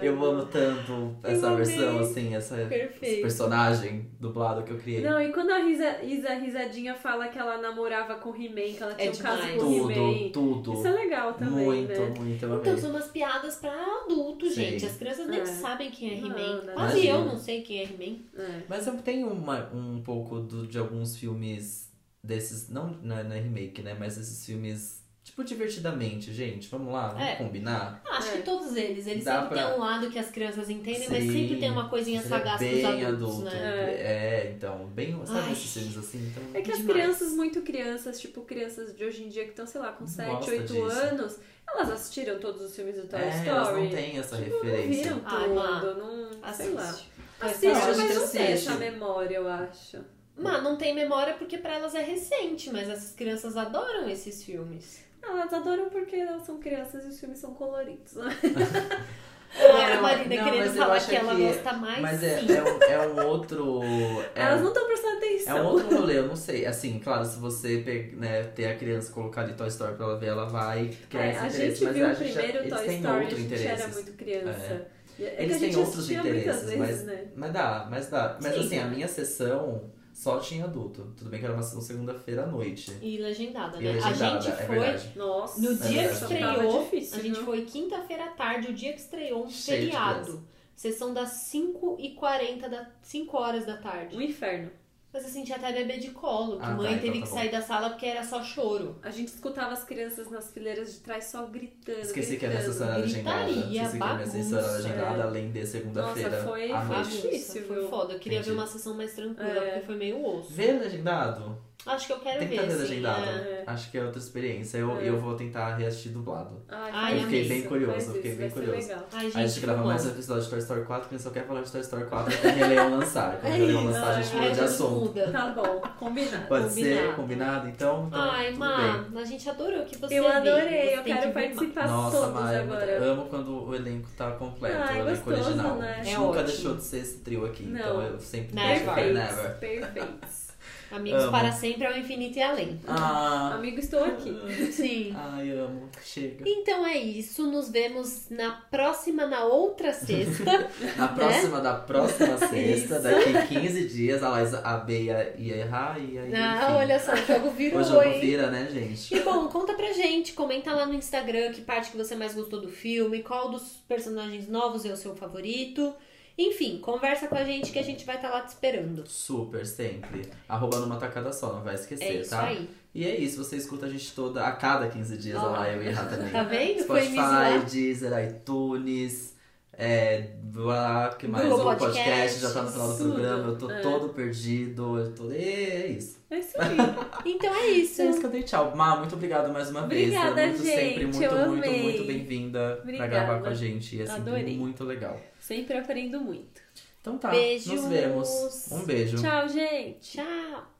[SPEAKER 2] Eu amo tanto essa
[SPEAKER 3] Eu amei.
[SPEAKER 2] versão, assim, essa, esse
[SPEAKER 1] Perfeito.
[SPEAKER 2] personagem dublado que eu criei.
[SPEAKER 3] Não, e quando a Isa, Isa Risadinha fala que ela namorava com o He-Man, que ela tinha um caso
[SPEAKER 1] É demais.
[SPEAKER 3] com o
[SPEAKER 2] tudo,
[SPEAKER 3] He-Man.
[SPEAKER 2] tudo.
[SPEAKER 3] Isso é legal também,
[SPEAKER 2] muito,
[SPEAKER 3] né?
[SPEAKER 2] muito, eu amei.
[SPEAKER 1] Então, são umas piadas pra adulto,
[SPEAKER 2] Sim.
[SPEAKER 1] gente. As crianças nem
[SPEAKER 3] É.
[SPEAKER 1] sabem quem é
[SPEAKER 3] Não,
[SPEAKER 1] He-Man.
[SPEAKER 3] né?
[SPEAKER 1] Quase eu
[SPEAKER 2] Imagina.
[SPEAKER 1] não sei quem é He-Man.
[SPEAKER 3] É.
[SPEAKER 2] Mas eu tenho uma- um pouco do- de alguns filmes desses, não na, na remake, né? Mas esses filmes, tipo, divertidamente, gente. Vamos lá, vamos
[SPEAKER 1] É.
[SPEAKER 2] combinar.
[SPEAKER 1] Ah, acho
[SPEAKER 3] É.
[SPEAKER 1] que todos eles. Eles
[SPEAKER 2] Dá
[SPEAKER 1] sempre
[SPEAKER 2] pra-
[SPEAKER 1] têm um lado que as crianças entendem, mas
[SPEAKER 2] Sim.
[SPEAKER 1] sempre tem uma coisinha
[SPEAKER 2] Seria
[SPEAKER 1] sagaz pros
[SPEAKER 2] é bem
[SPEAKER 1] adultos,
[SPEAKER 2] adulto.
[SPEAKER 1] né?
[SPEAKER 2] É. então, bem. Sabe
[SPEAKER 1] Ai.
[SPEAKER 2] esses filmes assim? Então,
[SPEAKER 3] É que as
[SPEAKER 1] Demais.
[SPEAKER 3] crianças, muito crianças, tipo crianças de hoje em dia que estão, sei lá, com 7,
[SPEAKER 2] gosta
[SPEAKER 3] 8
[SPEAKER 2] disso.
[SPEAKER 3] anos, elas assistiram todos os filmes do Toy
[SPEAKER 2] é,
[SPEAKER 3] Story. Tipo,
[SPEAKER 2] elas não têm essa
[SPEAKER 3] Não
[SPEAKER 2] referência.
[SPEAKER 3] viram tudo,
[SPEAKER 1] Ai, Má,
[SPEAKER 3] não, É. sei
[SPEAKER 1] Ah, Assiste.
[SPEAKER 3] lá.
[SPEAKER 1] Mas
[SPEAKER 3] Assiste,
[SPEAKER 1] tá
[SPEAKER 3] mas
[SPEAKER 2] acho que
[SPEAKER 3] não tem
[SPEAKER 2] assiste.
[SPEAKER 3] essa memória, eu acho.
[SPEAKER 1] Mas não tem memória porque pra elas é recente, mas essas crianças adoram esses filmes.
[SPEAKER 3] Ah, Elas adoram porque elas são crianças e os filmes são coloridos. né?
[SPEAKER 1] Agora a
[SPEAKER 2] Ah, não,
[SPEAKER 1] Marina
[SPEAKER 2] não, mas
[SPEAKER 1] querendo
[SPEAKER 2] eu
[SPEAKER 1] falar
[SPEAKER 2] acho
[SPEAKER 1] que ela
[SPEAKER 2] que-
[SPEAKER 1] gosta mais,
[SPEAKER 2] Mas é,
[SPEAKER 1] sim.
[SPEAKER 2] é, um, é um outro. é
[SPEAKER 3] Elas
[SPEAKER 2] um-
[SPEAKER 3] não estão prestando atenção.
[SPEAKER 2] É um outro rolê, eu não sei. Assim, claro, se você pe- né, ter a criança colocar de Toy Story pra ela ver, ela vai criar
[SPEAKER 3] É,
[SPEAKER 2] esse
[SPEAKER 3] a
[SPEAKER 2] interesse.
[SPEAKER 3] gente
[SPEAKER 2] mas
[SPEAKER 3] viu
[SPEAKER 2] a
[SPEAKER 3] o
[SPEAKER 2] gente já-
[SPEAKER 3] primeiro
[SPEAKER 2] eles
[SPEAKER 3] Toy
[SPEAKER 2] têm
[SPEAKER 3] Story, a
[SPEAKER 2] outro
[SPEAKER 3] gente
[SPEAKER 2] interesse.
[SPEAKER 3] era muito criança. E- É. que
[SPEAKER 2] Eles
[SPEAKER 3] a gente
[SPEAKER 2] têm outros
[SPEAKER 3] assistia muitas
[SPEAKER 2] interesses,
[SPEAKER 3] vezes,
[SPEAKER 2] mas-
[SPEAKER 3] né?
[SPEAKER 2] Mas dá, mas dá. Mas
[SPEAKER 3] Sim.
[SPEAKER 2] assim, a minha sessão só tinha adulto. Tudo bem que era uma sessão segunda-feira à noite.
[SPEAKER 1] E legendada,
[SPEAKER 2] E
[SPEAKER 1] né?
[SPEAKER 2] legendada,
[SPEAKER 1] a gente
[SPEAKER 2] é
[SPEAKER 1] foi.
[SPEAKER 2] verdade.
[SPEAKER 3] Nossa.
[SPEAKER 1] No
[SPEAKER 2] É
[SPEAKER 1] dia que
[SPEAKER 2] verdade.
[SPEAKER 1] estreou,
[SPEAKER 3] difícil,
[SPEAKER 1] a gente
[SPEAKER 3] viu?
[SPEAKER 1] foi quinta-feira à tarde, o dia que estreou um
[SPEAKER 2] Cheio de
[SPEAKER 1] feriado. Sessão das 5h40, da, 5 horas da tarde.
[SPEAKER 3] Um inferno.
[SPEAKER 1] Mas assim, tinha até bebê de colo, que
[SPEAKER 2] Ah, tá,
[SPEAKER 1] mãe
[SPEAKER 2] então
[SPEAKER 1] teve
[SPEAKER 2] tá
[SPEAKER 1] que
[SPEAKER 2] bom.
[SPEAKER 1] sair da sala porque era só choro.
[SPEAKER 3] A gente escutava as crianças nas fileiras de trás só gritando.
[SPEAKER 2] Esqueci que é a minha
[SPEAKER 3] gritando.
[SPEAKER 2] sessão era legendada.
[SPEAKER 1] Gritaria,
[SPEAKER 2] Esqueci que a minha sessão era
[SPEAKER 1] bagunça.
[SPEAKER 2] legendada,
[SPEAKER 3] É.
[SPEAKER 2] além de segunda-feira
[SPEAKER 3] Nossa, foi-
[SPEAKER 2] à
[SPEAKER 3] foi
[SPEAKER 2] noite.
[SPEAKER 1] Bagunça,
[SPEAKER 3] difícil,
[SPEAKER 1] foi
[SPEAKER 3] viu?
[SPEAKER 1] foda. Eu queria ver
[SPEAKER 2] Entendi.
[SPEAKER 1] uma sessão mais tranquila,
[SPEAKER 3] É.
[SPEAKER 1] porque foi meio osso.
[SPEAKER 2] Ver legendado?
[SPEAKER 1] Acho que eu quero
[SPEAKER 2] Tem que
[SPEAKER 1] ver,
[SPEAKER 2] ver
[SPEAKER 1] assim,
[SPEAKER 2] legendado.
[SPEAKER 3] é.
[SPEAKER 2] Acho que é outra experiência. Eu,
[SPEAKER 3] É.
[SPEAKER 2] eu vou tentar reassistir dublado.
[SPEAKER 3] Ai,
[SPEAKER 1] Ai,
[SPEAKER 3] faz
[SPEAKER 1] eu fiquei
[SPEAKER 3] isso,
[SPEAKER 2] bem curioso,
[SPEAKER 3] faz
[SPEAKER 2] eu fiquei
[SPEAKER 3] isso,
[SPEAKER 2] bem
[SPEAKER 3] vai ser
[SPEAKER 2] curioso.
[SPEAKER 3] legal.
[SPEAKER 1] Ai, gente,
[SPEAKER 2] Aí a gente grava
[SPEAKER 1] foi
[SPEAKER 2] mais um
[SPEAKER 1] bom.
[SPEAKER 2] episódio de Toy Story 4, porque a gente só quer falar de Toy Story 4 até Rei Leão lançar. Quando o
[SPEAKER 3] É
[SPEAKER 2] Rei Leão
[SPEAKER 3] isso,
[SPEAKER 2] lançar, a gente
[SPEAKER 3] é.
[SPEAKER 2] muda de
[SPEAKER 1] Ai,
[SPEAKER 2] assunto.
[SPEAKER 1] muda.
[SPEAKER 3] Tá bom, combinado.
[SPEAKER 2] Pode ser,
[SPEAKER 1] Combinado.
[SPEAKER 2] combinado? Então, então
[SPEAKER 1] Ai,
[SPEAKER 2] tudo bem.
[SPEAKER 1] Má, a gente adorou que você
[SPEAKER 3] eu
[SPEAKER 1] veio.
[SPEAKER 3] adorei,
[SPEAKER 1] Você
[SPEAKER 3] eu
[SPEAKER 1] tem
[SPEAKER 3] quero
[SPEAKER 1] que vir mais.
[SPEAKER 3] participar
[SPEAKER 2] Nossa,
[SPEAKER 3] todos
[SPEAKER 2] Maia, é
[SPEAKER 3] agora.
[SPEAKER 2] amo quando o elenco tá completo,
[SPEAKER 3] Ai,
[SPEAKER 2] o elenco
[SPEAKER 3] gostoso,
[SPEAKER 2] original.
[SPEAKER 3] né?
[SPEAKER 2] A gente
[SPEAKER 1] É
[SPEAKER 2] nunca
[SPEAKER 1] ótimo.
[SPEAKER 2] deixou de ser esse trio aqui,
[SPEAKER 3] Não.
[SPEAKER 2] então eu sempre
[SPEAKER 1] Never.
[SPEAKER 2] gosto de
[SPEAKER 3] Perfeitos,
[SPEAKER 2] Never.
[SPEAKER 3] perfeitos.
[SPEAKER 1] Amigos
[SPEAKER 2] Amo.
[SPEAKER 1] para sempre ao infinito e além.
[SPEAKER 2] Ah,
[SPEAKER 3] Amigo, estou aqui.
[SPEAKER 1] Sim.
[SPEAKER 2] ai, amo. Chega.
[SPEAKER 1] Então é isso, nos vemos na próxima, na outra sexta.
[SPEAKER 2] Na próxima da próxima sexta,
[SPEAKER 1] Né? Isso.
[SPEAKER 2] daqui 15 dias, a Laís, a Beia ia errar e aí.
[SPEAKER 1] ah,
[SPEAKER 2] enfim.
[SPEAKER 1] olha só, o jogo virou,
[SPEAKER 2] O jogo
[SPEAKER 1] hein?
[SPEAKER 2] vira, né, gente?
[SPEAKER 1] E bom, conta pra gente, comenta lá no Instagram que parte que você mais gostou do filme, qual dos personagens novos é o seu favorito. Enfim, conversa com a gente que a gente vai estar lá te esperando.
[SPEAKER 2] Super, sempre. Arroba numa tacada só, não vai esquecer,
[SPEAKER 1] É isso
[SPEAKER 2] tá?
[SPEAKER 1] aí.
[SPEAKER 2] E é isso, você escuta a gente toda a cada 15 dias,
[SPEAKER 1] Ó.
[SPEAKER 2] olha lá, eu e Rá também.
[SPEAKER 1] Tá vendo? Foi me
[SPEAKER 2] Spotify,
[SPEAKER 1] zoar.
[SPEAKER 2] Deezer, iTunes, é, blá, que mais?
[SPEAKER 1] Google
[SPEAKER 2] O podcast,
[SPEAKER 1] Podcast,
[SPEAKER 2] já tá no final do
[SPEAKER 3] tudo.
[SPEAKER 2] programa, eu tô
[SPEAKER 3] É.
[SPEAKER 2] todo perdido, eu tô... É isso.
[SPEAKER 3] É isso aí.
[SPEAKER 1] Então é isso.
[SPEAKER 2] É isso que eu dei tchau. Má, muito obrigado mais uma vez.
[SPEAKER 3] Obrigada,
[SPEAKER 2] É muito sempre,
[SPEAKER 3] gente,
[SPEAKER 2] muito,
[SPEAKER 3] eu
[SPEAKER 2] muito,
[SPEAKER 3] amei.
[SPEAKER 2] muito bem-vinda pra
[SPEAKER 3] Obrigada.
[SPEAKER 2] gravar com a gente. É sempre
[SPEAKER 3] Adorei.
[SPEAKER 2] muito legal.
[SPEAKER 3] Sempre aprendo muito.
[SPEAKER 2] Então tá,
[SPEAKER 1] Beijos.
[SPEAKER 2] nos vemos. Um beijo.
[SPEAKER 3] Tchau, gente.
[SPEAKER 1] Tchau.